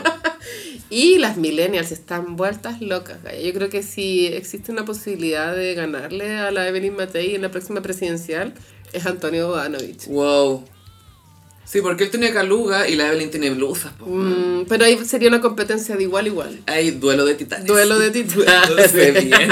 Speaker 2: Y las millennials están vueltas locas, gallo. Yo creo que si existe una posibilidad de ganarle a la Evelyn Matei en la próxima presidencial, es Antonio Bodanovich.
Speaker 1: wow. Sí, porque él tiene caluga y la Evelyn tiene blusas. po.
Speaker 2: Mm, pero ahí sería una competencia de igual a igual.
Speaker 1: Hay duelo de titanes.
Speaker 2: Duelo de titanes.
Speaker 1: Duelo se viene.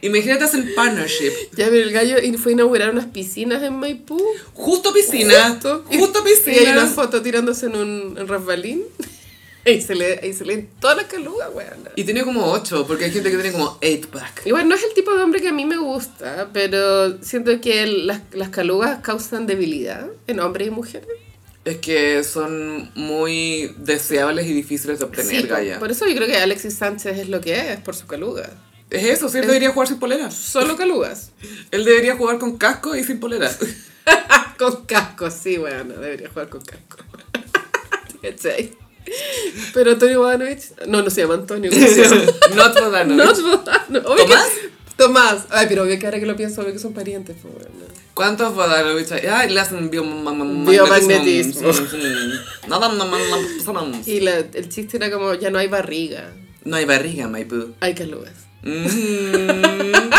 Speaker 1: Imagínate hacer partnership.
Speaker 2: Ya, pero el gallo in- fue a inaugurar unas piscinas en Maipú.
Speaker 1: Justo piscina.
Speaker 2: Justo.
Speaker 1: Justo,
Speaker 2: Y hay una
Speaker 1: piscina.
Speaker 2: foto tirándose en un en resbalín. Y se le, ahí se leen todas las calugas, weón.
Speaker 1: Y tiene como 8, porque hay gente que tiene como 8 pack.
Speaker 2: Igual no es el tipo de hombre que a mí me gusta, pero siento que el- las, las calugas causan debilidad en hombres y mujeres.
Speaker 1: Es que son muy deseables y difíciles de obtener,
Speaker 2: Sí,
Speaker 1: Gaia.
Speaker 2: por eso yo creo que Alexis Sánchez es lo que es, por su caluga.
Speaker 1: Es eso, sí, él debería jugar sin polera.
Speaker 2: Solo calugas.
Speaker 1: Él debería jugar con casco y sin polera.
Speaker 2: con casco, sí, bueno, debería jugar con casco. ¿Cachai? Pero Antonio Bodanovich, no, no se llama Antonio, ¿cómo se llama?
Speaker 1: Not Bodano.
Speaker 2: No, no, obvio
Speaker 1: ¿Tomás?
Speaker 2: que- Tomás. Ay, pero obvio que ahora que lo pienso, obvio que son parientes. Pues, bueno.
Speaker 1: ¿Cuántos Bodanovich hay? Ay, le hacen biomagnetismo.
Speaker 2: Biomagnetismo.
Speaker 1: Nada, no, no, no, no.
Speaker 2: Y la- el chiste era como, ya no hay barriga,
Speaker 1: No hay barriga, Maipú.
Speaker 2: hay calugas.
Speaker 1: Mm.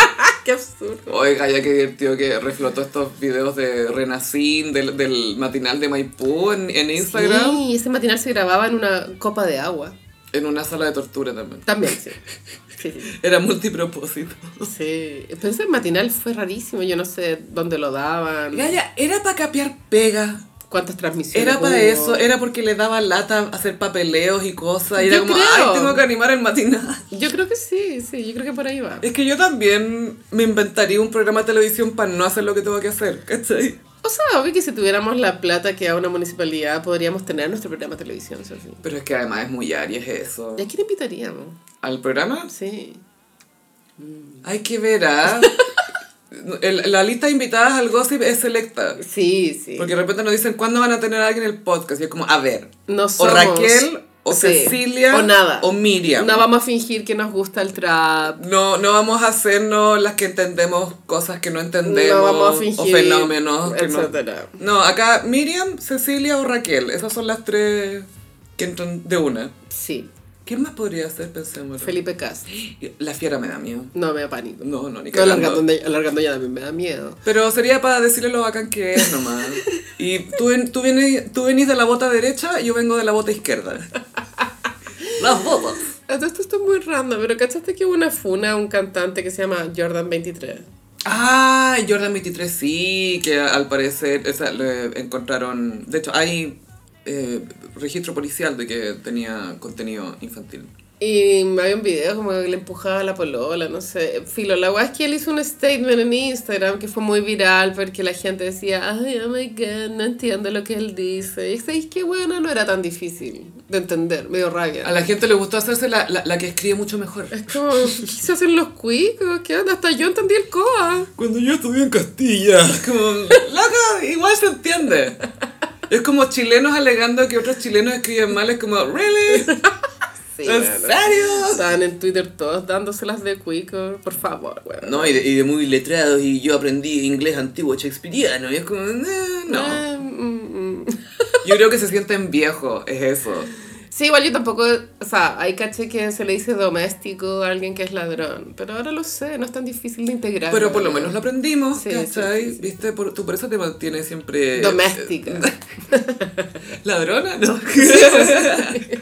Speaker 2: Qué absurdo.
Speaker 1: Oiga, ya que divertido que reflotó estos videos de Renacín, del, del matinal de Maipú en, en Instagram.
Speaker 2: Sí, ese matinal se grababa en una copa de agua.
Speaker 1: En una sala de tortura también.
Speaker 2: También, sí. Sí, sí.
Speaker 1: Era multipropósito.
Speaker 2: Sí. Pero ese matinal fue rarísimo, yo no sé dónde lo daban,
Speaker 1: Gaya, era para capear pega.
Speaker 2: cuántas transmisiones.
Speaker 1: Era
Speaker 2: hubo.
Speaker 1: para eso, era porque le daba lata hacer papeleos y cosas. Y era
Speaker 2: Yo
Speaker 1: como,
Speaker 2: creo.
Speaker 1: ay, tengo que animar el matinal.
Speaker 2: Yo creo que sí, sí, yo creo que por ahí va.
Speaker 1: Es que yo también me inventaría un programa de televisión para no hacer lo que tengo que hacer, ¿cachai?
Speaker 2: O sea, obvio que si tuviéramos la plata que da una municipalidad, podríamos tener nuestro programa de televisión, Sofía.
Speaker 1: Pero es que además es muy Aries eso.
Speaker 2: ¿Y a quién invitaríamos?
Speaker 1: ¿Al programa?
Speaker 2: Sí.
Speaker 1: Hay que ver, ¿ah? El- la lista de invitadas al gossip es selecta.
Speaker 2: Sí, sí.
Speaker 1: Porque de repente nos dicen, ¿cuándo van a tener a alguien en el podcast? Y es como, a ver,
Speaker 2: no
Speaker 1: o
Speaker 2: somos-
Speaker 1: Raquel, o
Speaker 2: Sí.
Speaker 1: Cecilia,
Speaker 2: o nada.
Speaker 1: o Miriam.
Speaker 2: No vamos a fingir que nos gusta el trap.
Speaker 1: No, no vamos a hacernos las que entendemos cosas que no entendemos
Speaker 2: No vamos a fingir.
Speaker 1: o fenómenos. que no-
Speaker 2: etcétera.
Speaker 1: no. acá Miriam, Cecilia o Raquel. Esas son las tres que entran de una.
Speaker 2: Sí.
Speaker 1: ¿Quién más podría ser? Pensemos.
Speaker 2: Felipe Castro.
Speaker 1: La fiera me da miedo.
Speaker 2: No me da pánico.
Speaker 1: No, no, ni
Speaker 2: No,
Speaker 1: cagando.
Speaker 2: alargando, alargando ya también me da miedo.
Speaker 1: Pero sería para decirle lo bacán que es nomás. Y tú, ven- tú, vienes, tú venís de la bota derecha, yo vengo de la bota izquierda. Las botas.
Speaker 2: A todo Esto está muy random, pero ¿cachaste que hubo una funa a un cantante que se llama Jordan 23?
Speaker 1: Ah, Jordan 23 sí, que al parecer esa, le encontraron... De hecho, hay eh, registro policial de que tenía contenido infantil.
Speaker 2: Y había un video como que le empujaba a la polola, no sé. Filo, la weá es que él hizo un statement en Instagram que fue muy viral porque la gente decía, ay, oh my god, no entiendo lo que él dice. Y sabéis que bueno, no era tan difícil de entender, medio rabia.
Speaker 1: A la gente le gustó hacerse la, la- la que escribe mucho mejor.
Speaker 2: Es como, ¿qué se hacen los cuicos? ¿Qué onda? Hasta yo entendí el coa.
Speaker 1: Cuando yo estudié en Castilla. Como, loca, igual se entiende. Es como chilenos alegando que otros chilenos escriben mal, es como, ¿really?
Speaker 2: Sí,
Speaker 1: ¿En serio?
Speaker 2: Estaban en Twitter todos dándoselas de cuico, por favor, weón.
Speaker 1: No, y de, y de muy letrados, y yo aprendí inglés antiguo shakespeariano, y es como, "Eh, no.
Speaker 2: Eh, mm, mm.
Speaker 1: Yo creo que se sienten viejos, es eso.
Speaker 2: Sí, igual yo tampoco, o sea, hay caché que se le dice doméstico a alguien que es ladrón, pero ahora lo sé, no es tan difícil de integrar.
Speaker 1: Pero por lo
Speaker 2: weón.
Speaker 1: menos lo aprendimos,
Speaker 2: Sí,
Speaker 1: ¿cachai?
Speaker 2: sí, sí, sí.
Speaker 1: ¿Viste? Por, tú por eso te mantienes siempre... eh,
Speaker 2: Doméstica.
Speaker 1: ¿Ladrona? No.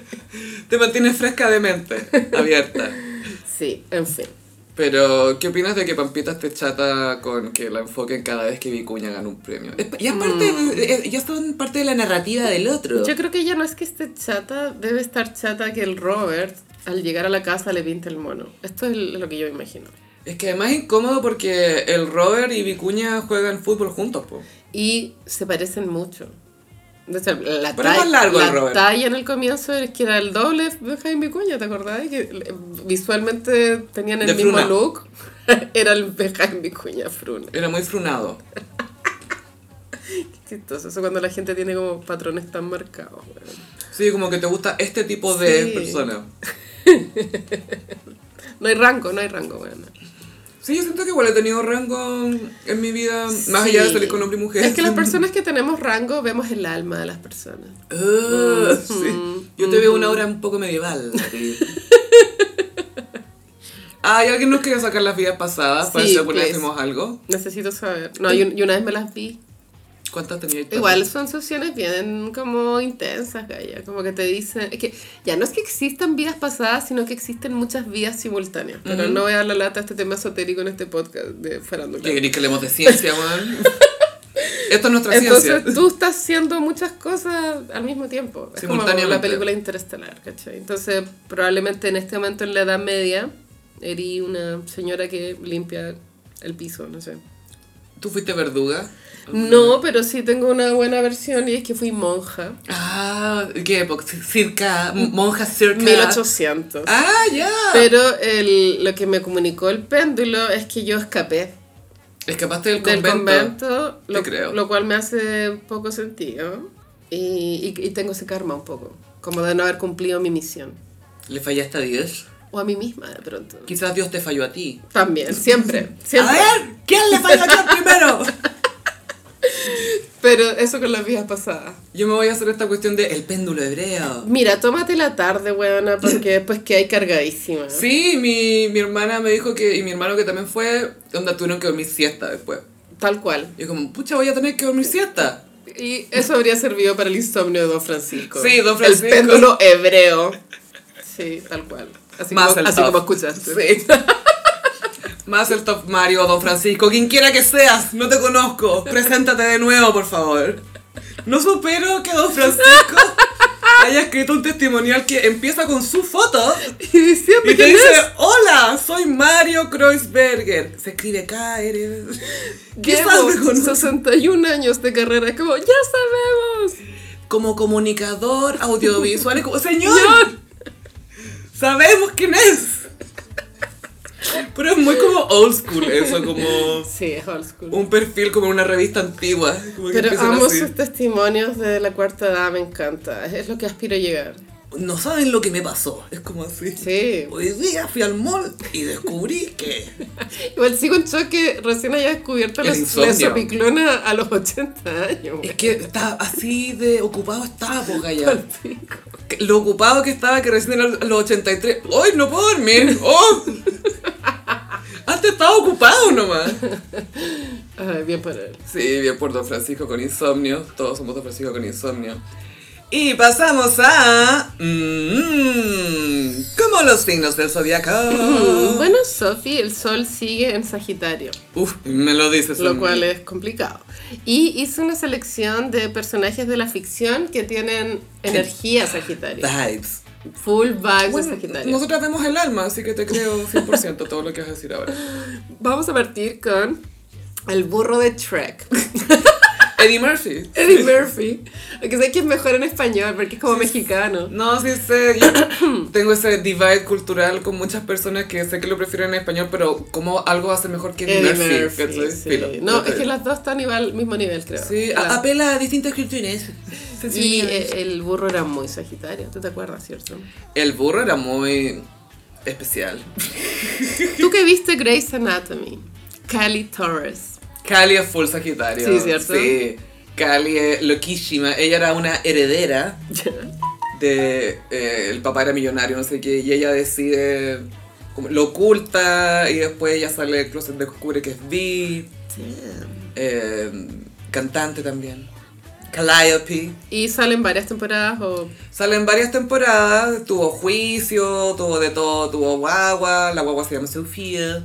Speaker 1: te mantienes fresca de mente, abierta.
Speaker 2: Sí, en fin.
Speaker 1: Pero, ¿qué opinas de que Pampita esté chata con que la enfoquen cada vez que Vicuña gana un premio? Es- Ya, es parte, es- ya son parte de la narrativa del otro.
Speaker 2: Mm. Yo creo que ya no es que esté chata, debe estar chata que el Robert al llegar a la casa le pinta el mono. Esto es lo que yo imagino.
Speaker 1: Es que además es incómodo porque el Robert y Vicuña juegan fútbol juntos, po.
Speaker 2: Y se parecen mucho. De hecho, la,
Speaker 1: Pero
Speaker 2: talla-
Speaker 1: más largo el
Speaker 2: la
Speaker 1: Robert.
Speaker 2: talla en el comienzo es que era el doble de Jaime Vicuña, ¿te acordás? Que eh, visualmente tenían el
Speaker 1: De
Speaker 2: mismo
Speaker 1: Fruna.
Speaker 2: look. era el de Jaime Vicuña Fruna.
Speaker 1: Era muy frunado.
Speaker 2: Qué chistoso eso cuando la gente tiene como patrones tan marcados. weón.
Speaker 1: Sí, como que te gusta este tipo de
Speaker 2: Sí.
Speaker 1: personas.
Speaker 2: No hay rango, no hay rango, bueno.
Speaker 1: Sí, yo siento que igual he tenido rango en mi vida, más allá de salir con hombre y mujer.
Speaker 2: Es que las personas que tenemos rango vemos el alma de las personas. Mm.
Speaker 1: Ah, sí. Yo te veo una hora un poco medieval. a ti. Ay, alguien nos quería sacar las vidas pasadas para
Speaker 2: Sí, pues.
Speaker 1: que le
Speaker 2: please.
Speaker 1: hacemos algo.
Speaker 2: Necesito saber. No, yo, yo una vez me las vi.
Speaker 1: ¿Cuántas tenías?
Speaker 2: Igual son sesiones bien como intensas, Gaya. Como que te dicen. Es que ya no es que existan vidas pasadas, sino que existen muchas vidas simultáneas. Pero no voy a dar la lata a este tema esotérico en este podcast de farándula.
Speaker 1: ¿Qué querés que hablemos de ciencia, weón? Esto es nuestra
Speaker 2: Entonces
Speaker 1: ciencia.
Speaker 2: tú estás haciendo muchas cosas al mismo tiempo. Es como
Speaker 1: Simultáneamente.
Speaker 2: la película interestelar, ¿cachai? Entonces probablemente en este momento en la Edad Media erí una señora que limpia el piso, no sé.
Speaker 1: ¿Tú fuiste verduga?
Speaker 2: No, pero sí tengo una buena versión y es que fui monja.
Speaker 1: Ah, ¿qué época? Circa, monja circa.
Speaker 2: 1800.
Speaker 1: Ah, ya.
Speaker 2: Pero el- lo que me comunicó el péndulo es que yo escapé
Speaker 1: Escapaste del
Speaker 2: del
Speaker 1: convento.
Speaker 2: convento,
Speaker 1: Te
Speaker 2: lo,
Speaker 1: creo.
Speaker 2: lo cual me hace poco sentido. Y, y- y tengo ese karma un poco, como de no haber cumplido mi misión.
Speaker 1: Le fallaste a Dios.
Speaker 2: O a mí misma de pronto.
Speaker 1: Quizás Dios te falló a ti.
Speaker 2: También, siempre, siempre.
Speaker 3: A ver, ¿quién le falló a quién primero?
Speaker 2: Pero eso con las vidas pasadas.
Speaker 1: Yo me voy a hacer esta cuestión de el péndulo hebreo.
Speaker 2: Mira, tómate la tarde, weona, porque después que hay cargadísima.
Speaker 1: Sí, mi, mi hermana me dijo que, y mi hermano que también fue, onda tuvieron que dormir siesta después.
Speaker 2: Tal cual.
Speaker 1: Yo como, pucha, voy a tener que dormir siesta.
Speaker 2: Y eso habría servido para el insomnio de Don Francisco.
Speaker 1: Sí, Don Francisco.
Speaker 2: El péndulo hebreo. Sí, tal cual. Así,
Speaker 1: Más el
Speaker 2: como, así
Speaker 1: top.
Speaker 2: como escuchaste.
Speaker 1: Sí. Más el top Mario, don Francisco, quien quiera que seas, no te conozco, preséntate de nuevo, por favor. No supero que don Francisco haya escrito un testimonial que empieza con su foto
Speaker 2: Y decía,
Speaker 1: y te
Speaker 2: ¿quién
Speaker 1: dice,
Speaker 2: es?
Speaker 1: hola, soy Mario Kreuzberger. Se escribe K-R... Quizás
Speaker 2: Llevo
Speaker 1: me conozcas.
Speaker 2: 61 años de carrera. Es como, ya sabemos.
Speaker 1: como comunicador audiovisual. es como, ¡Señor!
Speaker 2: Señor.
Speaker 1: Sabemos quién es. Pero es muy como old school eso, como
Speaker 2: Sí, es old school.
Speaker 1: un perfil como en una revista antigua. como que
Speaker 2: Pero
Speaker 1: empiezan
Speaker 2: amo
Speaker 1: así.
Speaker 2: sus testimonios de la cuarta edad, me encanta. Es lo que aspiro a llegar.
Speaker 1: No saben lo que me pasó. Es como así.
Speaker 2: Sí.
Speaker 1: Hoy día fui al mall y descubrí que.
Speaker 2: Igual sigo en shock que recién haya descubierto
Speaker 1: El
Speaker 2: la
Speaker 1: insomnio.
Speaker 2: lesopiclona a los 80 años.
Speaker 1: Es
Speaker 2: güey.
Speaker 1: que está así de ocupado estaba, po, Gaya.
Speaker 2: Pico.
Speaker 1: Que- Lo ocupado que estaba que recién era los 83. ¡Hoy no puedo dormir! ¡Oh! Antes estaba ocupado nomás.
Speaker 2: Ay, bien para él.
Speaker 1: Sí, bien por Don Francisco con insomnio. Todos somos Don Francisco con insomnio. Y pasamos a... mm, como los signos del
Speaker 2: Mm,
Speaker 1: zodiaco.
Speaker 2: Bueno, Sophie, el sol sigue en Sagitario,
Speaker 1: Uf, me lo dices.
Speaker 2: lo cual es complicado. Y hizo una selección de personajes de la ficción que tienen energía Sagitario.
Speaker 1: Vibes.
Speaker 2: Full vibes de
Speaker 1: Bueno,
Speaker 2: Sagitario.
Speaker 1: nosotras vemos el alma, así que te creo 100% todo lo que vas a decir ahora.
Speaker 2: Vamos a partir con el burro de Trek.
Speaker 1: Eddie Murphy.
Speaker 2: Eddie Murphy. Aunque sé que es mejor en español porque es como mexicano.
Speaker 1: No, sí sé, yo tengo ese divide cultural con muchas personas que sé que lo prefieren en español, pero como algo hace mejor que Eddie, Murphy. ¿cachai?
Speaker 2: sí.
Speaker 1: Filo.
Speaker 2: No, es que las dos están igual, mismo nivel, creo.
Speaker 1: Sí,
Speaker 2: Las-
Speaker 1: a- apela a distintas culturas.
Speaker 2: y
Speaker 1: Sensibilidades.
Speaker 2: eh, el burro era muy sagitario, ¿tú te acuerdas, cierto?
Speaker 1: El burro era muy especial.
Speaker 2: Tú que viste Grey's Anatomy, Cali Torres.
Speaker 1: Cali es full Sagitario.
Speaker 2: Sí, ¿cierto?
Speaker 1: Sí. Cali es loquísima. Ella era una heredera de. eh, el papá era millonario, no sé qué. Y ella decide. como- lo oculta y después ella sale del closet, descubre que es bi. eh, cantante también. Calliope.
Speaker 2: y salen varias temporadas o...
Speaker 1: Salen varias temporadas, tuvo juicio, tuvo de todo, tuvo guagua, la guagua se llama Sofía.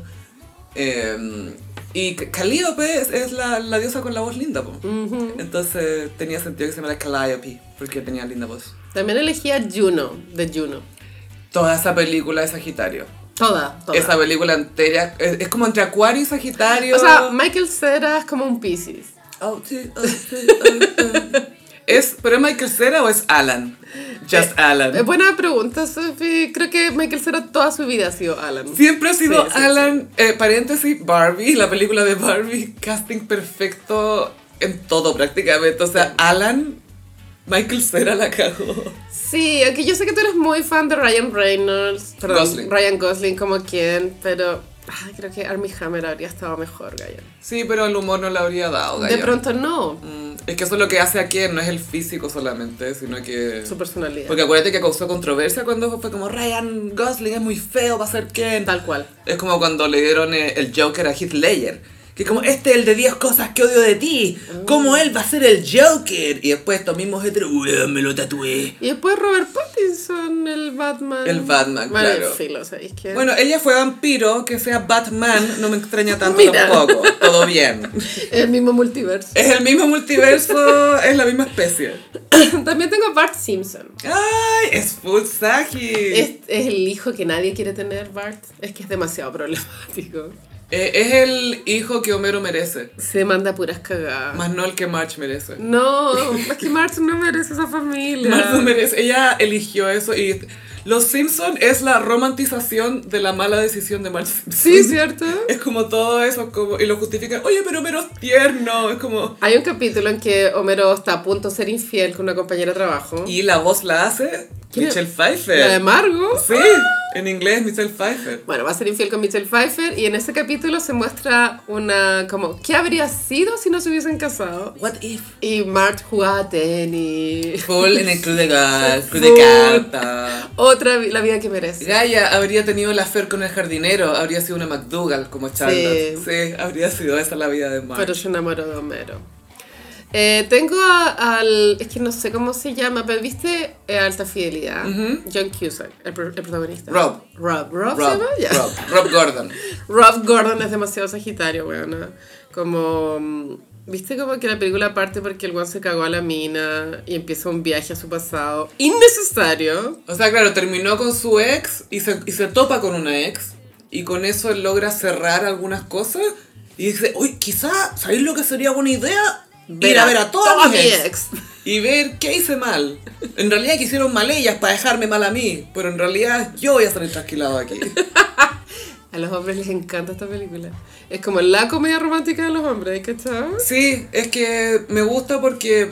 Speaker 1: eh, y C- Calliope es, es la, la diosa con la voz linda, po. Entonces tenía sentido que se llamara Calliope, porque tenía linda voz.
Speaker 2: También elegí a Juno, de Juno.
Speaker 1: Toda esa película es Sagitario.
Speaker 2: Toda, toda.
Speaker 1: Esa película entera es, es como entre Acuario y Sagitario.
Speaker 2: O sea, Michael Cera es como un Pisces.
Speaker 1: Oh, sí, oh, sí, oh, oh. ¿Es, ¿Pero es Michael Cera o es Alan? Just Alan.
Speaker 2: Eh, buena pregunta, Sophie. Creo que Michael Cera toda su vida ha sido Alan.
Speaker 1: Siempre ha sido
Speaker 2: Sí, sí,
Speaker 1: Alan, eh, paréntesis, Barbie, la película de Barbie, casting perfecto en todo prácticamente. O sea, Alan, Michael Cera la cagó.
Speaker 2: Sí, aunque yo sé que tú eres muy fan de Ryan Reynolds, perdón,
Speaker 1: Gosling.
Speaker 2: Ryan Gosling como quien, pero ah, creo que Armie Hammer habría estado mejor, Gallo.
Speaker 1: Sí, pero el humor no le habría dado,
Speaker 2: De
Speaker 1: Gaya.
Speaker 2: pronto no,
Speaker 1: Mm, Es que eso es lo que hace a quien, no es el físico solamente, sino que...
Speaker 2: su personalidad.
Speaker 1: Porque acuérdate que causó controversia cuando fue como Ryan Gosling es muy feo, va a ser Ken.
Speaker 2: Tal cual.
Speaker 1: Es como cuando le dieron eh, el Joker a Heath Ledger. Que como, este es el de 10 cosas que odio de ti. Como
Speaker 2: Mm.
Speaker 1: él va a ser el Joker. Y después estos mismos heteros, "Weón, me lo tatué.
Speaker 2: Y después Robert Pattinson, el Batman.
Speaker 1: El Batman,
Speaker 2: Bueno,
Speaker 1: claro.
Speaker 2: filo, ¿sabéis qué?
Speaker 1: Bueno, ella fue vampiro, que sea Batman, no me extraña tanto
Speaker 2: Mira.
Speaker 1: tampoco. Todo bien.
Speaker 2: el mismo multiverso.
Speaker 1: Es el mismo multiverso, es la misma especie. Eh.
Speaker 2: También tengo a Bart Simpson.
Speaker 1: ¡Ay! Es full Sagi.
Speaker 2: Es, es el hijo que nadie quiere tener, Bart. Es que es demasiado problemático.
Speaker 1: Eh, es el hijo que Homero merece,
Speaker 2: Se manda puras cagadas.
Speaker 1: más no el que March merece.
Speaker 2: No, es que Marge no merece esa familia.
Speaker 1: March no merece, ella eligió eso y Los Simpson es la romantización de la mala decisión de March Simpson.
Speaker 2: Sí, ¿cierto?
Speaker 1: Es como todo eso, como, y lo justifican, oye, pero Homero es tierno, es como...
Speaker 2: Hay un capítulo en que Homero está a punto de ser infiel con una compañera de trabajo.
Speaker 1: Y la voz la hace
Speaker 2: ¿Quién es?
Speaker 1: Michelle Pfeiffer.
Speaker 2: La de Margo.
Speaker 1: Sí, en inglés Michelle Pfeiffer.
Speaker 2: Bueno, va a ser infiel con Michelle Pfeiffer y en ese capítulo se muestra una como ¿qué habría sido si no se hubiesen casado?
Speaker 3: What if?
Speaker 2: Y Marge jugaba a tenis.
Speaker 1: Full en el club de gas, club
Speaker 2: Full.
Speaker 1: de carta.
Speaker 2: Otra vi- la vida que merece.
Speaker 1: Gaia habría tenido la fer con el jardinero, habría sido una McDougal como Charlotte. Sí,
Speaker 2: Sí.
Speaker 1: habría sido esa la vida de Marge.
Speaker 2: Pero se enamoró de Homero. Eh, tengo a- al. Es que no sé cómo se llama, pero viste eh, Alta Fidelidad. John Cusack, el, pro- el protagonista.
Speaker 1: Rob.
Speaker 2: Rob. Rob. se
Speaker 1: Rob,
Speaker 2: llama? Ya.
Speaker 1: Rob, Rob Gordon.
Speaker 2: Rob Gordon es demasiado sagitario, weón. Como. mm, ¿Viste como que la película parte porque el weón se cagó a la mina y empieza un viaje a su pasado innecesario?
Speaker 1: O sea, claro, terminó con su ex y se, y se topa con una ex y con eso él logra cerrar algunas cosas y dice, uy, quizá, ¿sabéis lo que sería buena idea? Ir a ver a todas, mis
Speaker 2: mi
Speaker 1: ex. y ver qué hice mal. En realidad que hicieron mal ellas para dejarme mal a mí, pero en realidad yo voy a salir trasquilado aquí.
Speaker 2: A los hombres les encanta esta película. Es como la comedia romántica de los hombres, ¿eh? ¿cachai?
Speaker 1: Sí, es que me gusta porque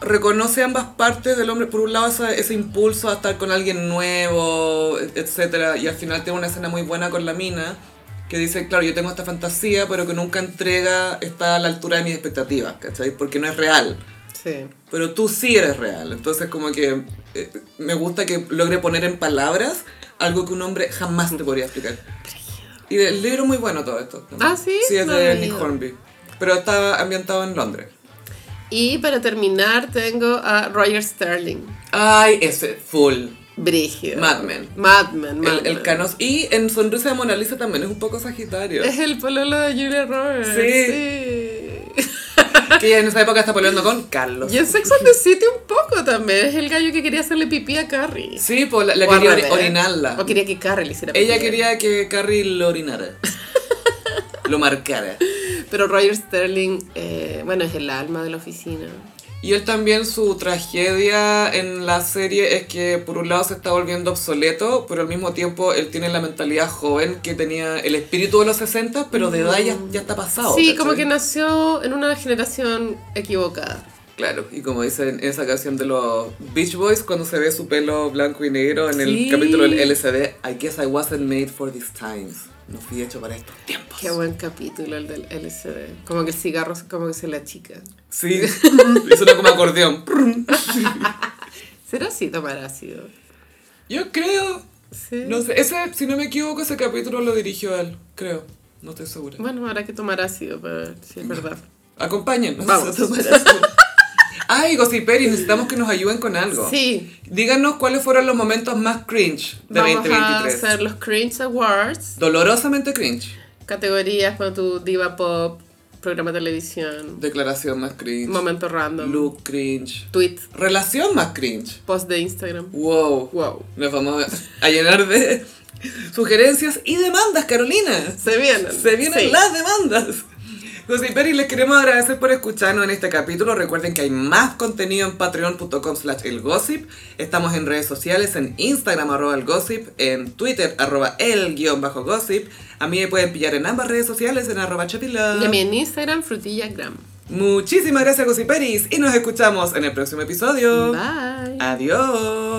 Speaker 1: reconoce ambas partes del hombre. Por un lado, esa- ese impulso a estar con alguien nuevo, etcétera, Y al final tiene una escena muy buena con la mina, que dice, claro, yo tengo esta fantasía, pero que nunca entrega está a la altura de mis expectativas, ¿cachai? Porque no es real.
Speaker 2: Sí.
Speaker 1: Pero tú sí eres real. Entonces, como que eh, me gusta que logre poner en palabras algo que un hombre jamás te podría explicar. Y el libro es muy bueno todo esto.
Speaker 2: Ah, ¿sí?
Speaker 1: Sí, es
Speaker 2: No lo he
Speaker 1: de Nick
Speaker 2: leído.
Speaker 1: Hornby. Pero está ambientado en Londres.
Speaker 2: Y para terminar tengo a Roger Sterling.
Speaker 1: Ay, ese full.
Speaker 2: Brígido.
Speaker 1: Mad Men. El,
Speaker 2: Madman, Madman.
Speaker 1: el canos. Y en Sonrisa de Mona Lisa también es un poco Sagitario.
Speaker 2: Es el pololo de Julia Roberts. Sí.
Speaker 1: que ella en esa época está peleando con Carlos.
Speaker 2: Y en Sex and the City un poco también. Es el gallo que quería hacerle pipí a Carrie.
Speaker 1: Sí, pues la, la
Speaker 2: O al
Speaker 1: quería ori-
Speaker 2: revés.
Speaker 1: orinarla.
Speaker 2: O quería que Carrie le hiciera pipí.
Speaker 1: Ella quería que Carrie lo orinara. lo marcara.
Speaker 2: Pero Roger Sterling, eh, bueno, es el alma de la oficina.
Speaker 1: Y él también su tragedia en la serie es que por un lado se está volviendo obsoleto, pero al mismo tiempo él tiene la mentalidad joven que tenía el espíritu de los 60, pero de edad ya, ya está pasado.
Speaker 2: sí,
Speaker 1: ¿cachai?
Speaker 2: como que nació en una generación equivocada.
Speaker 1: Claro, y como dicen en esa canción de los Beach Boys, cuando se ve su pelo blanco y negro en el
Speaker 2: Sí.
Speaker 1: capítulo del LCD, I guess I wasn't made for these times. No fui hecho para estos tiempos.
Speaker 2: Qué buen capítulo el del LSD. Como que el cigarro es como que se le achica.
Speaker 1: Sí, y suena como acordeón.
Speaker 2: ¿Será así tomar ácido?
Speaker 1: Yo creo,
Speaker 2: Sí.
Speaker 1: no sé, ese, si no me equivoco, ese capítulo lo dirigió él, creo. No estoy segura.
Speaker 2: Bueno, habrá que tomar ácido para ver si es verdad.
Speaker 1: Acompáñennos.
Speaker 2: Vamos.
Speaker 1: Ay, Gossiperis, necesitamos que nos ayuden con algo.
Speaker 2: Sí.
Speaker 1: Díganos cuáles fueron los momentos más cringe de
Speaker 2: Vamos a
Speaker 1: 2023.
Speaker 2: hacer los Cringe Awards.
Speaker 1: Dolorosamente cringe.
Speaker 2: Categorías para tu diva pop, programa de televisión,
Speaker 1: Declaración más cringe.
Speaker 2: momento random,
Speaker 1: Look cringe.
Speaker 2: tweet,
Speaker 1: Relación más cringe.
Speaker 2: post de Instagram.
Speaker 1: Wow.
Speaker 2: Wow.
Speaker 1: Nos vamos a llenar de sugerencias y demandas, Carolina.
Speaker 2: Se vienen.
Speaker 1: Se vienen
Speaker 2: Sí.
Speaker 1: las demandas. José Peri, les queremos agradecer por escucharnos en este capítulo. Recuerden que hay más contenido en patreon.com slash elgossip. Estamos en redes sociales, en Instagram arroba elgossip, en Twitter arroba el guión bajo gossip. A mí me pueden pillar en ambas redes sociales en arroba chapila.
Speaker 2: Y a mí en Instagram, frutillagram.
Speaker 1: Muchísimas gracias, José Peris, y nos escuchamos en el próximo episodio.
Speaker 2: Bye.
Speaker 1: Adiós.